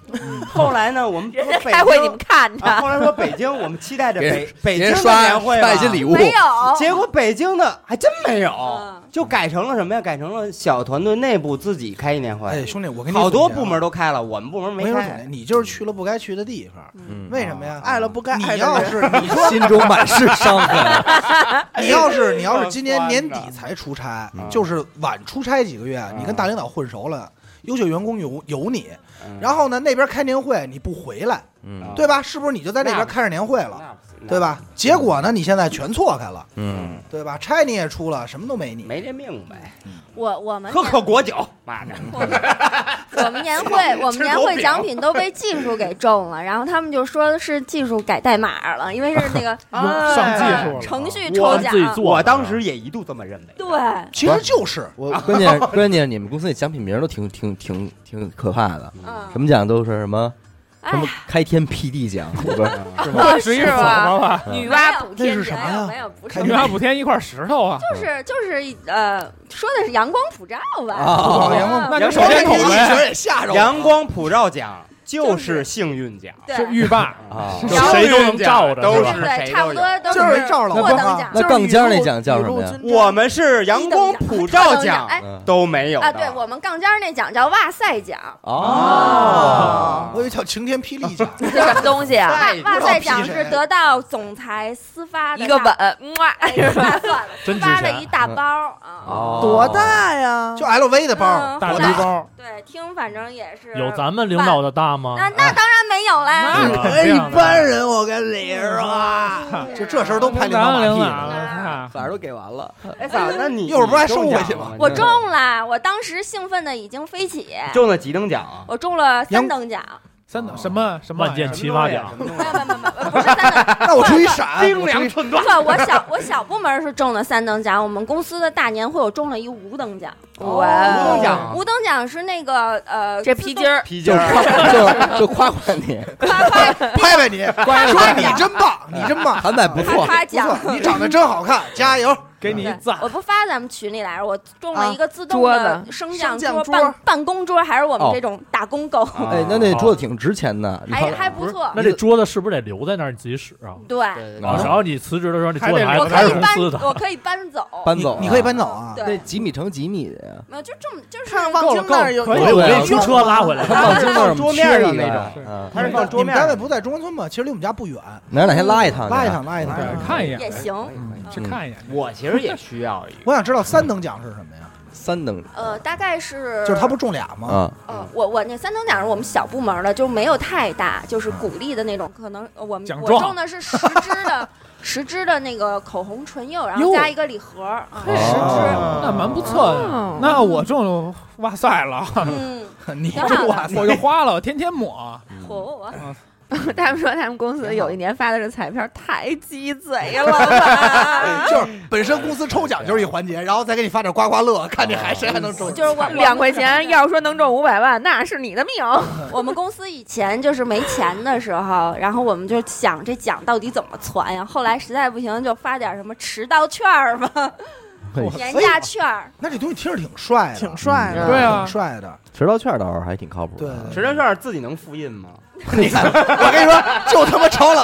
S6: 后来呢，我们
S7: 嗯人家开会你们看
S6: 啊，
S7: 着，
S6: 后来说北京，我们期待着
S2: 给
S6: 北北
S2: 人给
S6: 京
S2: 人
S6: 的
S2: 刷
S6: 年会
S2: 刷一些礼
S6: 物。
S2: 物，
S9: 没
S7: 哦
S9: 有，
S6: 结果北京的还真没有
S9: 嗯，
S6: 就改成了什么呀？改成了小团队内部自己开一年
S3: 哎，
S6: 会，
S3: 兄弟，我跟你
S6: 好多
S3: 总结啊
S6: 部门都开了，我们部门
S3: 我
S6: 没
S3: 跟你说总结，
S6: 开。
S3: 你就是去了不该去的地方。
S2: 嗯
S3: 为什么呀？
S6: 啊
S8: 爱了不该爱的
S3: 你
S8: 人
S3: 要是你
S2: 心中满是伤痕。啊
S3: 你要是你要
S6: 我
S3: 是今年
S6: 酸
S3: 年
S6: 的
S3: 底才出差
S6: 嗯，
S3: 就是晚出差几个月，你跟大领导混熟了，优秀员工有有你，啊
S6: 嗯
S3: 然后呢那边开年会你不回来，
S2: 嗯
S3: 对吧？是不是你就在那边开着年会了，
S6: 那不
S3: 对？吧？结果呢你现在全错开了，
S2: 嗯，
S3: 对吧？差你也出了，什么都没
S6: 那
S3: 你。
S6: 没这命呗，
S9: 我 我们
S6: 喝
S9: 年
S6: 口果酒，妈的！
S9: 我们年会我们年会奖品都被技术给中了，然后他们就说是技术改代码了，因为是那个
S4: 用上技术了，
S9: 程序
S6: 我
S9: 抽
S1: 自己
S9: 奖，
S1: 做的。
S6: 我当时也一度这么认为。
S9: 对，
S3: 其实就是
S2: 我关键关键，你们公司那奖品名都挺挺挺挺可怕的，什
S9: 嗯，
S2: 么奖都是什么什
S9: 哎
S2: 么，开天辟地奖，是不是？
S4: 二十一
S7: 是
S4: 斧
S7: 吧
S4: 嘛吧，
S7: 女
S9: 没
S7: 娲
S9: 有
S7: 补
S3: 那
S7: 天
S3: 是
S7: 奖
S3: 什
S9: 没
S3: 么
S9: 有
S3: 呀
S9: 没？有，不是
S3: 开
S4: 女
S3: 源
S4: 娲补天一块石头啊，
S9: 就是就是呃，说的是阳光普照吧，
S2: 啊
S3: 阳光
S9: 啊
S4: 哦那跟
S6: 首
S4: 手
S6: 先
S4: 电筒
S3: 一
S4: 呗，
S3: 瓶也吓着我了
S6: 阳光普照奖就
S9: 就是是
S6: 幸运奖，
S9: 对，
S4: 是浴 霸，
S2: 啊，
S1: 就谁都能罩着，
S6: 都
S1: 是
S6: 是
S1: 吧？
S6: 谁都
S9: 对，差不多都
S8: 就是
S9: 是
S8: 赵老
S9: 获
S8: 八
S9: 等奖
S2: 那杠尖儿那奖叫什么呀？
S6: 我们是阳光普照奖
S9: 哎
S2: 嗯
S6: 都没有的
S9: 啊，对我们杠尖儿那奖叫哇塞奖，
S2: 哦，
S3: 我以为叫晴天霹雳奖，
S7: 这什么东西 啊？
S9: 哇
S6: 哎
S9: 哇
S3: 不知道
S9: 塞
S3: 劈
S9: 奖
S3: 谁
S9: 是得到总裁私发的
S7: 一个
S9: 大
S7: 吻，，嗯哇！
S9: 哎呀，那算了，私
S1: 真值
S9: 发了
S1: 钱
S9: 一大包啊，
S2: 哦
S8: 多？大呀？
S3: 就 LV 的包，
S9: 嗯
S1: 大
S9: 后
S1: 皮
S9: 来
S1: 包
S9: 对，听反正也是
S1: 有咱们领导的大吗？
S9: 那那当然没有啦，
S1: 那
S3: 哎，一般人我跟你说，就这事儿都拍领导
S4: 当
S3: 马
S4: 然领
S3: 屁
S4: 导
S3: 呢。
S4: 了，
S2: 反正都给完了，
S6: 哎，嫂子，那你
S3: 一会儿不还收回去吗
S6: 吗？
S9: 我中了，我当时兴奋的已经飞起，
S6: 中了几等奖啊？
S9: 我中了
S3: 杨
S9: 三等奖，
S4: 三等什么什么
S1: 万箭
S4: 玩意儿
S1: 齐发奖
S6: 什么东西
S9: 没有没有没有没有，不是三等奖，
S3: 那我出一
S6: 哎
S3: 闪，我出一
S6: 寸
S9: 不是我小我小部门是中了三等奖，我们公司的大年会我中了一五等奖，
S7: 哇哦
S6: 五等奖，
S9: 五等奖是那个呃，
S7: 这皮筋儿，
S6: 皮筋
S2: 就
S6: 儿
S2: 夸就就夸夸你，
S9: 夸夸
S3: 拍拍你，说你真棒，你真 棒，
S2: 韩仔不
S9: 夸
S2: 错，
S9: 夸
S3: 不
S9: 奖。
S3: 错，你长得真好看，加油！
S4: 给你一
S9: 对
S4: 赞，
S9: 我不发咱们群里来着，我中了一个自动
S7: 啊
S9: 的升降
S8: 桌子
S9: 办办公桌，还是我们
S2: 哦
S9: 这种打工狗，
S2: 哎，那那桌子挺值钱的，你
S9: 还
S2: 看
S9: 还不错
S1: 那。这桌子是不是得留在那儿你自己使啊？
S9: 对，
S1: 只
S2: 啊
S1: 要你辞职的时候，你桌子还
S4: 还
S9: 我
S1: 还
S9: 可
S1: 是
S9: 以
S1: 公
S9: 搬
S1: 司，的。
S9: 我可以搬走。
S2: 搬走，
S3: 你可以搬。走啊。
S2: 那
S9: 对，
S2: 几米乘几米的呀？
S9: 没有，就这么就是
S8: 看望京那儿有，
S1: 可以，
S2: 我以为
S1: 我给你停车拉回来。
S2: 他放京那儿
S6: 桌面上那
S2: 种，嗯
S6: 它是放
S3: 你
S6: 桌
S3: 们
S6: 面
S3: 单
S6: 上
S3: 位
S6: 的。
S3: 不在中关村吗？其实离我们家不远，
S2: 哪儿哪天拉一趟，
S3: 拉一趟，。拉一趟。
S4: 对，看一眼
S9: 也行。
S4: 去看一眼，
S6: 我其实也需要一个，
S3: 我想知道三等奖是什么
S9: 嗯
S3: 呀？
S2: 嗯三等
S9: 呃，大概是
S3: 就是他不中俩吗？
S2: 啊，
S9: 呃，我我那三等奖是我们小部门的，就没有太大，就是鼓励的那种。可能呃我们
S4: 奖
S9: 我
S4: 状
S9: 中的是十支的 十支的那个口红唇釉，然后
S4: 哟
S9: 加一个礼盒儿啊，
S2: 嘿
S9: 十支。
S2: 哦
S4: 那蛮不错
S7: 哦
S4: 的。那我中了，哇塞了，
S9: 嗯，
S3: 你？
S9: 挺好的。
S4: 我就 花了，我天天抹。
S9: 火
S7: 他们说他们公司有一年发的这彩票太鸡贼 了吧
S3: 就是本身公司抽奖就是一环节，然后再给你发点刮刮
S2: 哦
S3: 乐，看你还谁还能 中。
S9: 就是我
S7: 两块 钱，要说能中五百万，那是你的命。
S9: 我们公司以前就是没钱的时候，然后我们就想这奖到底怎么攒呀？后来实在不行就发点什么迟到券儿吧，年假券儿。
S3: 哦那这东西听着挺帅的，嗯
S8: 挺帅的。
S4: 对啊
S3: 挺，帅的。
S2: 迟到券倒是还挺靠谱
S3: 对
S2: 的，，啊
S6: 十张券自己能复印吗？
S3: 你看，我跟你说，就他妈抄了，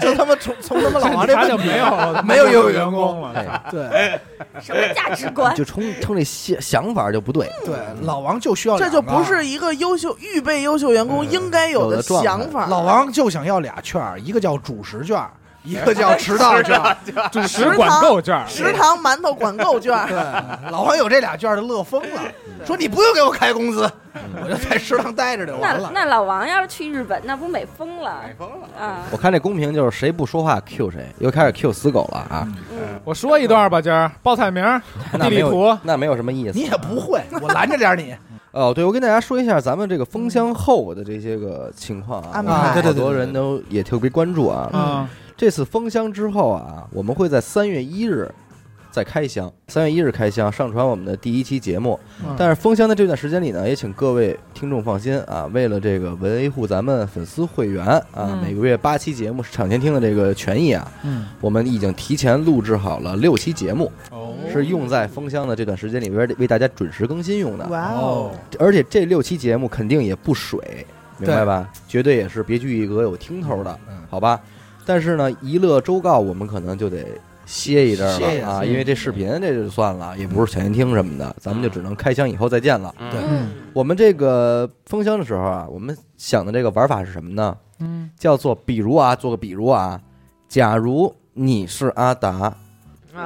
S3: 就他妈从从他妈老王这
S4: 他
S3: 问
S4: 就
S3: 题
S4: 没有了
S3: 没有业务员
S4: 工
S3: 工
S2: 哎
S4: 了。
S3: 对
S9: 什么价值观？
S2: 就冲冲这想想法就不对，
S3: 对，老王就需要
S8: 这
S3: 两个啊
S8: 就不是一个优秀预备优秀员工应该有
S2: 有的状态
S8: 想法。
S3: 老王就想要俩券儿，一个叫主食券儿，一个
S9: 哎
S3: 叫迟到券儿。
S4: 主食管够券儿，
S8: 食堂馒头管够券儿，
S3: 对， 老王有这俩券儿就乐疯了， 说你不用给我开工资，
S2: 嗯
S3: 我就在食堂待着就
S9: 那
S3: 完了。
S9: 那老王要是去日本，那不美疯了
S6: 疯了，
S9: 啊！
S2: 我看这公屏就是谁不说话 Q 谁，又开始 Q 死狗了啊！
S3: 嗯
S4: 我说一段吧，今儿报菜名、
S2: 那
S4: 地
S2: 没
S4: 理
S2: 有
S4: 图，
S2: 那没有什么意思。
S3: 你也不会，我拦着点 儿你。
S2: 哦，对，我跟大家说一下咱们这个封箱后的这些个情况啊，
S8: 安
S2: 我们
S8: 排
S2: 好多人都也特别关注啊。
S4: 嗯，
S2: 这次封箱之后啊，我们会在三月一日再开箱，三月一日开箱上传我们的第一期节目。
S4: 嗯
S2: 但是封箱的这段时间里呢，也请各位听众放心啊，为了这个文 A 户咱们粉丝会员啊，每个月八期节目是抢先听的这个权益啊，
S4: 嗯，
S2: 我们已经提前录制好了六期节目，
S4: 哦，
S2: 是用在封箱的这段时间里边为大家准时更新用的。
S8: 哇哦！
S2: 而且这六期节目肯定也不水，明白吧？绝对也是别具一格、有听头的，
S3: 嗯
S2: 好吧？但是呢，一乐周告我们可能就得歇一阵儿
S3: 歇一
S2: 了
S3: 下
S2: 啊，
S3: 歇一下嗯
S2: 因为这视频这就算了，也不是抢先听什么的，咱们就只能开箱以后再见了。
S6: 对，
S9: 嗯，
S2: 我们这个封箱的时候啊，我们想的这个玩法是什么呢？
S4: 嗯，
S2: 叫做比如啊，做个比如啊，假如你是阿达，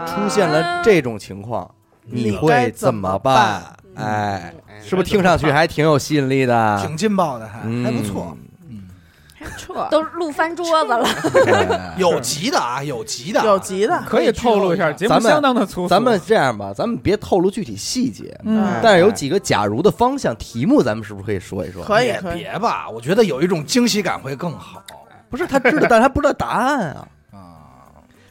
S2: 出现
S7: 啊
S2: 了这种情
S3: 啊
S2: 况，你会怎么办？哎，
S3: 嗯
S6: 嗯
S2: 是不是听上去还挺有吸引力的？
S3: 挺劲爆的，还
S2: 嗯
S3: 还不错。
S7: 撤
S9: 都录翻桌子了，
S2: 对
S3: 有急的啊，有急的啊，
S8: 有急的，
S4: 可以透露一下，节目
S2: 咱们
S4: 相当的粗俗。
S2: 咱们这样吧，咱们别透露具体细节，
S3: 哎
S4: 嗯，
S2: 但是有几个假如的方向题目，咱们是不是可以说一说？
S8: 可以
S3: 也
S8: 可以。
S3: 别吧，我觉得有一种惊喜感会更好
S2: 不是他知道，但是他不知道答案啊。
S3: 啊。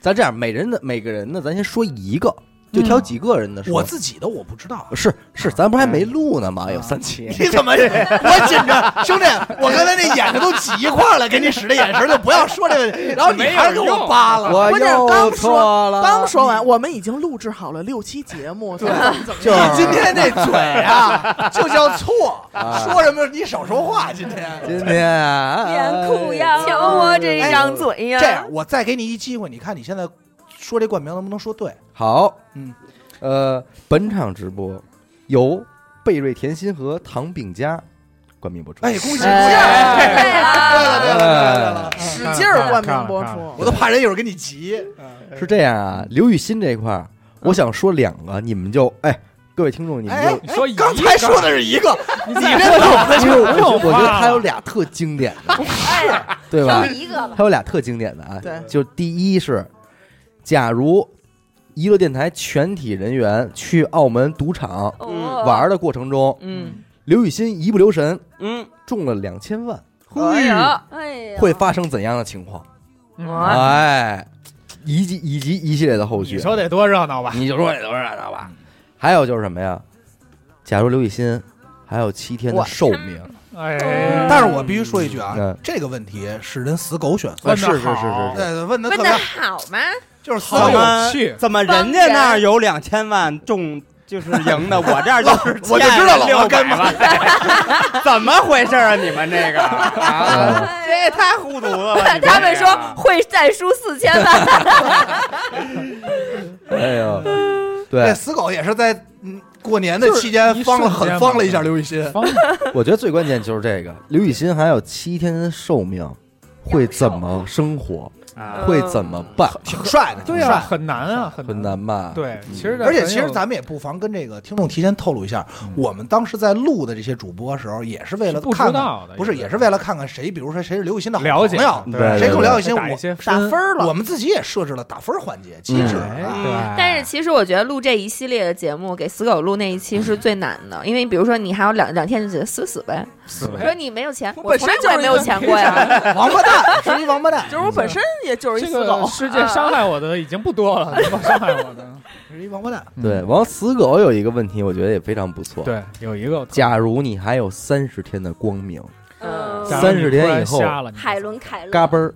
S2: 咱这样，每人的每个人呢，咱先说一个，就挑几个人的说。
S3: 嗯我自嗯啊己的我不知道，
S2: 是是，咱不是还没录呢吗？有哎三期，
S3: 你怎么？我紧张，兄弟，我刚才那眼睛都挤一块儿了，给你使的眼神就不要说这个，然后你还给我扒了，
S2: 我
S8: 关键是
S2: 又
S8: 刚说
S2: 错了，
S8: 刚说完，我们已经录制好了六期节目，怎么怎么
S2: 就
S8: 样？
S2: 是
S3: 你今天这嘴啊，就叫错
S2: 啊，
S3: 说什么你少说话。今天
S2: 今天啊
S9: 严酷呀
S7: 瞧我这一张嘴呀！
S3: 这样，我再给你一机会，你看你现在说这冠名能不能说对？
S2: 好，
S3: 嗯，
S2: 呃，本场直播由贝瑞甜心和唐饼佳冠名播出。
S3: 哎，恭喜恭喜！
S7: 哎
S3: 对了对了对了对了，
S8: 使劲儿冠名播
S4: 看了看
S8: 出，
S3: 我都怕人一会儿给你急。
S2: 是这样啊，刘雨欣这块儿，我想说两个，你们就哎，各位听众，你们就
S3: 哎，
S4: 你说一
S3: 刚才说的是一个，
S4: 你这
S2: 因为我
S4: 不用
S2: 我觉得
S4: 话
S2: 他有
S4: 了
S2: 俩特经典的，
S5: 哎，
S2: 对吧
S5: 挑？一个吧。
S2: 他有俩特经典的啊，
S8: 对
S2: 就第一是，假如娱乐电台全体人员去澳门赌场
S7: 哦
S2: 玩儿的过程中，
S7: 嗯
S2: 刘雨欣一不留神
S7: 嗯，
S2: 中了两千万，
S7: 哎呀，
S9: 哎呀，
S2: 会发生怎样的情况？
S7: 我
S2: 哎，以及以及一系列的后续
S4: 你，说得多热闹吧？
S2: 你就说也都
S6: 啊
S2: 知道吧。还有就是什么呀？假如刘雨欣还有七天的寿命，
S3: 嗯
S4: 哎，
S3: 但是我必须说一句啊
S2: 嗯，
S3: 这个个问题是人死狗选。
S4: 问
S2: 啊是
S4: 得
S2: 是是
S4: 好
S2: 是是，
S3: 对，问的
S7: 问的
S3: 特别
S7: 好吗？
S3: 就是死
S4: 好
S3: 狗
S6: 怎
S4: 有
S3: 选。
S6: 么
S4: 趣
S6: 怎么人家那儿有两千万中就是赢的，我这儿就是
S3: 我就知道了我
S6: 六百
S3: 干嘛
S6: 万，怎么回事啊？你们这个啊，这也 太糊涂了吧。你这个
S7: 他们说会再输四千万，
S2: 哎呦，
S3: 那
S2: 对，
S4: 哎
S3: 死狗也是在嗯过年的期间
S4: 就是一
S3: 方了
S4: 瞬
S3: 很
S4: 间
S3: 方
S4: 嘛
S3: 了一下刘雨欣。
S4: 方
S2: 我觉得最关键就是这个，刘雨欣还有七天的寿命，会怎么生活？
S6: 啊
S2: 会怎么办？
S3: 挺帅的，
S4: 对
S3: 挺
S4: 呀，
S3: 帅。
S4: 很难啊，很
S2: 很。难吧？，
S4: 嗯对，其实
S3: 而且其实
S4: 们
S3: 咱们也不妨跟这个听众提前透露一下，我们当时在录的这些主播时候，也是为了
S4: 嗯不知
S3: 看
S4: 道
S3: 看
S4: 的，
S3: 不是
S4: 也是
S3: 也是为了看看谁，比如说谁是刘雨欣的好
S4: 了解嗯
S3: 朋友，
S2: 对对
S3: 谁更
S2: 对
S3: 了解
S4: 打一
S3: 我。
S4: 些
S8: 打分儿了
S3: 我。们自己也设置了打分环节机制，
S2: 嗯
S3: 啊
S4: 对，
S7: 但是其实我觉得录这一系列的节目，给死狗录那一期是最难的，因为比如说你还有两两天就觉得死死呗，
S4: 死
S7: 我
S4: 呗
S7: 说你没有钱，
S8: 我
S7: 我
S8: 本
S7: 从
S8: 身
S7: 来我也没有钱过呀，
S4: 哎
S3: 王八蛋是一王八蛋，
S8: 就是我本身也就是一
S4: 这
S8: 死狗
S4: 个，世界伤害我的已经不多了，能够伤害我 的，
S3: 是一王八蛋。
S2: 对，王死狗有一个问题，我觉得也非常不错。，
S4: 嗯对，有一个
S2: 假如你还有三十天的光明，
S7: 嗯
S4: 假如
S2: 30天
S4: 你突然
S2: 以后
S4: 瞎了，你
S9: 海伦凯勒，
S2: 嘎嘣儿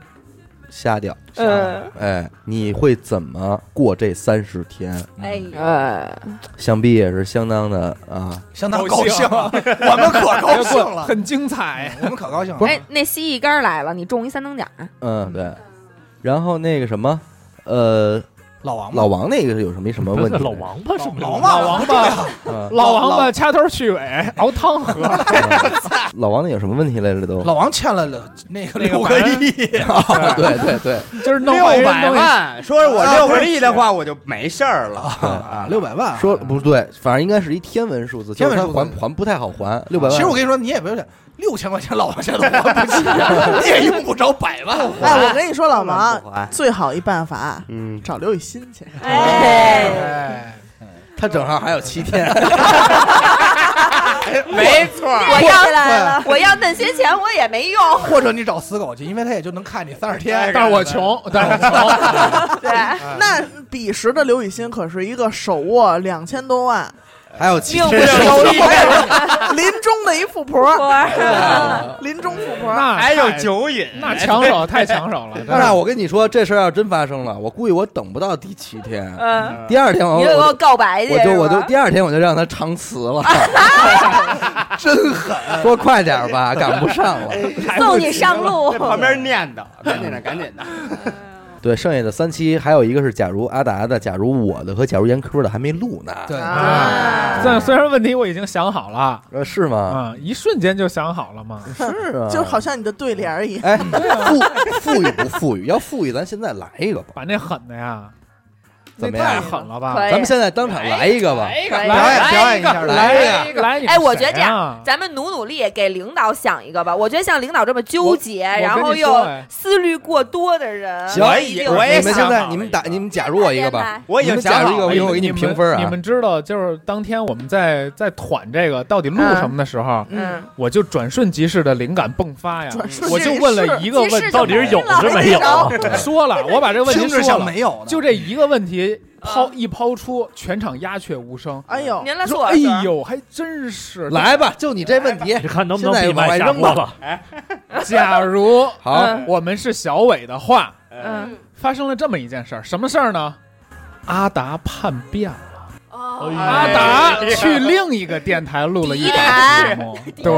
S2: 瞎掉，
S7: 呃
S2: 哎，你会怎么过这三十天？
S9: 哎呀，
S7: 呃，
S2: 想必也是相当的啊，
S3: 相当
S4: 高
S3: 高
S4: 兴哎
S3: 兴啊，我们可高兴了，
S4: 很精彩。
S3: 我们可高兴了。
S7: 哎，那蜥蜴干来了，你中一三等奖，
S2: 嗯，对。然后那个什么，呃，
S3: 老王吧
S2: 老，王那个有什么什么
S1: 不是
S2: 问题？
S1: 老，王八是没有
S3: 老
S1: 问
S3: 王
S1: 题
S4: 老王
S3: 不重要，
S2: 嗯，
S4: 老王八掐头去尾，熬 汤喝，
S2: 老王那有什么问题来着都？
S3: 老王欠了了那个
S4: 那个
S3: 六个
S4: 白
S3: 亿，
S2: 对对对，
S4: 就是弄
S6: 六
S4: 坏人
S6: 百
S4: 弄一
S6: 万，说是我六个亿的话，我就没事儿了
S3: 啊
S6: 啊，。
S3: 六百万啊
S2: 说不对，反正应该是一天文数字，
S3: 天文数
S2: 就是
S3: 字
S2: 他还还不太好还，六百万。
S3: 其实我跟你说，你也别想，六千块钱老王现在都还不 起，你也用不着百万。
S8: 哎，我跟你说，老
S6: 万不
S8: 王
S6: 还，
S8: 最好一办法，
S6: 嗯，
S8: 找刘雨欣去。
S7: 哎，
S4: 哎，
S2: 他正好还有七天，
S3: 哎
S6: 没错儿，
S7: 我要我要那些钱我也没用，
S3: 或者你找死狗去，因为他也就能看你三十天。
S4: 但是我穷，但是我穷，
S7: 对，
S8: 那彼时的刘雨欣可是一个手握两千多万，
S2: 还有七
S7: 命不
S2: 天。
S7: 久矣，
S8: 临终的一富婆，
S7: 我
S8: 临终富婆。
S4: 那
S6: 还有
S4: 太，
S6: 酒瘾，
S4: 那抢手太抢手了，真
S2: 那
S4: 的
S2: 我跟你说，这事儿要真发生了，我估计我等不到第七天，
S7: 嗯，
S2: 第二天我
S7: 你就给我告白去，
S2: 我就是
S7: 吧
S2: 我就第二天我就让他长辞了， 真狠！说快点儿吧，赶不上了。
S7: 送你上路
S6: 在，旁边念叨，赶紧的，赶紧的，
S2: 对，剩下的三期还有一个是假如阿达的、假如我的和假如严科的还没录呢，
S3: 对，
S4: 啊虽然虽然问题我已经想好了，
S2: 呃，是吗？
S4: 啊，一瞬间就想好了嘛，
S2: 是啊，
S8: 就好像你的对联儿一 样，
S2: 哎，富富裕不富裕？要富裕，咱现在来一个吧，
S4: 把那狠的呀，
S2: 怎么
S4: 太
S2: 样？
S4: 狠了吧，
S7: 可以
S2: 咱们现在当场来一个吧
S6: 来。一个
S7: 可以
S3: 表演表演一下，
S4: 来
S3: 一个。
S4: 呀，来你们
S7: 哎，我觉得这
S4: 谁啊
S7: 样，咱们努努力，给领导想一个吧。我觉得像领导这么纠结，
S4: 我
S7: 然后
S4: 我跟你说
S7: 又
S4: 哎
S7: 思虑过多的人，
S2: 行
S6: 我
S7: 一定
S6: 也我也
S2: 你
S6: 想
S2: 们现在
S6: 好了
S2: 你们
S6: 一
S2: 打
S6: 个
S2: 你们假如我一个吧，
S6: 我已
S2: 你
S6: 经
S2: 们
S6: 想
S2: 假如
S6: 好
S2: 一个，
S6: 了
S2: 一会儿我给你们评分
S4: 哎你
S2: 啊。
S4: 们知道，就是当天我们在在团这个到底录什么的时候，
S7: 嗯，
S4: 我就转瞬即逝的灵感迸发呀，
S8: 转瞬
S4: 我就问了一个问
S7: 即逝
S4: 题，
S7: 即逝
S1: 到底是有是没有？啊
S4: 说了，我把这个问题
S3: 听着
S4: 说
S3: 像
S4: 了，
S3: 没有呢，
S4: 就这一个问题，抛一抛出，全场鸦雀无声。
S8: 哎呦，
S7: 您来
S4: 说
S7: 说，
S4: 哎呦，还真是。
S3: 来吧，就你这问题
S1: 你，看能不能
S3: 现在
S1: 闭
S3: 往外
S1: 麦下
S3: 扔
S1: 播
S3: 吧
S1: 吧？
S4: 假 如
S3: 好
S7: 嗯
S4: 我们是小伟的话，
S7: 嗯，
S4: 发生了这么一件事儿，什么事儿呢？阿达叛变了，
S9: 哦
S1: 哎
S4: 阿达去另一个电台录了一档节目，
S7: 哎，别
S4: 对，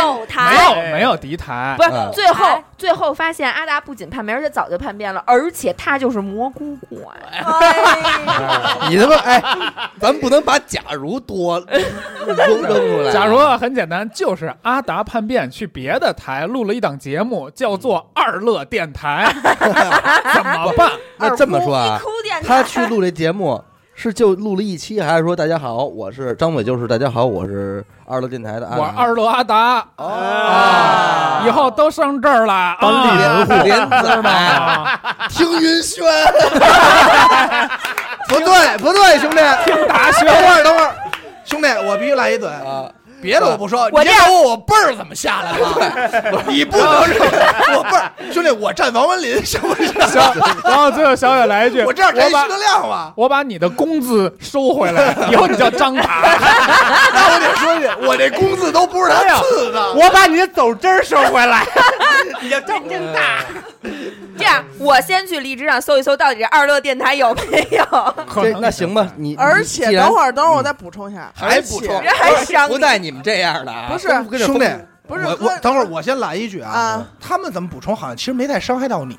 S7: 有
S4: 没
S7: 台。
S4: 有没有敌台
S7: 不，是，
S3: 嗯
S7: 最后
S9: 哎
S7: 最后发现阿达不仅叛变，而且早就叛变了，而且他就是蘑菇怪，
S9: 哎
S3: 你他妈哎，咱不能把假如多扔扔出来。
S4: 假如啊很简单，就是阿达叛变去别的台录了一档节目，叫做《二乐电台》，怎么办？
S3: 那这么说啊，
S9: 哭点
S3: 他去录这节目是就录了一期，还是说大家好，我是张伟，就是大家好，我是二乐电台
S2: 啊
S3: 的阿达
S4: 我二乐阿达
S3: 哦，
S4: 以后都上这儿了，
S1: 当地
S4: 啊
S1: 门户
S3: 连字
S4: 知道
S3: 儿
S4: 吗？
S2: 啊
S3: 听云轩， 不对不对，兄弟，
S4: 听达轩
S3: 等会儿等会儿，兄弟，我必须来一嘴
S2: 啊！
S3: 别的我不说，
S7: 我
S3: 你
S7: 这
S3: 先说我辈儿怎么下来了？你不能是我辈儿，兄弟，我站王文林什么事儿？
S4: 然后最后小野来一句：“
S3: 我这样才
S4: 我把
S3: 徐德亮嘛。
S4: 我把你的工资收回来，以 后你叫张达。
S3: 那我得说句，我这工资都不是他赐的。
S6: 我把你的走针儿收回来。
S3: 你要真真大，
S7: 这样，我先去荔枝上搜一搜，到底这二乐电台有没有？
S4: 可
S2: 这
S4: 能
S2: 那行吧，你
S8: 而且等会儿，等会儿我再补充一下，
S2: 还补充
S8: 而且
S7: 人还 伤
S2: 不
S7: 你，
S2: 带你们这样的啊！
S8: 不是
S2: 都跟这
S10: 兄弟，
S8: 不是
S10: 我
S8: 哥
S10: 我等会儿我先来一句啊
S8: 啊，
S10: 他们怎么补充好像其实没太伤害到 你，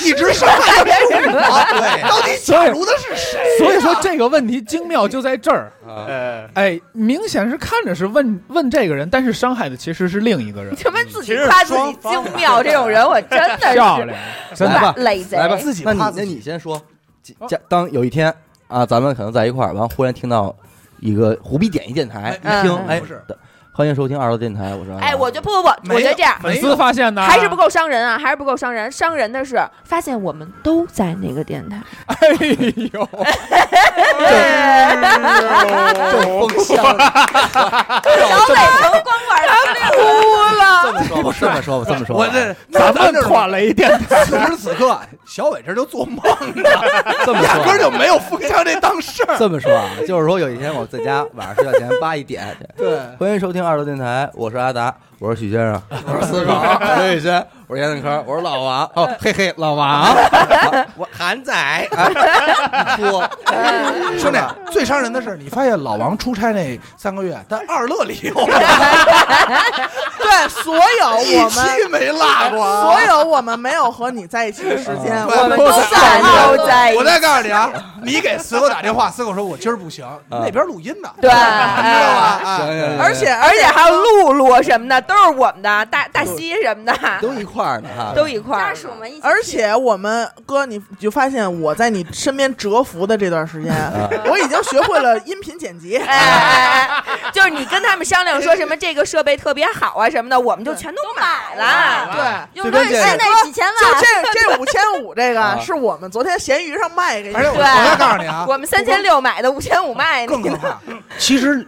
S10: 一直
S3: 伤害的是我。到底假如的是谁？
S4: 所以说这个问题精妙就在这儿。
S6: 呃，
S4: 哎，明显是看着是问问这个人，但是伤害的其实是另一个 人。
S7: 他妈自己夸自己精妙，这种人我真的是
S4: 漂亮，真
S2: 来
S4: 的。
S2: 吧
S7: 累贼。
S2: 来吧，
S10: 自己
S2: 那你
S10: 怕
S2: 那
S10: 自己
S2: 你先说，假当有一天啊，咱们可能在一块儿，完忽然听到一个胡逼点一电台，一
S7: 嗯
S2: 听
S7: 嗯
S2: 哎
S10: 不是，
S2: 的欢迎收听二楼电台，我说
S7: 哎，我 就不不不，我觉得这样
S4: 粉丝发现的
S7: 还是不。够伤人啊，还是不够伤人。伤人的是发现我们都在那个电台，
S4: 哎呦，
S2: 正风向，
S7: 小磊都光管他哭了。
S2: 这么说吧，这么说吧，这么说吧，
S10: 我这
S4: 咱
S10: 咱
S4: 们
S10: 这
S4: 垮了一 电台，
S10: 此时此刻，小伟这就做梦呢，
S2: 这么
S3: 压根儿
S2: 说
S3: 就没有风向这档事 儿。
S2: 这么说啊，就是说有一天我在家晚上睡觉前八一点，
S10: 对，
S2: 欢迎收听二楼电台，我是阿达，我是许先生，我是四狗，我是宇轩，我是严子科，我是老王， 哦，嘿嘿，老王，
S6: 我韩仔，
S2: 说
S10: 兄弟，最伤人的是，你发现老王出差那三个月，但二乐里有
S8: 对所有我
S10: 一
S8: 们
S10: 期没落过。啊
S8: 所有我们没有和你在一起的时间，
S10: 我
S8: 我
S10: 们
S8: 们
S10: 都
S8: 都
S10: 在
S8: 在
S10: 一起
S8: 一起。
S7: 都在一
S10: 我
S7: 起，
S10: 再告诉你啊，你给死狗打电话，死狗说我今儿不行，那边录音呢，
S7: 对，
S10: 你知道吧？
S7: 哎
S10: 啊，
S8: 而且
S7: 而且还有露露什么的，都是我们的，大大西什么的，
S2: 都一块儿呢哈，
S7: 都一块
S9: 家
S7: 儿。
S9: 属们一起，
S8: 而且我们哥，你就发现我在你身边蛰伏的这 段时间，
S10: 啊
S8: 我已经学会了音频剪辑。
S7: 哎哎哎，就是你跟他们商量说什么这个设备特别好啊什么的，我们就全都买了。
S8: 对，
S9: 用的是现在几千
S8: 就
S9: 万，啊
S8: 这这五千五，这
S10: 啊
S8: 个是我们昨天闲鱼上卖给你
S10: 而且我
S8: 的。
S10: 我再告诉你啊，
S7: 我们三千六买的，五千五卖
S10: 更
S7: 你
S10: 可
S7: 的。
S10: 怕。其实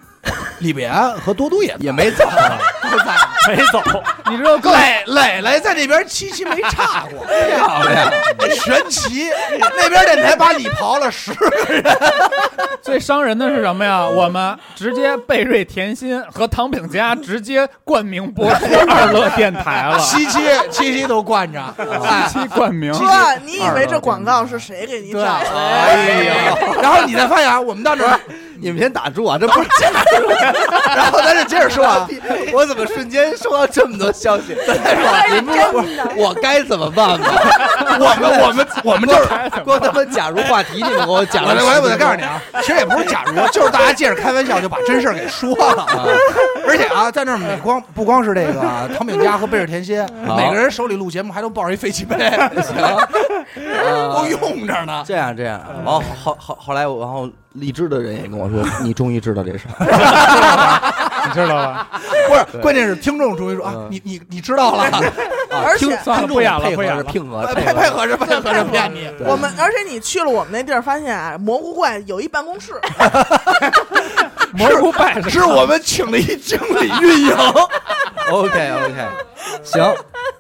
S10: 李别和多多也
S2: 也没走，
S10: 都在，
S1: 没走，
S4: 你知道更
S10: 磊磊磊在这边七七没差过，
S2: 漂
S10: 哎
S2: 亮，
S10: 全齐。那边电台把你刨了 十个人，
S4: 最伤人的是什么呀？我们直接贝瑞甜心和唐饼家直接冠名播 出二乐电台了，
S10: 七七七七都惯着。哎
S4: 七期冠名。
S8: 哥，你以为这广告是谁给你找
S10: 对，啊
S8: 的？
S10: 哎呦，然后你再发现啊，我们到这儿，
S2: 你们先打住啊，这不是假的。
S10: 然后咱就接着说 啊，
S2: 我怎么瞬间收到这么多消 息？再说，你们不是我该怎么办吧？
S10: 我们我们我 们就是，
S2: 光他妈假如话题，你们给我讲
S10: 我
S2: 了
S10: 来我来我再告诉你啊，其实也不是假如， 就是大家借着开玩笑就把真事儿给说了。而且啊，在那儿美光不光是这个 啊唐饼家和贝尔甜心，每个人手里录节目还都抱着一废弃杯， 都
S2: 啊
S10: 用着呢。
S2: 这样这样，然后后后后来我，然后荔枝的人也跟我说，你终于知道这事儿，
S4: 你知道吧？
S10: 不是，关键是听众终于说啊
S2: 嗯，
S10: 你你你知道 了，
S8: 而且
S2: 啊听
S4: 算了
S2: 听
S4: 不
S2: 众
S4: 演了
S2: 配
S4: 不
S2: 合
S4: 演
S2: 着
S4: 了
S2: 配合
S3: 哎
S2: 着
S10: 配配合着配合着骗你。
S2: 对
S8: 我们，而且你去了我们那地儿，发现啊，蘑菇怪有一办公 室，啊
S4: 蘑菇败了，
S10: 是我们请了一经理 运
S2: 啊
S10: 营，
S2: OK OK，行，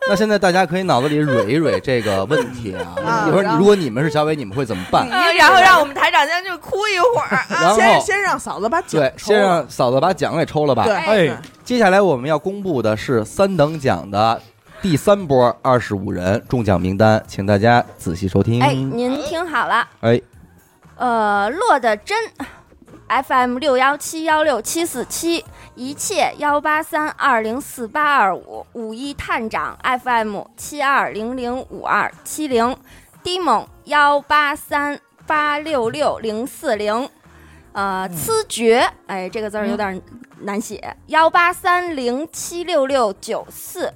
S2: 那现在大家可以脑子里蕊一蕊这个问题啊。
S8: 啊
S2: 一会儿你
S8: 然后
S2: 如果你们是小伟，你们会怎么办？
S7: 然后让我们台长先去哭一会儿啊！
S2: 然后
S8: 先先让嫂子把酒
S2: 对，
S8: 抽
S2: 先
S8: 了，
S2: 让嫂子把奖给抽了吧。
S8: 对，
S4: 哎
S2: 接下来我们要公布的是三等奖的第三波二十五人中奖名单，请大家仔细收
S7: 嗯
S2: 听。
S9: 哎，您听好了，
S2: 哎，
S9: 呃，落的真，FM 六幺七幺六七四七，一切幺八三二零四八二五五一探长 FM 七二零零五二七零，Dimon 幺八三八六六零四零。呃，思觉，哎，这个字儿有点难写，幺八三零七六六九四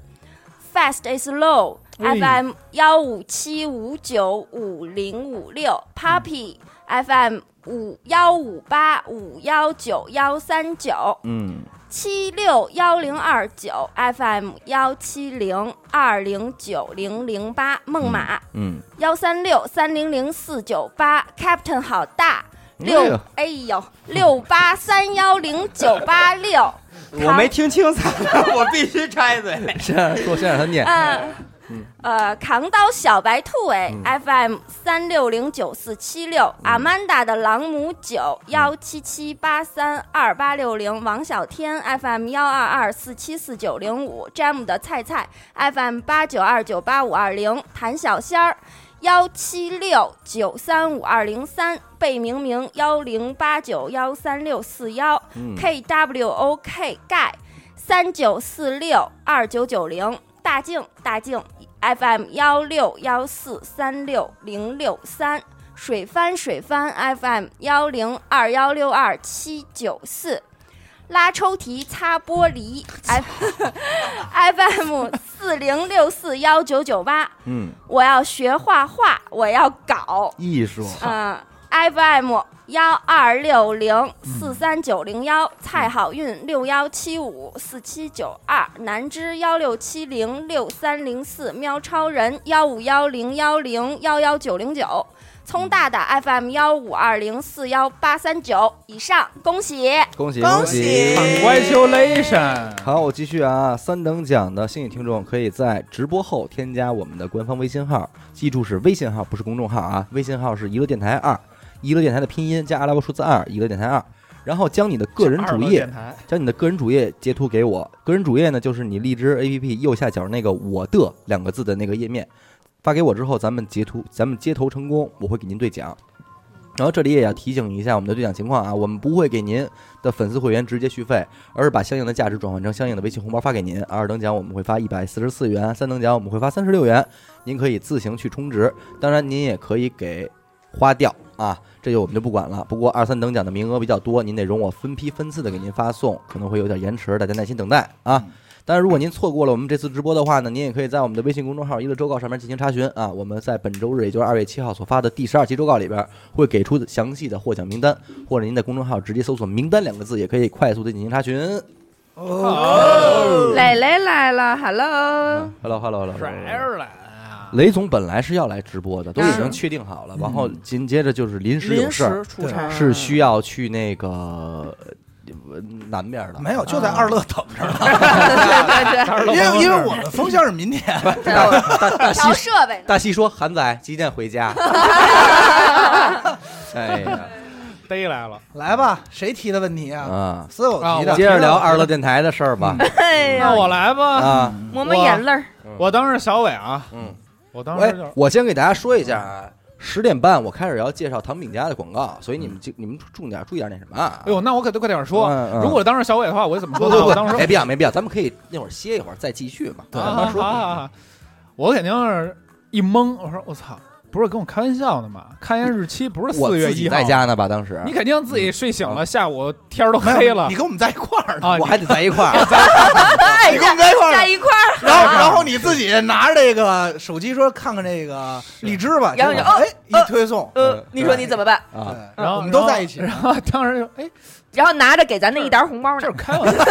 S9: ，Fast is low。
S1: 哎
S9: FM 幺五七五九五零五六，Papi FM 五幺五八五幺九幺三九
S2: 嗯，
S9: 七六幺零二九 FM 幺七零二零九零零八，梦马
S2: 嗯，
S9: 幺三六三零零四九八，Captain 好大
S2: 哎
S9: 六
S2: 呦，
S9: 哎呦六八三幺零九八六，
S6: 我没听 清楚，我必须插一嘴。
S2: 先让说，先让他念。
S9: 嗯，呃，扛刀小白兔哎、f m 三六零九四七六，阿曼达的朗姆九幺七七八三二八六零，王小天 FM 幺二二四七四九零五，詹姆的菜菜 FM 八九二九八五二零，谭小仙儿。幺七六九三五二零三，贝明明幺零八九幺三六四幺
S2: 嗯
S9: ，KWOK 盖三九四六二九九零，大静大静 FM 幺六幺四三六零六三，水帆水帆 FM 幺零二幺六二七九四。拉抽屉、擦玻璃，FM 四零六四幺九九八。
S2: 嗯，
S9: 我要学画画，我要搞，
S2: 艺术，
S9: 嗯、f m 幺二六零四三九零幺，蔡好运六幺七五四七九二，南芝幺六七零六三零四，喵超人幺五幺零幺零幺幺九零九，葱大大 FM 幺五二零四幺八三九，以上恭喜。
S2: 恭喜
S8: 恭
S2: 喜！
S4: ，Congratulation！
S2: 好，我继续啊。三等奖的幸运听众可以在直播后添加我们的官方微信号，记住是微信号，不是公众号啊。微信号是娱乐电台二，娱乐电台的拼音加阿拉伯数字二，娱乐电台二。然后将你的 个人主页，将你的个人主页截图给我。个人主页呢，就是你荔枝 APP 右下角那个“我的”两个字的那个页面，发给我之后，咱们截图，咱们接头成功，我会给您兑奖。然后这里也要提醒一下我们的兑奖情况啊，我们不会给您的粉丝会员直接续费，而是把相应的价值转换成相应的微信红包发给您。二等奖我们会发一百四十四元，三等奖我们会发三十六元，您可以自行去充值，当然您也可以给花掉啊，这就我们就不管了。不过二三等奖的名额比较多，您得容我分批分次的给您发送，可能会有点延迟，大家耐心等待啊。当然，如果您错过了我们这次直播的话呢，您也可以在我们的微信公众号“一乐周告”上面进行查询啊。我们在本周日，也就是二月七号所发的第十二期周告里边，会给出详细的获奖名单，或者您在公众号直接搜索“名单”两个字，也可以快速的进行查询。
S7: 磊磊来了，Hello，
S2: Hello Hello Hello，,
S4: ，Ireland，
S1: 嗯
S2: 雷总本来是要来直播的，都已经
S7: 嗯
S2: 确定好了，然后紧接着就是临时有
S8: 临
S2: 事儿
S8: 时，出差
S2: 是需要去那个呃南边的，
S10: 没有，就在二乐等着呢。
S4: 当然了
S10: 因为因为我们封箱是明天，
S2: 大大大西
S9: 调设备呢？
S2: 大西说：“韩仔几点回 家？”哎呀，
S4: 逮来了，
S10: 来吧，谁提的问题啊？
S2: 啊，
S10: 所有提
S4: 啊
S10: 的。
S4: 我
S2: 接着聊二乐电台的事儿吧。
S7: 哎
S4: 那
S7: 呀，
S4: 我来吧。
S2: 啊，
S7: 抹抹眼泪儿，
S4: 我当时小伟啊，
S2: 嗯，
S4: 我当
S2: 哎
S4: 时就，
S2: 我先给大家说一下啊，十点半我开始要介绍唐饼家的广告，所以你们就你们重点注意点那什么啊。
S4: 嗯哎呦，那我可得快点说。
S2: 嗯哎嗯
S4: 如果当时小伟的话，我会怎么
S2: 不
S4: 说呢？
S2: 不
S4: 我当
S2: 不，没
S4: 时
S2: 必要没必要，咱们可以那会儿歇一会儿再继续嘛。
S4: 啊
S2: 慢慢
S4: 啊啊
S2: 说。
S4: 啊啊我肯定是一懵，我说我操，不是跟我开玩笑呢吗？看一下日期，不是
S2: 我
S4: 四月
S2: 自己
S4: 一号
S2: 在。家呢吧？当时
S4: 你肯定自己睡醒了，下午天儿都黑了
S10: 你跟我们在一块儿呢，
S4: 啊！
S2: 我
S4: 你
S2: 还得在一块 儿。
S10: 你跟我们在一块儿呢
S7: 在，一哎块儿，
S4: 啊
S10: 然后然后你自己拿着这个手机说看看这个荔枝吧，
S7: 然后
S10: 结
S7: 就
S10: 果哎
S7: 呃
S10: 一推送，
S7: 呃，你说你怎么办？
S2: 哦啊，
S10: 对
S4: 然后
S10: 我们都在一起
S4: 然，后当时就哎，
S7: 然后拿着给咱那一沓红包
S4: 这
S7: 呢
S4: 是，开玩笑，不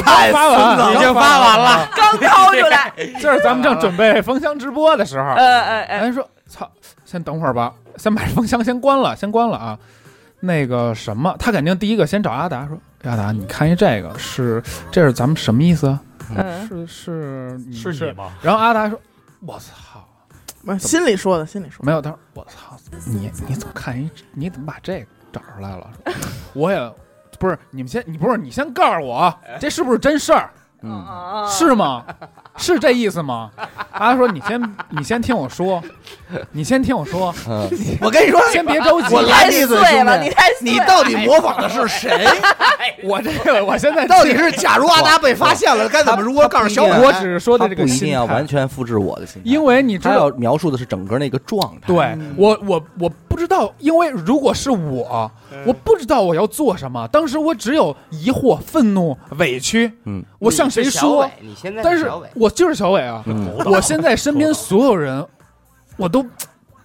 S4: 是刚发完了，
S6: 已经发完了，
S7: 刚掏出来，
S4: 这是咱们正准备封箱直播的时候，哎
S7: 呃呃呃，
S4: 人说操，先等会儿吧，先把封箱先关了，先关了啊。那个什么，他肯定第一个先找阿达说，阿达，你看一这个是这是咱们什么意思啊？
S7: 嗯，
S4: 是是
S1: 是你？吗？
S4: 然后阿达说，我操，
S8: 不是嗯心里说的，心里说的。
S4: 没有，他说我操，你你怎么看一？你怎么把这个找出来了？ 我也不是你们先，你不是你先告诉我，这是不是真事儿？
S2: 哎嗯，
S4: 是吗？是这意思吗？他说：“你先，你先听我说，你先听我说，
S2: 嗯
S10: 我跟你说，
S4: 先别着急。
S10: 我来
S7: 太
S10: 你一嘴，
S7: 碎
S10: 兄
S7: 了，你
S10: 弟，
S7: 太碎
S10: 你
S7: 了
S10: 到底模仿的是 谁？
S4: 我这个，我现在
S10: 到底是假如阿达被发现了，该怎么如何告诉小
S2: 他
S10: 伟？
S4: 我只是说的
S2: 啊他
S4: 这
S2: 不一
S4: 个
S2: 定
S4: 心
S2: 要
S4: 态
S2: 完，全复制我的心态，
S4: 因为你知
S2: 他
S4: 道
S2: 要，描述的是整个那个状态。
S4: 对我，我我不知道，因为如果是我，我不知道我要做什么。当时我只有疑惑、愤怒、委屈，
S2: 嗯，
S4: 我向谁说？？
S6: 你现在
S4: 但是
S6: 小伟，
S4: 我就是小伟啊，
S2: 嗯
S4: 我现在身边所有人，我都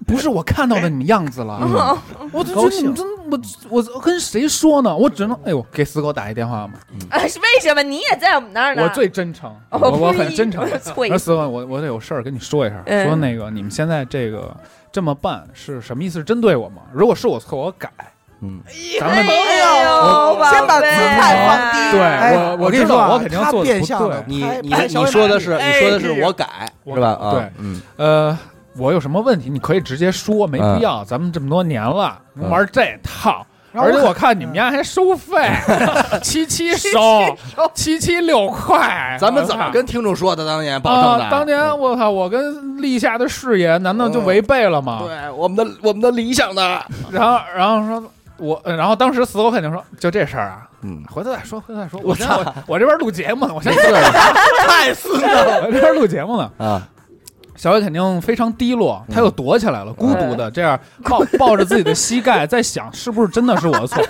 S4: 不是我看到的你样子了。
S2: 嗯
S4: 我就
S2: 高
S4: 觉得你
S2: 兴
S4: 真我我跟谁说呢？我只能哎呦给死狗打一电话嘛。
S7: 啊是为什么你也在我们那儿呢？
S4: 我最真诚，
S7: 哦
S4: 我我
S7: 呸
S4: 很真诚。
S7: 我脆
S4: 我说死狗，我我得有事儿跟你说一下，
S7: 嗯
S4: 说那个你们现在这个这么办是什么意思？是针对我吗？如果是我错，我改。
S2: 嗯，
S4: 咱们
S7: 哎呦，
S8: 先把姿态
S10: 放低
S4: 对
S10: 哎
S4: 我我
S10: 跟你
S4: 知道
S10: 说啊，
S4: 我肯定
S10: 他
S4: 做得
S10: 变
S4: 不
S10: 相的
S4: 对
S2: 你
S10: 拍
S2: 你
S10: 拍小
S2: 你
S10: 伟哪
S2: 说的
S10: 里哎
S2: 是你说的是我改
S4: 我
S2: 是吧？啊，
S4: 对
S2: 嗯，
S4: 呃，我有什么问题你可以直接说，没
S2: 嗯
S4: 必要。咱们这么多年了，
S2: 嗯
S4: 玩这套。
S10: 然后
S4: 而且
S10: 我
S4: 我看你们家还 收费，七七收，七七六块。
S2: 咱们怎么
S10: 嗯
S4: 我操
S2: 跟听众说的？当年保证
S4: 啊
S2: 的，，嗯
S4: 当年我操，我跟立下的誓言，难道就违背了吗？
S6: 哎
S2: 对我们的我们的理想的，
S4: 然后，然后说，我，呃然后当时死狗肯定说，就这事儿啊，
S2: 嗯，
S4: 回头再说，回头再说。
S2: 我
S4: 我先我我这边录节目呢，我先
S10: 太孙子了，
S4: 我这边录节目呢。
S2: 啊，
S4: 小伟肯定非常低落，他又躲起来了，孤独的这样嗯 抱抱着自己的膝盖，在想是不是真的是我的错。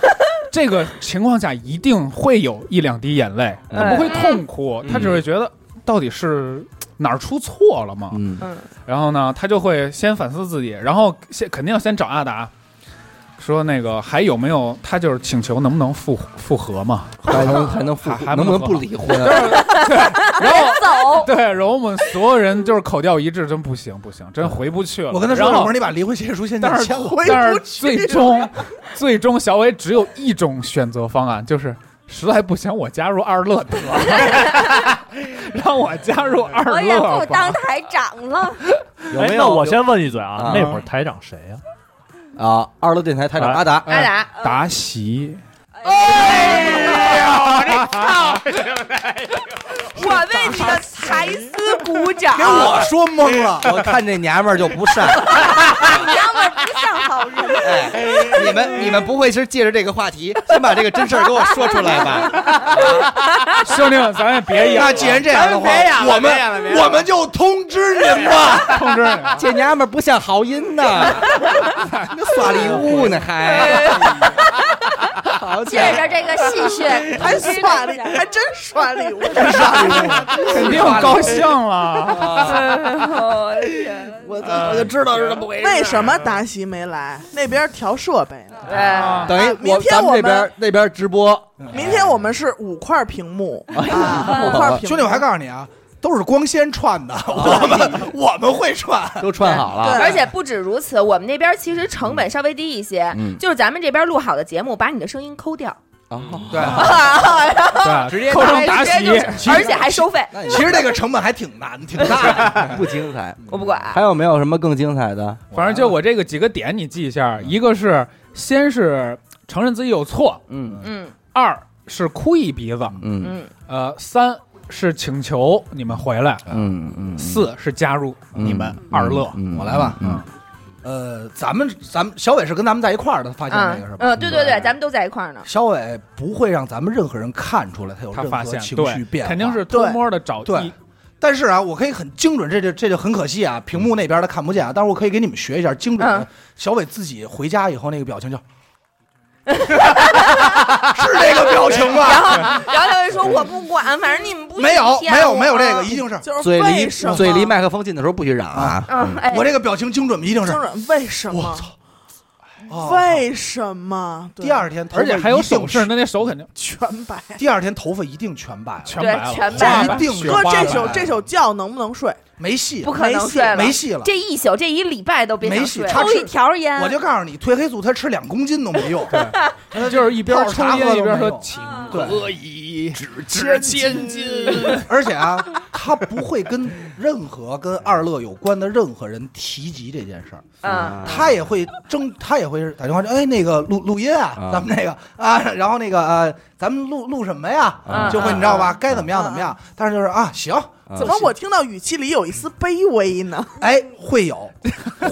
S4: 这个情况下一定会有一两滴眼泪，他不会痛哭，他只会觉得到底是哪儿出错了吗？
S2: 嗯
S4: 然后呢，他就会先反思自己，然后先肯定要先找阿达，说那个还有没有，他就是请求能不能复复合嘛？
S2: 还能还能复
S4: 还还
S2: 能不能
S4: 不
S2: 不
S4: 能
S2: 离婚啊？
S4: 然后
S7: 走，
S4: 对，然后我们所有人就是口调一致，真不行不行，真回不去了。
S10: 我跟他说，
S4: 然
S10: 我
S4: 后
S10: 说你把离婚协议书现在
S4: 但是
S10: 签了。
S4: 但是最终 最终小伟只有一种选择方案，就是实在不行我加入二乐得， 让我加入二
S9: 我也
S4: 乐
S9: 不当
S4: 吧。
S9: 台长了，
S2: 有
S1: 哎
S2: 没
S1: 那
S2: 有
S1: 我先问一嘴啊
S2: 啊，
S1: 那会儿台长谁呀？
S2: 啊？二楼电台台长
S1: 哎
S2: 阿达，
S7: 阿达，
S4: 达喜，
S7: 哎 我为你的才思鼓掌
S10: 给。我说懵了，
S2: 啊哎我看这娘们儿就不善，
S9: 娘们儿不像好人。
S2: 哎，你们你们不会是借着这个话题先把这个真事儿给我说出来吧？
S4: 兄弟们，咱也别演
S10: 那
S4: 了，
S10: 既然这样的话，我们我们就通知您吧。
S4: 控制你
S2: 这娘们儿不像好音呐，耍礼物呢还，好
S9: 借着这个戏谑，
S2: 哎
S8: 还刷礼，还真刷礼物。
S4: 肯定高 兴了。
S7: 哦
S2: 我我就知道是怎么回
S8: 为什么达西没来？那边调设备呢。
S7: 对，
S2: 呃等于
S8: 明
S2: 我
S8: 天
S2: 咱们这
S8: 我们
S2: 边那边直播，
S8: 明天我们是五块屏幕，
S2: 哎
S8: 啊，五块屏幕。
S10: 哦兄弟，我还告诉你啊，都是光纤串的， 我们我们会串。
S2: 都串好了，
S7: 而且不止如此，我们那边其实成本稍微低一些，
S2: 嗯
S7: 就是咱们这边录好的节目，把你的声音抠掉，
S10: 对，
S4: 对，啊
S2: 直接
S4: 扣上
S7: 哎
S4: 达
S7: 啊直接，
S4: 喜
S7: 就是而且还收费，
S2: 那
S10: 其实这个成本还挺难，挺大的。
S2: 不精彩。
S7: 我不管。
S2: 还有没有什么更精彩的？
S4: 反正就我这个几个点你记一下，一个是先是承认自己有错，
S2: 嗯
S7: 嗯
S4: 二是哭一鼻子，
S2: 嗯
S7: 嗯，
S4: 呃，三是请求你们回来，
S2: 嗯嗯，
S4: 四是加入你们
S10: 嗯
S4: 二乐。
S2: 我
S10: 我来吧
S2: 嗯，
S10: 呃，咱们咱们小伟是跟咱们在一块儿的，发现
S7: 啊
S10: 这个是吧？
S7: 嗯，对对对，咱们都在一块儿呢。
S10: 小伟不会让咱们任何人看出来他有
S4: 他
S10: 任
S4: 发
S10: 何
S4: 现
S10: 情绪
S4: 对，
S10: 变化，
S4: 肯定是偷摸的找
S10: 对
S4: 一
S10: 但是啊，我可以很精准，这就这就很可惜啊，屏幕那边的看不见啊。但是我可以给你们学一下精准的。
S7: 嗯
S10: 小伟自己回家以后那个表情就， 是这个表情
S7: 然
S10: 吧？
S7: 后，然后他就说：“我不管，反正你们不
S10: 没有，
S7: 骗
S10: 没有，
S7: 我
S10: 没有这个，一。定是
S8: 就是
S2: 嘴
S8: 啊为
S2: 离
S8: 什么
S2: 嘴离麦克风近的时候不许嚷啊！
S7: 嗯，哎，
S10: 我这个表情精准，一定是
S8: 精。准为什
S10: 我
S8: 么？
S10: 操！哦
S8: 为什么？哦对
S10: 第二天，
S4: 而且还有手势，
S10: 呢。
S4: 那那手肯定
S8: 全白。
S10: 第二天头发一定全白了，
S4: 全白了，
S7: 对全白
S10: 了这
S4: 花
S10: 一定
S4: 雪
S10: 是
S8: 哥
S4: 花，白
S8: 这首这首
S2: 哎
S8: 觉能不能睡？
S10: 没戏
S7: 不
S10: 了，
S7: 可能睡了，
S10: 没戏了。
S7: 这一宿这一礼拜都别想
S10: 没戏
S7: 睡了
S10: 他
S7: 抽
S10: 吃
S7: 一条烟，
S10: 我就告诉你，褪黑素他吃两公斤都没用。
S4: 他就是一边抽
S10: 泡茶喝
S4: 烟
S10: 都啊
S4: 一边
S10: 没
S4: 说
S10: 有
S4: 请
S10: 对，
S4: 以只知千金，
S10: 而且啊，
S3: 他不会跟任何跟二乐有关的任何人提及这件事儿。
S6: 啊
S7: 嗯
S3: 他也会争，他也会打电话，哎，那个录录音啊
S2: 啊，
S3: 咱们那个啊，然后那个呃，咱们录录什么呀
S2: 啊？
S3: 就会你知道吧？该怎么样怎么样？但是就是啊，行，
S8: 怎么我听到语气里有一丝卑微呢？
S3: 哎，会有，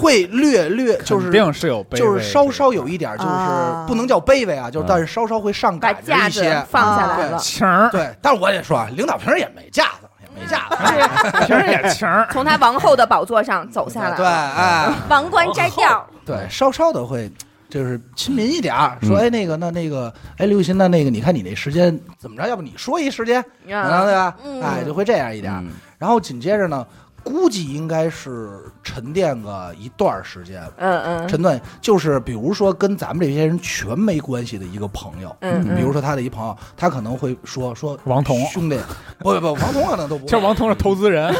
S3: 会略略就是
S4: 肯定是有卑微，
S3: 就是稍稍有一点儿，就是
S8: 啊
S3: 不能叫卑微啊，就是但是稍稍会上
S7: 把
S3: 赶嗯着
S7: 架
S3: 一
S7: 子
S3: 些。
S7: 放下来
S3: 啊
S7: 了，
S4: 情儿，
S3: 对，但是我也说啊，领导平时也没架子，也没架子。
S4: 情儿
S10: 啊
S4: 也 情儿，
S7: 从他王后的宝座上走啊下来
S3: 对，
S7: 了。
S3: 哎，
S2: 啊
S9: 王冠摘掉，
S3: 对，稍稍的会就是亲民一点儿，说
S2: 嗯
S3: 哎那个那那个哎刘雨欣那那个你看你那时间怎么着？要不你说一时间，然后对
S7: 嗯
S3: 吧？
S9: 嗯
S3: 哎，就会这样一点儿。
S2: 嗯
S3: 然后紧接着呢，估计应该是沉淀个一段儿时间。
S7: 嗯嗯
S3: 沉淀就是比如说跟咱们这些人全没关系的一个朋友，
S7: 嗯嗯
S3: 比如说他的一朋友，他可能会说说
S4: 王彤
S3: 兄弟，不不不，王彤可能都不会，
S4: 这王彤是投资人，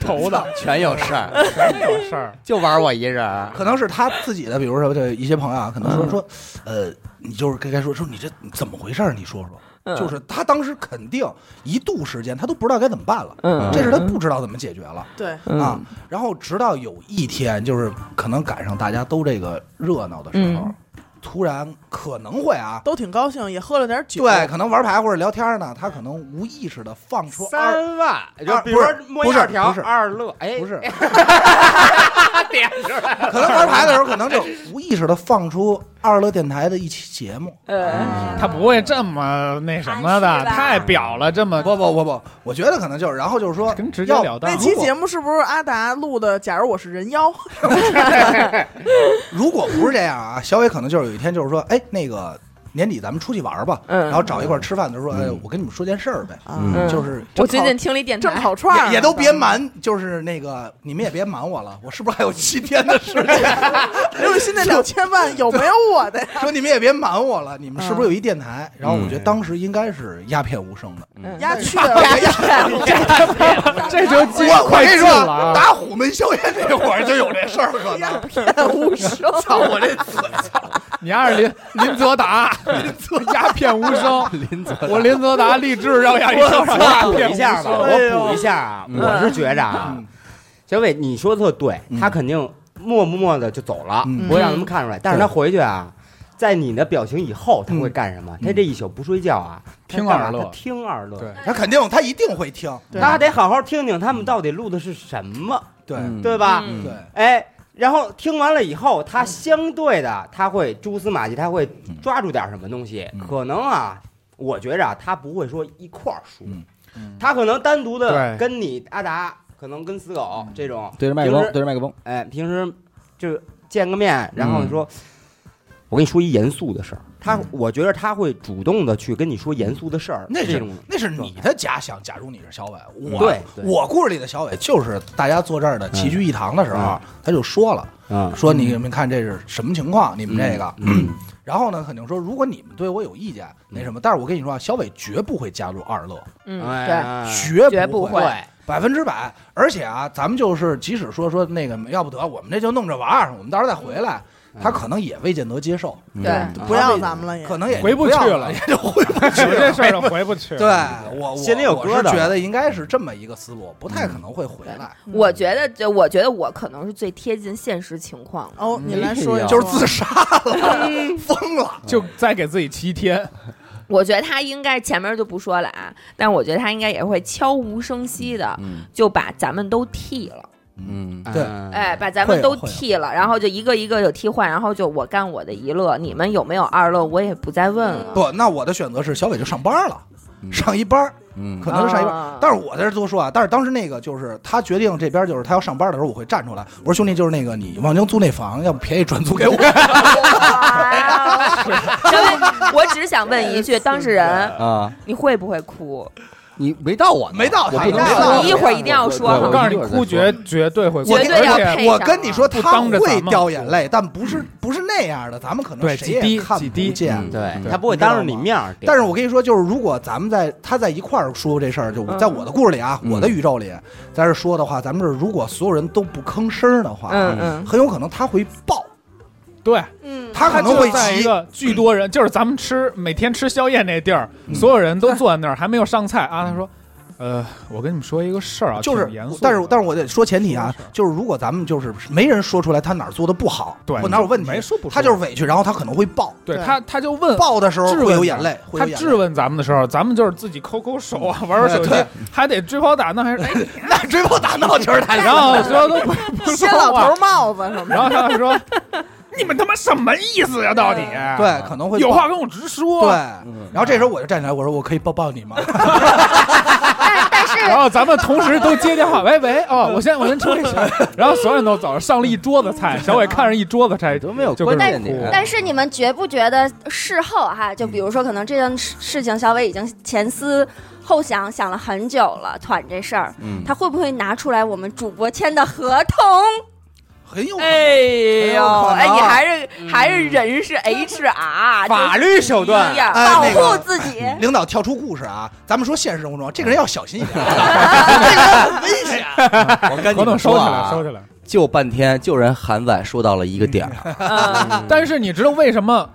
S4: 投的
S6: 全有事 儿，
S4: 真有事儿，
S6: 就玩我一人啊儿。
S3: 可能是他自己的，比如说这一些朋友啊，可能
S4: 嗯
S3: 说说，呃，你就是该该说说你这怎么回事儿？你说说，
S7: 嗯，
S3: 就是他当时肯定一度时间他都不知道该怎么办了，
S7: 嗯，
S3: 这是他不知道怎么解决了
S8: 对，
S3: 啊。然后直到有一天，就是可能赶上大家都这个热闹的时候
S7: 嗯，
S3: 突然可能会啊，
S8: 都挺高兴，也喝了点酒。
S3: 对，可能玩牌或者聊天呢，他可能无意识的放出二，
S6: 三万，就
S3: 二
S6: 比如说
S3: 不是
S6: 摸
S3: 不
S6: 一
S3: 是
S6: 二条
S3: 不是
S6: 二乐，哎，
S3: 不是，
S6: 点出来
S3: 可能玩牌的时候可能就无意识的放出二乐电台的一期节目。
S7: 呃，
S4: 他不会这么那什么的，
S9: 暗示吧
S4: 太表了，这么
S3: 不不不不，我觉得可能就是，然后就是说
S4: 跟直截
S3: 要
S4: 了当
S8: 那。期节目是不是阿达录的？假如我是人妖，
S3: 如果不是这样啊，小伟可能就是有一天就是说，哎，那个年底咱们出去玩吧，
S7: 嗯
S3: 然后找一块儿吃饭的时候说，哎
S2: 嗯，
S3: 我跟你们说件事儿呗，
S8: 啊，
S7: 嗯
S3: 就是
S7: 我最近听了一电台，
S8: 嗯正烤串儿
S3: 也也都别瞒，就是那个你们也别瞒我了，我是不是还有七天的时间？
S8: 刘雨欣那两千万有没有我的呀？
S3: 说你们也别瞒我了，你们是不
S7: 嗯
S3: 是有一电台？然后我觉得当时应该是鸦片无声的，
S7: 嗯
S8: 鸦雀，
S4: 这就进
S3: 我我
S4: 快
S3: 跟你
S4: 进
S3: 说
S4: 了啊
S3: 啊，！打虎门销烟那会儿就有这事儿可能。
S8: 无声，
S3: 操我这嘴！
S4: 你要是林林泽 达，林泽鸦片无声，林泽，我林泽达立志要鸦 片无声，鸦
S6: 补
S4: 片
S6: 一下吧，
S4: 无声
S6: 我补一下啊，
S2: 嗯
S6: 我是觉着啊
S3: 哎嗯，
S6: 小伟你说的特对
S3: 嗯，
S6: 他肯定默默默的就走了，
S3: 嗯
S6: 不会让他们看出来。但是他回去啊，在你的表情以后，他
S3: 嗯
S6: 会干什么？他这一宿不睡觉啊，他
S4: 听
S6: 干嘛
S4: 二乐
S6: 他听二乐，
S4: 对
S3: 他肯定，他一定会听，
S8: 对
S6: 他得好好听听他们到底录的是什么，
S3: 对
S2: 嗯
S6: 对吧？
S7: 嗯
S3: 对。
S6: 哎，然后听完了以后，他相对的他会蛛丝马迹，他会抓住点什么东西。
S2: 嗯
S6: 可能啊，我觉着啊，他不会说一块儿说，
S2: 嗯
S3: 嗯
S6: 他可能单独的
S4: 对
S6: 跟你阿达，可能跟死狗
S3: 嗯
S6: 这种，
S2: 对着麦克风
S6: 平，时
S2: 对着麦克风，
S6: 哎，平时就见个面，然后说。
S3: 嗯
S6: 我跟你说一严肃的事儿，他我觉得他会主动的去跟你说严肃的事儿，
S3: 那
S6: 这
S3: 是
S6: 种
S3: 那是你的假想，假如你是小伟，我
S6: 对对
S3: 我故事里的小伟就是大家坐这儿的齐聚一堂的时候
S6: 嗯，
S3: 他就说了，
S6: 嗯，
S3: 说你们看这是什么情况，你们这个，
S6: 嗯
S3: 然后呢，肯定说如果你们对我有意见，那什么，但是我跟你说啊，小伟绝不会加入二乐，
S7: 嗯，对，
S6: 哎，
S3: 绝
S7: 绝
S3: 不
S7: 不
S3: 会
S7: 会。
S3: 百分之百，而且啊，咱们就是即使说说那个，要不得，我们这就弄着玩儿，我们到时候再回来，
S6: 嗯
S3: 他可能也未见得接受，
S2: 嗯
S7: 对
S8: 不要咱们了也
S3: 可。能也
S4: 回不去
S3: 要
S4: 了
S3: 也就回 不去
S4: 有
S3: 了。
S4: 这事儿就回不去。
S3: 对，我我
S6: 心里有
S3: 我
S6: 疙
S3: 是
S6: 瘩嗯
S3: 觉得应该是这么一个思路，不太可能会回来，
S7: 我觉得这，我觉得我可能是最贴近现实情况的。
S8: 哦，你来说一说，
S3: 就是自杀了， 疯了。
S4: 就再给自己七天，
S7: 我觉得他应该前面就不说了啊，但我觉得他应该也会悄无声息的
S2: 嗯
S7: 就把咱们都替了，
S2: 嗯，
S3: 对
S6: 嗯
S7: 哎，把咱们都
S3: 会有会有
S7: 替了，然后就一个一个有替换，然后就我干我的一乐，你们有没有二乐，我也不再问了。
S3: 不，那我的选择是小伟就上班了，
S2: 嗯
S3: 上一班儿，
S2: 嗯
S3: 可能是上一班儿。
S7: 啊
S3: 但是我在这多说啊，但是当时那个就是他决定这边就是他要上班的时候，我会站出来，我说兄弟，就是那个你望京租那房，要不便宜转租给我。
S7: 小伟，我只想问一句，当事人，
S2: 啊，
S7: 你会不会哭？
S2: 你没到我呢，
S3: 没到
S2: 我
S3: 他
S2: 不能
S3: 没到
S2: 说，
S3: 你
S7: 一会儿一定要说
S2: 我
S4: 我
S7: 好
S4: 告诉
S2: 一
S4: 你
S2: 会儿，再
S4: 哭
S2: 说
S4: 绝绝对会哭，
S7: 绝对要
S4: 而且
S7: 配
S3: 我
S7: 上啊
S3: 跟你说，
S4: 不
S3: 他
S4: 当着咱
S3: 会
S4: 们嗯
S3: 掉眼泪，但不是不是那样的，咱们可能
S4: 对
S3: 谁
S4: 几
S3: 也
S4: 滴
S3: 看
S4: 几
S3: 不
S4: 滴
S3: 见。
S2: 嗯
S6: 对，
S4: 对
S6: 他不会当着你面儿。
S3: 但是我跟你说，就是如果咱们在他在一块儿说这事儿，就我在我的故事里啊，
S2: 嗯
S3: 我的宇宙里，在这说的话，咱们这如果所有人都不吭声儿的话，
S7: 嗯嗯
S3: 很有可能他会爆。
S4: 对，
S9: 嗯，
S3: 他可能会
S4: 在一
S3: 急，嗯
S4: 个巨多人，就是咱们吃每天吃宵夜那地儿，所有人都坐在那儿，还没有上菜啊。他说：“呃，我跟你们说一个事儿啊，
S3: 就是
S4: 挺严肃的，
S3: 但是但是我得说前提啊
S4: 是，
S3: 就是如果咱们就是没人说出来他哪儿做的不好，
S4: 对
S3: 我哪有问题
S4: 没，说不说
S3: 他就是委屈，然后他可能会爆，
S4: 对
S8: 对
S4: 他他就问
S3: 爆的时候
S4: 质问
S3: 会有眼泪，会
S4: 他
S3: 有眼
S4: 质
S3: 泪。
S4: 问咱们的时候，咱们就是自己抠抠手啊，玩玩手机
S3: 哎对，
S4: 还得追跑打闹， 还是哎，
S3: 那追跑打闹就是他，
S4: 然后所有都不 不说
S8: 掀老
S4: 话
S8: 头帽子什么的。
S4: 然后他就说：“你们他妈什么意思呀？到底
S3: 对可能会
S4: 有
S3: 爆
S4: 话跟我直说。
S3: 对，然后这时
S4: 啊
S3: 候我就站起来，我说我可以抱抱你吗？
S9: 但哎但是
S4: 然后咱们同时都接电话，喂喂，哦，我先我先抽一下，然后所有人都走了，上了一桌子菜，小伟看着一桌子菜，
S2: 都没有
S4: 就跟
S2: 关
S4: 着
S2: 键
S4: 哭
S3: 嗯
S2: 点。
S9: 但是你们觉不觉得事后哈，就比如说可能这件事事情，小伟已经前思后想，想了很久了，团这事儿，
S2: 嗯
S9: 他会不会拿出来我们主播签的合同？
S3: 很有可能
S7: 哎呦，
S3: 哎
S7: 哎，
S3: 有可能
S7: 你还是还是人事 HR
S6: 法律手段
S7: 就是一样
S3: 哎
S9: 保
S3: 那个
S9: 护自己，
S3: 领导跳出故事啊，咱们说现实生活中，这个人要小心一点，啊
S6: 我跟
S4: 合
S6: 你
S4: 同
S6: 们
S4: 收
S6: 说
S4: 起来，收
S6: 啊，
S4: 起来。
S2: 就半天，就人韩仔说到了一个点儿，
S7: 嗯
S4: 但是你知道为什么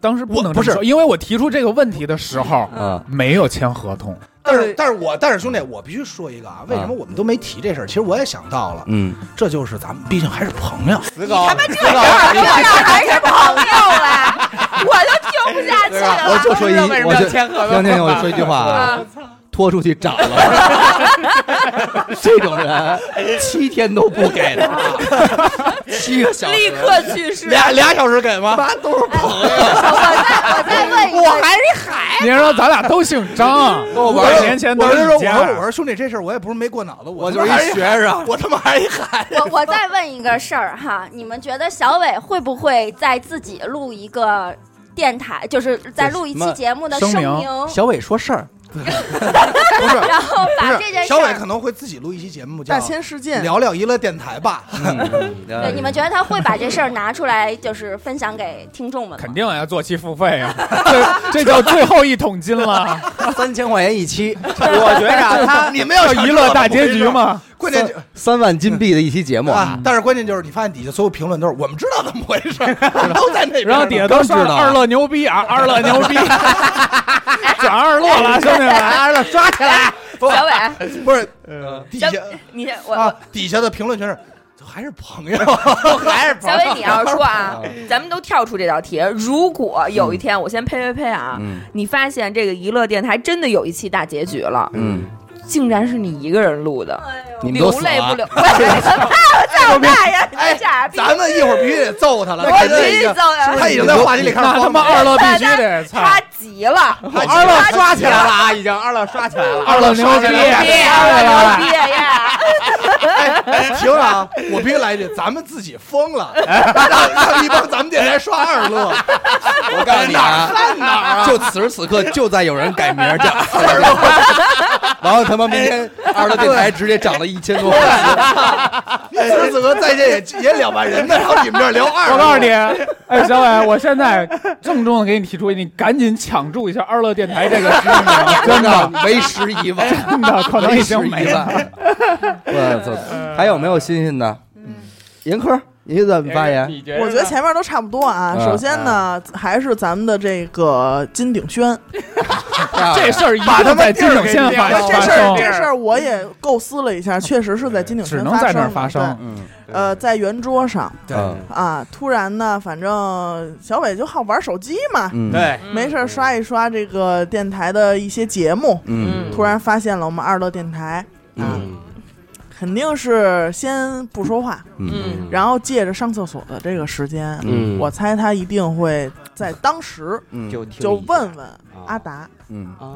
S4: 当时不能
S3: 我不是
S4: 这么说因为我提出这个问题的时候
S2: 嗯，
S4: 没有签合同，
S3: 但是但是我但是兄弟，我必须说一个啊，为
S4: 嗯
S3: 什么我们都没提这事儿？其实我也想到了，
S2: 嗯，
S3: 这就是咱们毕竟还是朋友，
S4: 嗯
S6: 死狗，死狗，
S7: 哎还是朋友了，我都听不下去了。
S2: 我就说一，
S6: 知道为什么
S2: 我
S6: 要
S2: 就
S6: 签合
S2: 听
S6: 同
S2: 听我说一句话啊，拖出去斩了。这种人七天都不给的，啊七个小时
S7: 立刻去世，
S6: 俩俩小时给吗？
S3: 嗯
S9: 我再问一
S7: 我
S9: 个，
S7: 还是海，
S4: 你说咱俩都姓张，
S2: 嗯
S4: 五
S3: 我
S4: 百年前
S3: 我
S4: 都
S3: 跟他
S4: 是
S3: 说，
S4: 一
S3: 我说我
S4: 家。
S3: 说兄弟，这事儿我也不是没过脑子，我
S6: 我
S3: 他
S6: 就
S3: 妈
S6: 是
S3: 还
S6: 一学生，
S3: 我他妈还是一孩子。
S9: 我我再问一个事儿哈，你们觉得小伟会不会在自己录一个电台，就是在录一
S2: 什么
S9: 期节目的
S4: 声
S9: 声
S4: 明
S9: 明，
S2: 小伟说事儿，
S3: 不是
S9: 然后把这
S3: 不
S9: 件
S3: 是，
S9: 事
S3: 小伟可
S9: 儿，
S3: 能会自己录一期节目，叫
S8: 大千世界，
S3: 聊聊娱乐电台 吧。
S9: 对，你们觉得他会把这事儿拿出来，就是分享给听众们吗？
S4: 肯定要做期付费啊，这这叫最后一桶金了，
S2: 三千块钱一期，
S6: 我觉着啊他
S3: 你 们要
S4: 叫
S3: 想
S4: 娱
S3: 知
S4: 乐
S3: 道
S4: 大
S3: 怎么
S4: 结
S3: 回
S4: 局
S3: 事？
S4: 嘛。
S3: 关键
S2: 三 三万金币的一期节目啊
S3: 啊！，
S4: 嗯
S3: 但是关键就是，你发现底下所有评论都是我们知道怎么回事， 都在那边呢。
S4: 然后底下都
S2: 刚知
S4: 说
S2: 道
S4: 二乐牛逼啊，二乐牛逼，转二乐了，兄弟们，
S2: 来了，抓起来！
S7: 小伟，
S3: 不是
S4: 呃
S3: 底下
S7: 小你我
S3: 啊，底下的评论全是还是朋友，
S6: 还是
S7: 小伟，你要是说啊，咱们都跳出这道题。如果有一天，我先呸呸呸啊，
S2: 嗯
S7: 你发现这个娱乐电台真的有一期大结局了，
S2: 嗯，
S7: 竟然是你一个人录的，
S2: 你们
S7: 流
S2: 都死
S7: 泪不
S2: 了
S7: 流？我操！我大爷，
S3: 哎
S7: 你傻逼！
S3: 咱们一会儿必须得揍他了。
S7: 我
S3: 他
S7: 必须
S3: 已
S7: 揍他
S3: 经他已经在话题里开始
S4: 那他
S3: 慌
S4: 妈
S3: 了。
S4: 二乐必须得操，
S7: 他急了，
S6: 二乐刷起来了啊，已经二乐刷起来了，
S4: 二乐牛逼，
S7: 牛逼呀！
S3: 哎，停啊！我必须来一句，咱们自己疯了，让让一帮咱们电台刷二 乐，
S2: 我告诉你啊， 就此时此刻，就在有人改名儿叫二乐， 然后他妈明天
S6: 哎
S2: 二乐电台直接涨了一千多粉丝，
S3: 此时此刻在线也也两万人呢，然后你们这儿聊二乐，
S4: 我告诉你，哎，小伟，我现在郑重的给你提出，你赶紧抢注一下二乐电台这个知名，
S2: 真的为时 已晚，
S4: 真的可能
S2: 为
S4: 已
S2: 时
S4: 经没
S2: 已
S4: 了。
S2: 晚。我操，还有没有新鲜的？严科，你怎么发言？
S6: 你觉
S8: 我觉得前面都差不多啊。
S2: 嗯
S8: 首先呢，还是咱们的这个金鼎轩，
S4: 这事儿一定在金鼎县发
S8: 这事
S4: 生
S8: 儿，这事儿我也构思了一下，确实是在金鼎
S4: 只
S8: 轩
S4: 能在那儿
S8: 发
S4: 发
S8: 生的。
S4: 生
S8: 对。
S2: 嗯，
S8: 呃，在圆桌上
S3: 对
S2: 嗯
S8: 啊，突然呢，反正小伟就好玩手机嘛，
S2: 嗯，，
S6: 对，
S8: 没事儿刷一刷这个电台的一些节目，
S2: 嗯
S8: 突然发现了我们二乐电台，啊，
S6: 嗯
S8: 肯定是先不说话，
S7: 嗯
S8: 然后借着上厕所的这个时间，
S2: 嗯
S8: 我猜他一定会在当时
S2: 嗯
S6: 就
S8: 就问问阿
S6: 啊
S8: 达，
S2: 嗯
S6: 啊，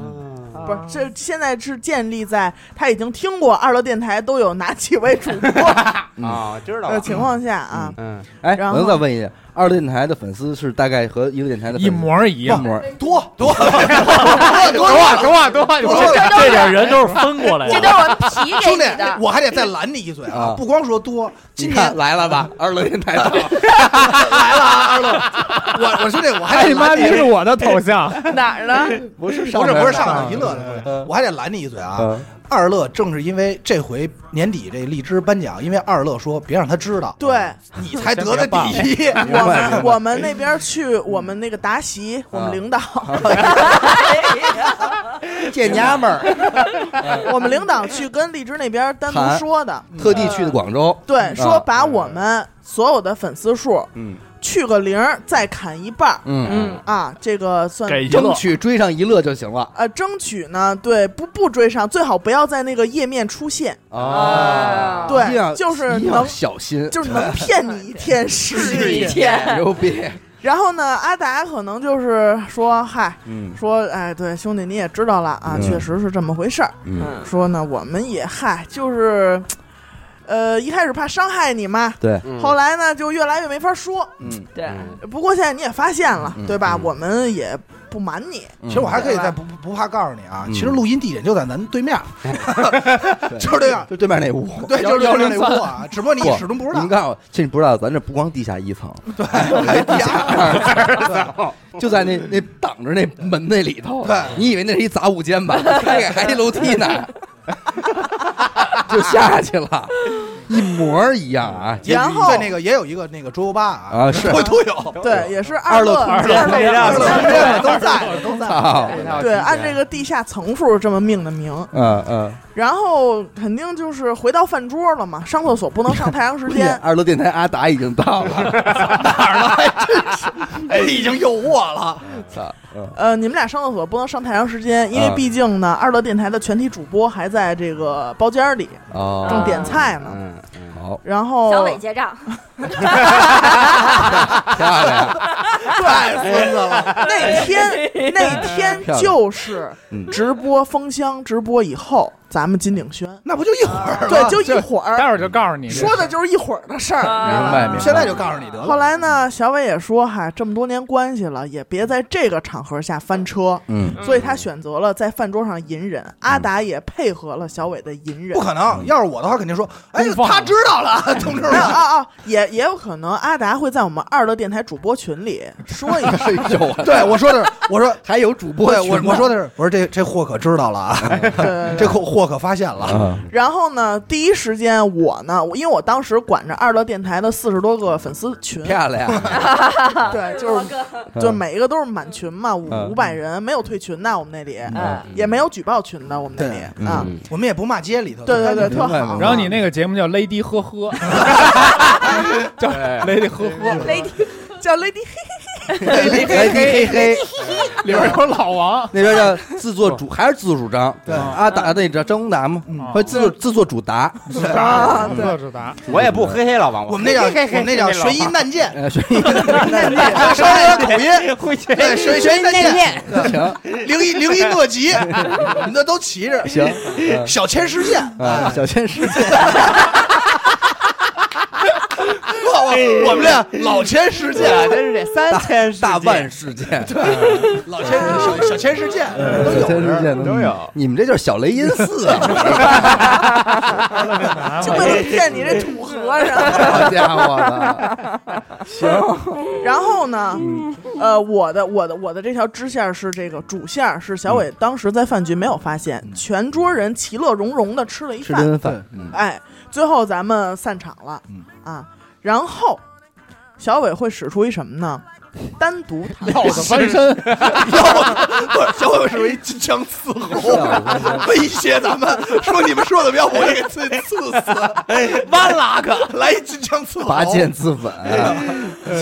S8: 不是这现在是建立在他已经听过二乐电台都有哪几位 主播
S6: 啊，知道
S8: 的
S6: 了，
S8: 情况下啊，
S6: 嗯，
S2: 哎，
S8: 然
S2: 我
S8: 后
S2: 能再问一下，二电台的粉丝是大概和一个电台的粉丝
S4: 一模一
S2: 一
S4: 样。
S2: 模？
S3: 多
S6: 多
S3: 多
S6: 话多话多话，
S3: 多多。
S1: 这点人都是分过来
S7: 这都。
S1: 的
S7: 是我们皮给
S3: 兄弟
S7: 你的，。
S3: 我还得再拦你一嘴啊
S2: 啊！
S3: 不光说多，今
S2: 你
S3: 天
S2: 看来 了吧，二乐电台的，
S3: 来了啊，二乐，我我兄弟，我还
S4: 哎
S3: 得
S4: 你妈，
S3: 拦
S4: 这是
S3: 你。
S4: 我的头像，
S7: 哪儿呢？
S2: 不是
S3: 不是
S11: 上
S3: 不是
S11: 上
S3: 上
S11: 上
S3: 头，一乐的不是
S11: 嗯
S3: 我还得拦你一嘴啊。
S6: 嗯
S3: 二乐正是因为这回年底这荔枝颁奖，因为二乐说别让他知道，
S2: 嗯
S8: 对，
S3: 你才得的第一。
S8: 我们我们那边去，我们那个答
S2: 啊
S8: 席，我们领导，
S6: 这娘们儿，
S8: 我们领导去跟荔枝那边单独说的，
S2: 特地去的广州，
S8: 对，说
S2: 啊
S8: 把我们所有的粉丝数
S2: 嗯
S8: 去个零儿，再砍一半儿
S2: 嗯，
S7: 嗯，
S8: 啊，这个算
S1: 给一
S2: 争
S1: 乐，
S2: 取追上一乐就行了
S8: 呃，争取呢，对，不不追上，最好不要在那个页面 出现，
S7: 啊
S2: 啊哦一定要
S8: 对，就是
S2: 一定要
S8: 能
S2: 小心，
S8: 就是能骗你一天是一天。
S7: 天，
S2: 牛逼，
S8: 然后呢，阿达可能就是说，嗨，
S2: 嗯
S8: 说，哎，对，兄弟你也知道了啊，
S2: 嗯
S8: 确实是这么回事儿。
S2: 嗯，
S7: 嗯
S8: 说呢，我们也嗨，就是，呃，一开始怕伤害你嘛，
S2: 对，
S8: 后来呢就越来越没法说。
S2: 嗯，
S7: 对，
S8: 不过现在你也发现了，
S2: 嗯
S8: 对吧？
S2: 嗯
S8: 我们也不瞒你，
S3: 其实我还可以
S8: 对吧
S3: 再不不怕告诉你啊，
S2: 嗯
S3: 其实录音地点就在咱对面，就是这样，
S2: 就对面那屋。
S3: 对，
S4: 幺
S3: 就是对面那
S4: 103
S3: 屋啊，只不过你
S2: 不
S3: 始终不知
S2: 你
S3: 道
S2: 们。告诉我，其实你不知道，咱这不光地下一层，
S3: 对，地下
S2: 就在那那挡着那门那里头。
S3: 对
S2: 你以为那是一杂物间吧？开开还一楼梯呢， 就下去了，一模一样啊！
S3: 也
S8: 然后
S3: 在那个也有一个那个桌游吧啊，
S2: 啊是
S3: 会都有。
S8: 对，也是二乐
S1: 二乐
S8: 二
S1: 二
S8: 乐
S1: 乐
S8: 二乐都在都在。
S2: 操，
S6: 哎
S8: 对，按这个地下层数这么命的名，
S2: 嗯嗯，
S8: 然后肯定就是回到饭桌了嘛，上厕所不能上太长时
S2: 关键
S8: 间，
S2: 二楼电台阿达已经到了，
S3: 哎，已经有我了，
S2: 操，嗯
S8: 呃，你们俩上厕所不能上太长时间，因为
S2: 啊
S8: 毕竟呢，二乐电台的全体主播还在这个包间里
S2: 哦
S8: 正点菜呢。
S6: 嗯，
S2: 好，
S8: 然后
S9: 小伟结账，
S2: 漂亮，
S3: 太孙子了。
S8: 那天那天就是
S2: 嗯
S8: 直播封箱直播以后，咱们金鼎轩，
S3: 那不就一会儿吗？
S8: 对，就一会
S4: 待
S8: 儿，
S4: 会儿就告诉你这事儿
S8: 说的就是一会儿的事儿。
S7: 啊
S2: 明白明白。
S3: 现在就告诉你得了。
S8: 后来呢，小伟也说，嗨，这么多年关系了，也别在这个场合下翻车，
S2: 嗯，
S8: 所以他选择了在饭桌上隐忍。阿达也配合了小伟的隐忍
S3: 不。可能，要是我的话，肯定说，哎
S4: 公，放
S3: 他知道了，同志们
S8: 没有，啊啊，也也有可能阿达会在我们二乐电台主播群里说一下，
S2: 哎呦，
S3: 对我说的是，我说，
S2: 还有主播
S3: 对
S2: 群
S3: 我
S2: 呢，
S3: 我说的是，我说这这货可知道了啊，
S8: 对对对
S3: 这货货可发现了，
S2: 嗯
S8: 然后呢，第一时间我呢，我因为我当时管着二乐电台的四十多个粉丝群，啊
S2: 漂 亮，
S8: 对，就是就是每一个都是满群嘛，五
S2: 嗯
S8: 五百人，没有退群的，我们那里啊
S7: 嗯
S8: 也没有举报群的，我们那里
S2: 对
S8: 啊，
S2: 嗯
S3: 我们也不骂街里头，
S8: 对对对，
S2: 明
S8: 特
S2: 白
S8: 好。
S2: 明白
S4: 然后你那个节目叫 Lady 呵呵，叫 Lady 呵呵，
S8: 叫 Lady，
S2: 嘿嘿嘿嘿，
S4: 里边有老王，
S2: 那边叫自作主，还是自作主张，啊
S3: 对
S2: 阿达那张张宏达吗？和自作自作主达，
S4: 自达，自达，
S6: 我也不黑黑老王，
S3: 我们那叫我们那叫悬疑难见，
S2: 呃，学
S3: 还有稍微有点口音，对，悬悬疑难见，
S2: 行啊
S3: 零一零一诺基，我们这都齐着，
S2: 行，
S3: 小千世界，
S2: 呃啊，小千世界，
S3: 我我我们俩老千世界，
S6: 真是这三千世
S2: 大
S6: 界
S2: 万世界，
S3: 老千小小千世界都
S2: 嗯小千
S3: 有
S2: 世界
S3: 着。
S2: 都有，你们这就是小雷音寺啊，
S8: 就为了骗你哎这土和尚。
S2: 好家伙的，
S8: 然后呢，呃，我的我的我的这条支线是这个主线是小
S2: 嗯
S8: 伟当时在饭局没有发现，全桌人其乐融融的吃了一
S2: 吃
S8: 饭，
S2: 顿饭，嗯
S8: 哎，最后咱们散场了，
S3: 嗯
S8: 啊，然后小伟会使出一什么呢？单独谈
S4: 跳个翻身，
S3: 不是，小伟是为金枪刺喉，威胁咱们说你们说怎么样，我也给自己刺死。弯拉个，来一金枪刺喉，
S2: 拔剑自刎，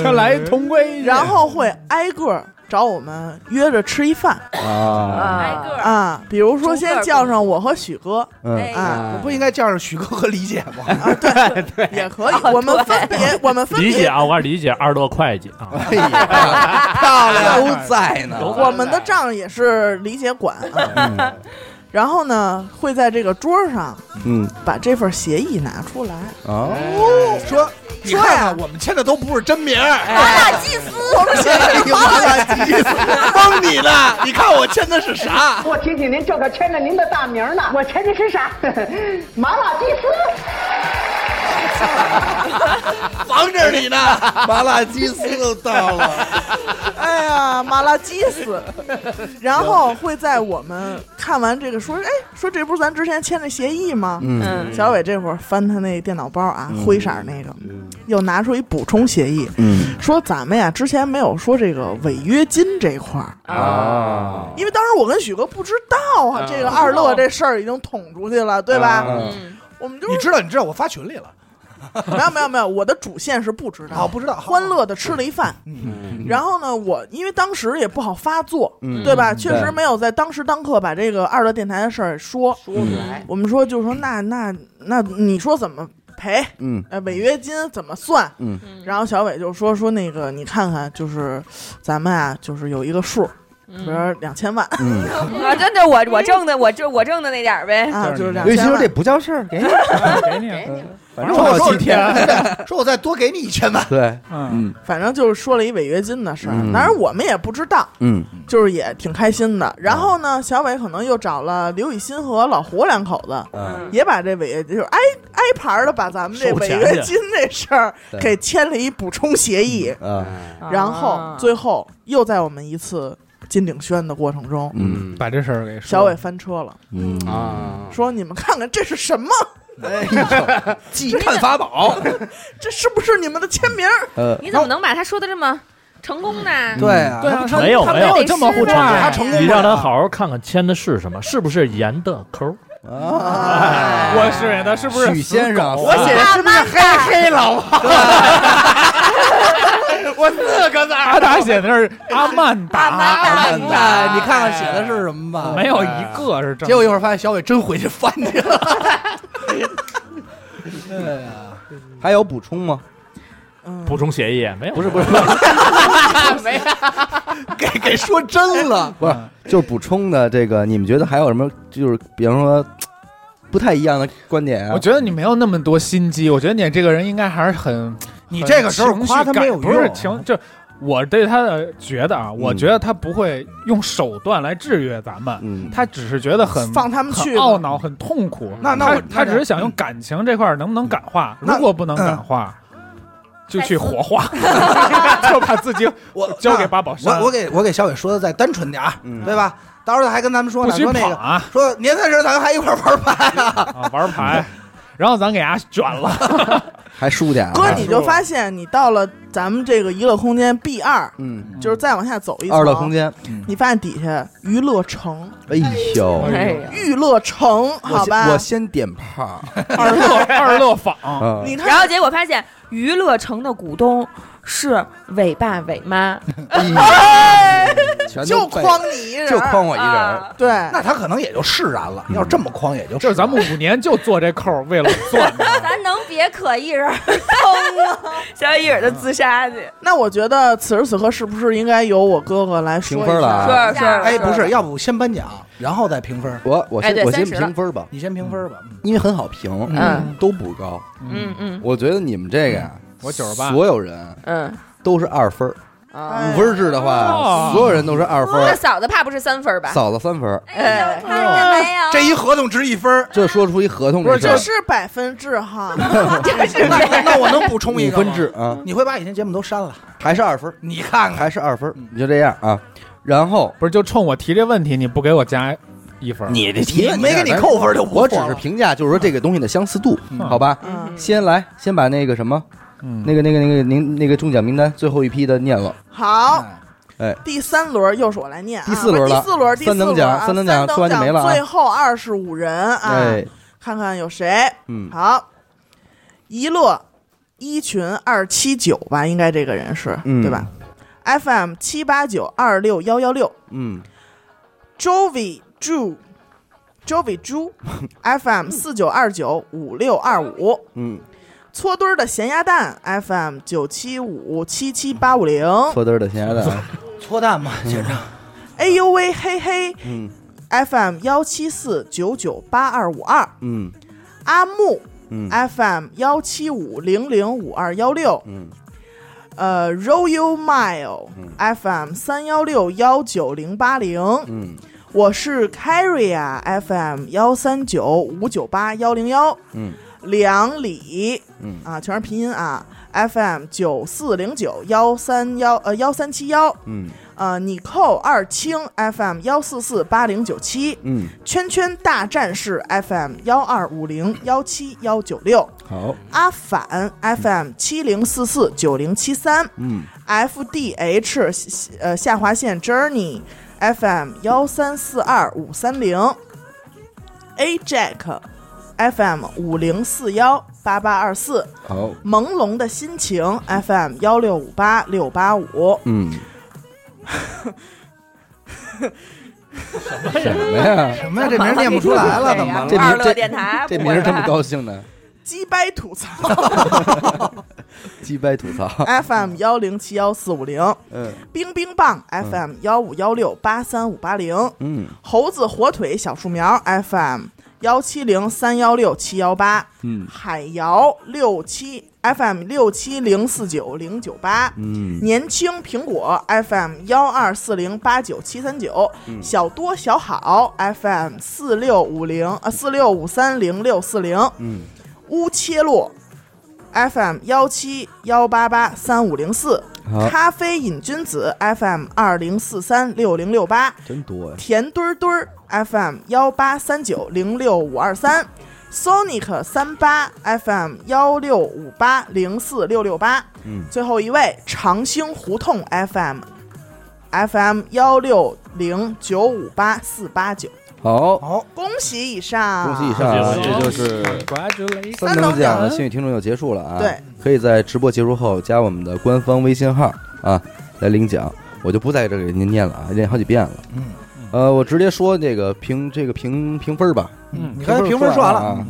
S4: 就来同归于尽，
S8: 然后会挨个儿找我们约着吃一饭
S2: 啊，
S7: 挨
S9: 个哎
S8: 啊，比如说先叫上我和许哥
S2: 嗯，
S8: 啊，
S3: 不应该叫上许哥和李姐吗？
S8: 也可以，我们分别我们分
S1: 理解
S8: 别
S1: 啊，我告诉你理解二乐会计啊，
S2: 哎呀，漂亮，都在呢，
S8: 我们的账也是理解管啊， 然后呢会在这个桌上
S2: 嗯
S8: 把这份协议拿出来，
S2: 啊，
S3: 说你
S8: 说
S3: 看
S8: 呀
S3: 看，我们签的都不是真名儿，
S9: 麻辣祭司，我们
S3: 哎呦，麻辣鸡丝蒙你呢！你看我签的是啥？
S12: 我提醒您，这可 签着您的大名呢。我签的是啥？麻辣鸡丝。
S3: 防着你呢。麻辣鸡丝都到了，
S8: 哎呀，麻辣鸡死！然后会在我们看完这个说，哎，说这不是咱之前签的协议吗？
S2: 嗯
S7: 嗯，
S8: 小伟这会儿翻他那电脑包啊，
S2: 嗯
S8: 灰色儿那个，又拿出一补充协议，
S2: 嗯
S8: 说咱们呀之前没有说这个违约金这块儿，
S2: 啊，
S8: 因为当时我跟许哥不知道啊，
S4: 啊
S8: 这个二乐这事儿已经捅出去了，对吧？
S2: 啊
S7: 嗯，
S8: 我们就
S10: 你知道，你知道，我发群里了
S8: 没有没有没有，我的主线是不知
S10: 啊，
S8: 道，
S10: 不知道，好
S8: 欢乐的吃了一饭，
S2: 嗯
S8: 然后呢，我因为当时也不好发作，
S2: 嗯
S8: 对吧？确实
S2: 对
S8: 没有在当时当刻把这个二乐电台的事儿说。
S6: 说出来，
S8: 我们说就说那那那你说怎么赔？
S2: 嗯
S8: 呃，违约金怎么算？
S2: 嗯
S8: 然后小伟就说说那个你看看，就是咱们啊，就是有一个数，比如
S7: 嗯
S8: 说两千 万
S2: 嗯，
S7: 啊，真的，我我挣的，我挣我挣的那点儿呗，
S8: 啊，就是两
S6: 刘雨
S8: 千
S6: 说
S8: 万
S6: 这。不叫事儿，给你，
S4: 给你，
S2: 反
S10: 正
S2: 正
S10: 我
S2: 好几天，
S10: 说我再多给你一千万，
S2: 对，
S4: 嗯，
S2: 嗯
S8: 反正就是说了一违约金的事儿，
S2: 嗯
S8: 当然我们也不知道，
S2: 嗯
S8: 就是也挺开心的。然后呢，小伟可能又找了刘雨欣和老胡两口子，
S6: 嗯
S8: 也把这违约就是挨挨盘的把咱们这
S1: 收
S8: 违
S1: 钱
S8: 约
S1: 去
S8: 金这事儿
S2: 对
S8: 给签了一补充协议，
S2: 啊，
S8: 然后最后又在我们一次金鼎轩的过程中，
S2: 嗯
S4: 把这事儿给说
S8: 小伟翻车了，
S2: 嗯哎
S6: 啊，
S8: 说你们看看这是什么？
S3: 记看法宝，
S8: 这是不是你们的签名儿？
S2: 呃，
S7: 你怎么能把他说的这么成功
S2: 嗯
S7: 呢？
S10: 对啊，
S4: 对啊，他
S1: 没有
S4: 他
S1: 没
S4: 有
S1: 有
S4: 这么互
S7: 对
S4: 唱
S7: 吧
S4: 啊，
S10: 成功
S1: 你
S10: 不了
S1: 让他好好看看签的是什么，是不是严的扣儿？
S2: 啊，
S4: 我是他是不是
S2: 许先生，
S7: 啊
S6: 我写的是不是黑黑老王？我四个字儿，
S4: 阿达写的是阿曼达，
S7: 哎
S10: 看看你看看啊写的是什么吧。
S4: 没有一个是正。
S10: 结果一会儿发现小伟真回去翻去了。对呀，
S2: 还有补充吗？
S8: 嗯，
S1: 补充协议没有？
S2: 不是不是
S10: 给给说真了，
S2: 不是，就是补充的这个，你们觉得还有什么？就是比方说不太一样的观点啊
S4: 我？觉得你没有那么多心机，我觉得你这个人应该还是很，
S10: 你这个时候
S4: 很情绪
S10: 夸他
S4: 感
S10: 没有用
S4: 不是情，就我对他的觉得啊，我
S2: 嗯
S4: 觉得他不会用手段来制约咱们，
S2: 嗯，
S4: 他只是觉得很
S8: 放他们
S10: 哦
S4: 很
S8: 去吧
S4: 懊恼，很痛苦。
S10: 那那嗯
S4: 他
S10: 我
S4: 他只是想用感情这块儿能不能感化，如果不能感化，
S10: 嗯
S4: 就去火化， 就把自己
S10: 我
S4: 交给八宝山
S10: 我我给我给小伟说的再单纯点儿，
S2: 嗯
S10: 对吧？到时候还跟咱们说
S4: 不
S10: 呢，
S4: 许
S10: 说那
S4: 跑
S10: 个
S4: 啊
S10: 说年三十咱还一块儿玩牌啊，
S4: 啊玩牌，然后咱给伢卷了，
S2: 还输点啊
S8: 哥，你就发现你到了咱们这个娱乐空间 B 二，
S2: 嗯，
S8: 就是再往下走一层，
S2: 二乐空，间，
S8: 你发现底下娱乐城、
S2: 哎呦，
S7: 哎呀，
S8: 娱乐城，
S2: 我先
S8: 好
S2: 我
S8: 吧？
S2: 先点炮，
S4: 二 乐二乐坊，
S2: 啊
S8: 你看
S7: 然后结果发现娱乐城的股东是伟爸伟妈，
S2: 哎全
S8: 就
S2: 都被
S8: 诓你一 人，
S2: 就诓我一人，
S7: 啊
S8: 对，
S10: 那他可能也就释然了。要这么诓也就
S4: 就是咱们五年就做这扣儿，为了 赚。
S9: 咱能别可一人儿
S7: 小一耳朵自杀去，
S8: 那我觉得此时此刻是不是应该由我哥哥来说
S2: 评
S8: 一
S2: 分了
S8: 下？
S2: 啊！
S7: 是是，
S10: 哎，不是，要不先颁奖，然后再评分。
S2: 我我
S7: 哎对
S2: 先我先
S7: 30了
S2: 评分吧，
S10: 你先评分吧，嗯
S2: 因为很好评，
S7: 嗯，
S2: 都不高。
S7: 嗯嗯
S2: 我觉得你们这个呀，
S4: 我98
S2: 所有人
S7: 嗯
S2: 都是二分儿，
S7: 啊。
S8: 哎
S2: 五分制的话，
S4: 哦
S2: 所有人都是二分
S7: 那
S2: 儿，
S7: 嫂子怕不是三分吧？
S2: 嫂子三分儿，
S7: 哎，
S9: 看见没有？
S10: 这一合同值一分。
S2: 这说出一合同
S4: 不是
S2: 这
S8: 这
S2: 事
S8: 是百分制哈，
S10: 那啊 那我能补
S2: 儿
S10: 充一
S2: 五
S10: 个吗
S2: 分制，啊，
S10: 你会把以前节目都删了？
S2: 还是二分儿，
S10: 你看看，
S2: 还是二分儿
S10: 嗯，
S2: 你就这样啊。然后
S4: 不是就冲我提这问题，你不给我加一分儿？
S2: 你这
S10: 题啊没给你扣分就不错
S2: 我只是
S10: 了
S2: 评价，就是说这个东西的相似度，
S10: 嗯
S2: 好吧？
S8: 嗯，
S2: 先来，先把那个什么，
S4: 嗯
S2: 那个那个那个您那个中奖名单最后一批的念了。
S8: 好。
S2: 哎，
S8: 第三轮又是我来念啊，
S2: 第四轮了
S8: 第四轮，第四
S2: 三等
S8: 轮
S2: 奖
S8: 啊
S2: 三
S8: 三
S2: 等奖说完就没了啊
S8: 最后二十五人啊，
S2: 哎，
S8: 看看有谁
S2: 嗯，
S8: 好。一乐一群二七九吧，应该这个人是
S2: 嗯
S8: 对吧？FM 七八九二六幺幺六
S2: 嗯，
S8: Jovi Drew Jovi Drew FM 四九二九五六二五。
S2: 嗯，
S8: 搓堆儿的咸鸭蛋 FM 九七五七七八五零，
S2: 搓嘚儿的咸鸭蛋，
S10: 搓蛋嘛，先生。
S8: 哎呦喂嘿嘿
S2: 嗯
S8: FM 幺七四九九八二五二，
S2: 嗯
S8: 阿木
S2: 嗯
S8: FM 幺七五零零五二幺六，
S2: 嗯
S8: 呃，Royal Mile
S2: 嗯
S8: FM 三幺六幺九零八零，
S2: 嗯
S8: 我是 Carry 啊 FM 幺三九五九八幺零幺，
S2: 嗯，
S8: 两里
S2: 嗯
S8: 啊，全是拼音啊，FM 九四零九幺三幺呃幺三七幺，
S2: 嗯
S8: 呃，你扣二清 FM 幺四四八零九七，
S2: 嗯，
S8: 圈圈大战士 FM 幺二五零幺七幺九六，
S2: 好，
S8: 阿反 FM 七零四四九零七三
S2: 嗯，
S8: ，FDH 呃下划线 Journey FM 幺三四二五三零，A Jack FM 五零四幺八八二四，
S2: 好，
S8: 朦胧的心情 FM 幺六五八六八五。
S2: 嗯。什么呀？
S10: 什么呀？这名儿念不出来 了，怎么了？
S2: 这名
S7: 二
S2: 儿
S7: 乐
S2: 这
S7: 电台
S2: 这
S7: 不
S2: 名儿
S7: 管
S2: 这么
S7: 它
S2: 高兴呢？
S8: 鸡掰吐槽
S2: 鸡掰吐槽，
S8: FM 幺零七幺四五零，
S2: 嗯
S8: 冰冰棒 FM 幺五幺六八三五八零，
S2: 嗯
S8: 猴子火腿小树苗 FM 幺七零三幺六七幺八，
S2: 嗯
S8: 海瑶六七 FM 六七零四九零九八。
S2: 嗯，
S8: 年轻苹果 FM 幺二四零八九七三九，
S2: 嗯
S8: 小多小好 FM 四六五零呃四六五三零六四零，
S2: 嗯，
S8: 乌切洛 FM 幺七幺八八三五零四
S2: 好，
S8: 咖啡瘾君子 FM 二零四三六零六八，
S2: 真多呀！
S8: 甜墩儿墩儿 FM 幺八三九零六五二三，Sonic 三八 FM 幺六五八零四六六八。
S2: 嗯，
S8: 最后一位长兴胡同 FM。FM 幺六零九五八四八九，
S2: 好，
S10: 好，
S8: 恭喜以
S2: 恭
S8: 上，
S2: 喜以上啊，这就是三等奖的幸运听众就结束了啊！
S8: 对，
S2: 可以在直播结束后加我们的官方微信号啊，来领奖。我就不在这给您念了啊，念好几遍了。
S10: 嗯，
S2: 呃，我直接说这个评这个评评分吧。
S10: 嗯
S2: 你
S10: 你
S2: 看
S10: 看评分说完了，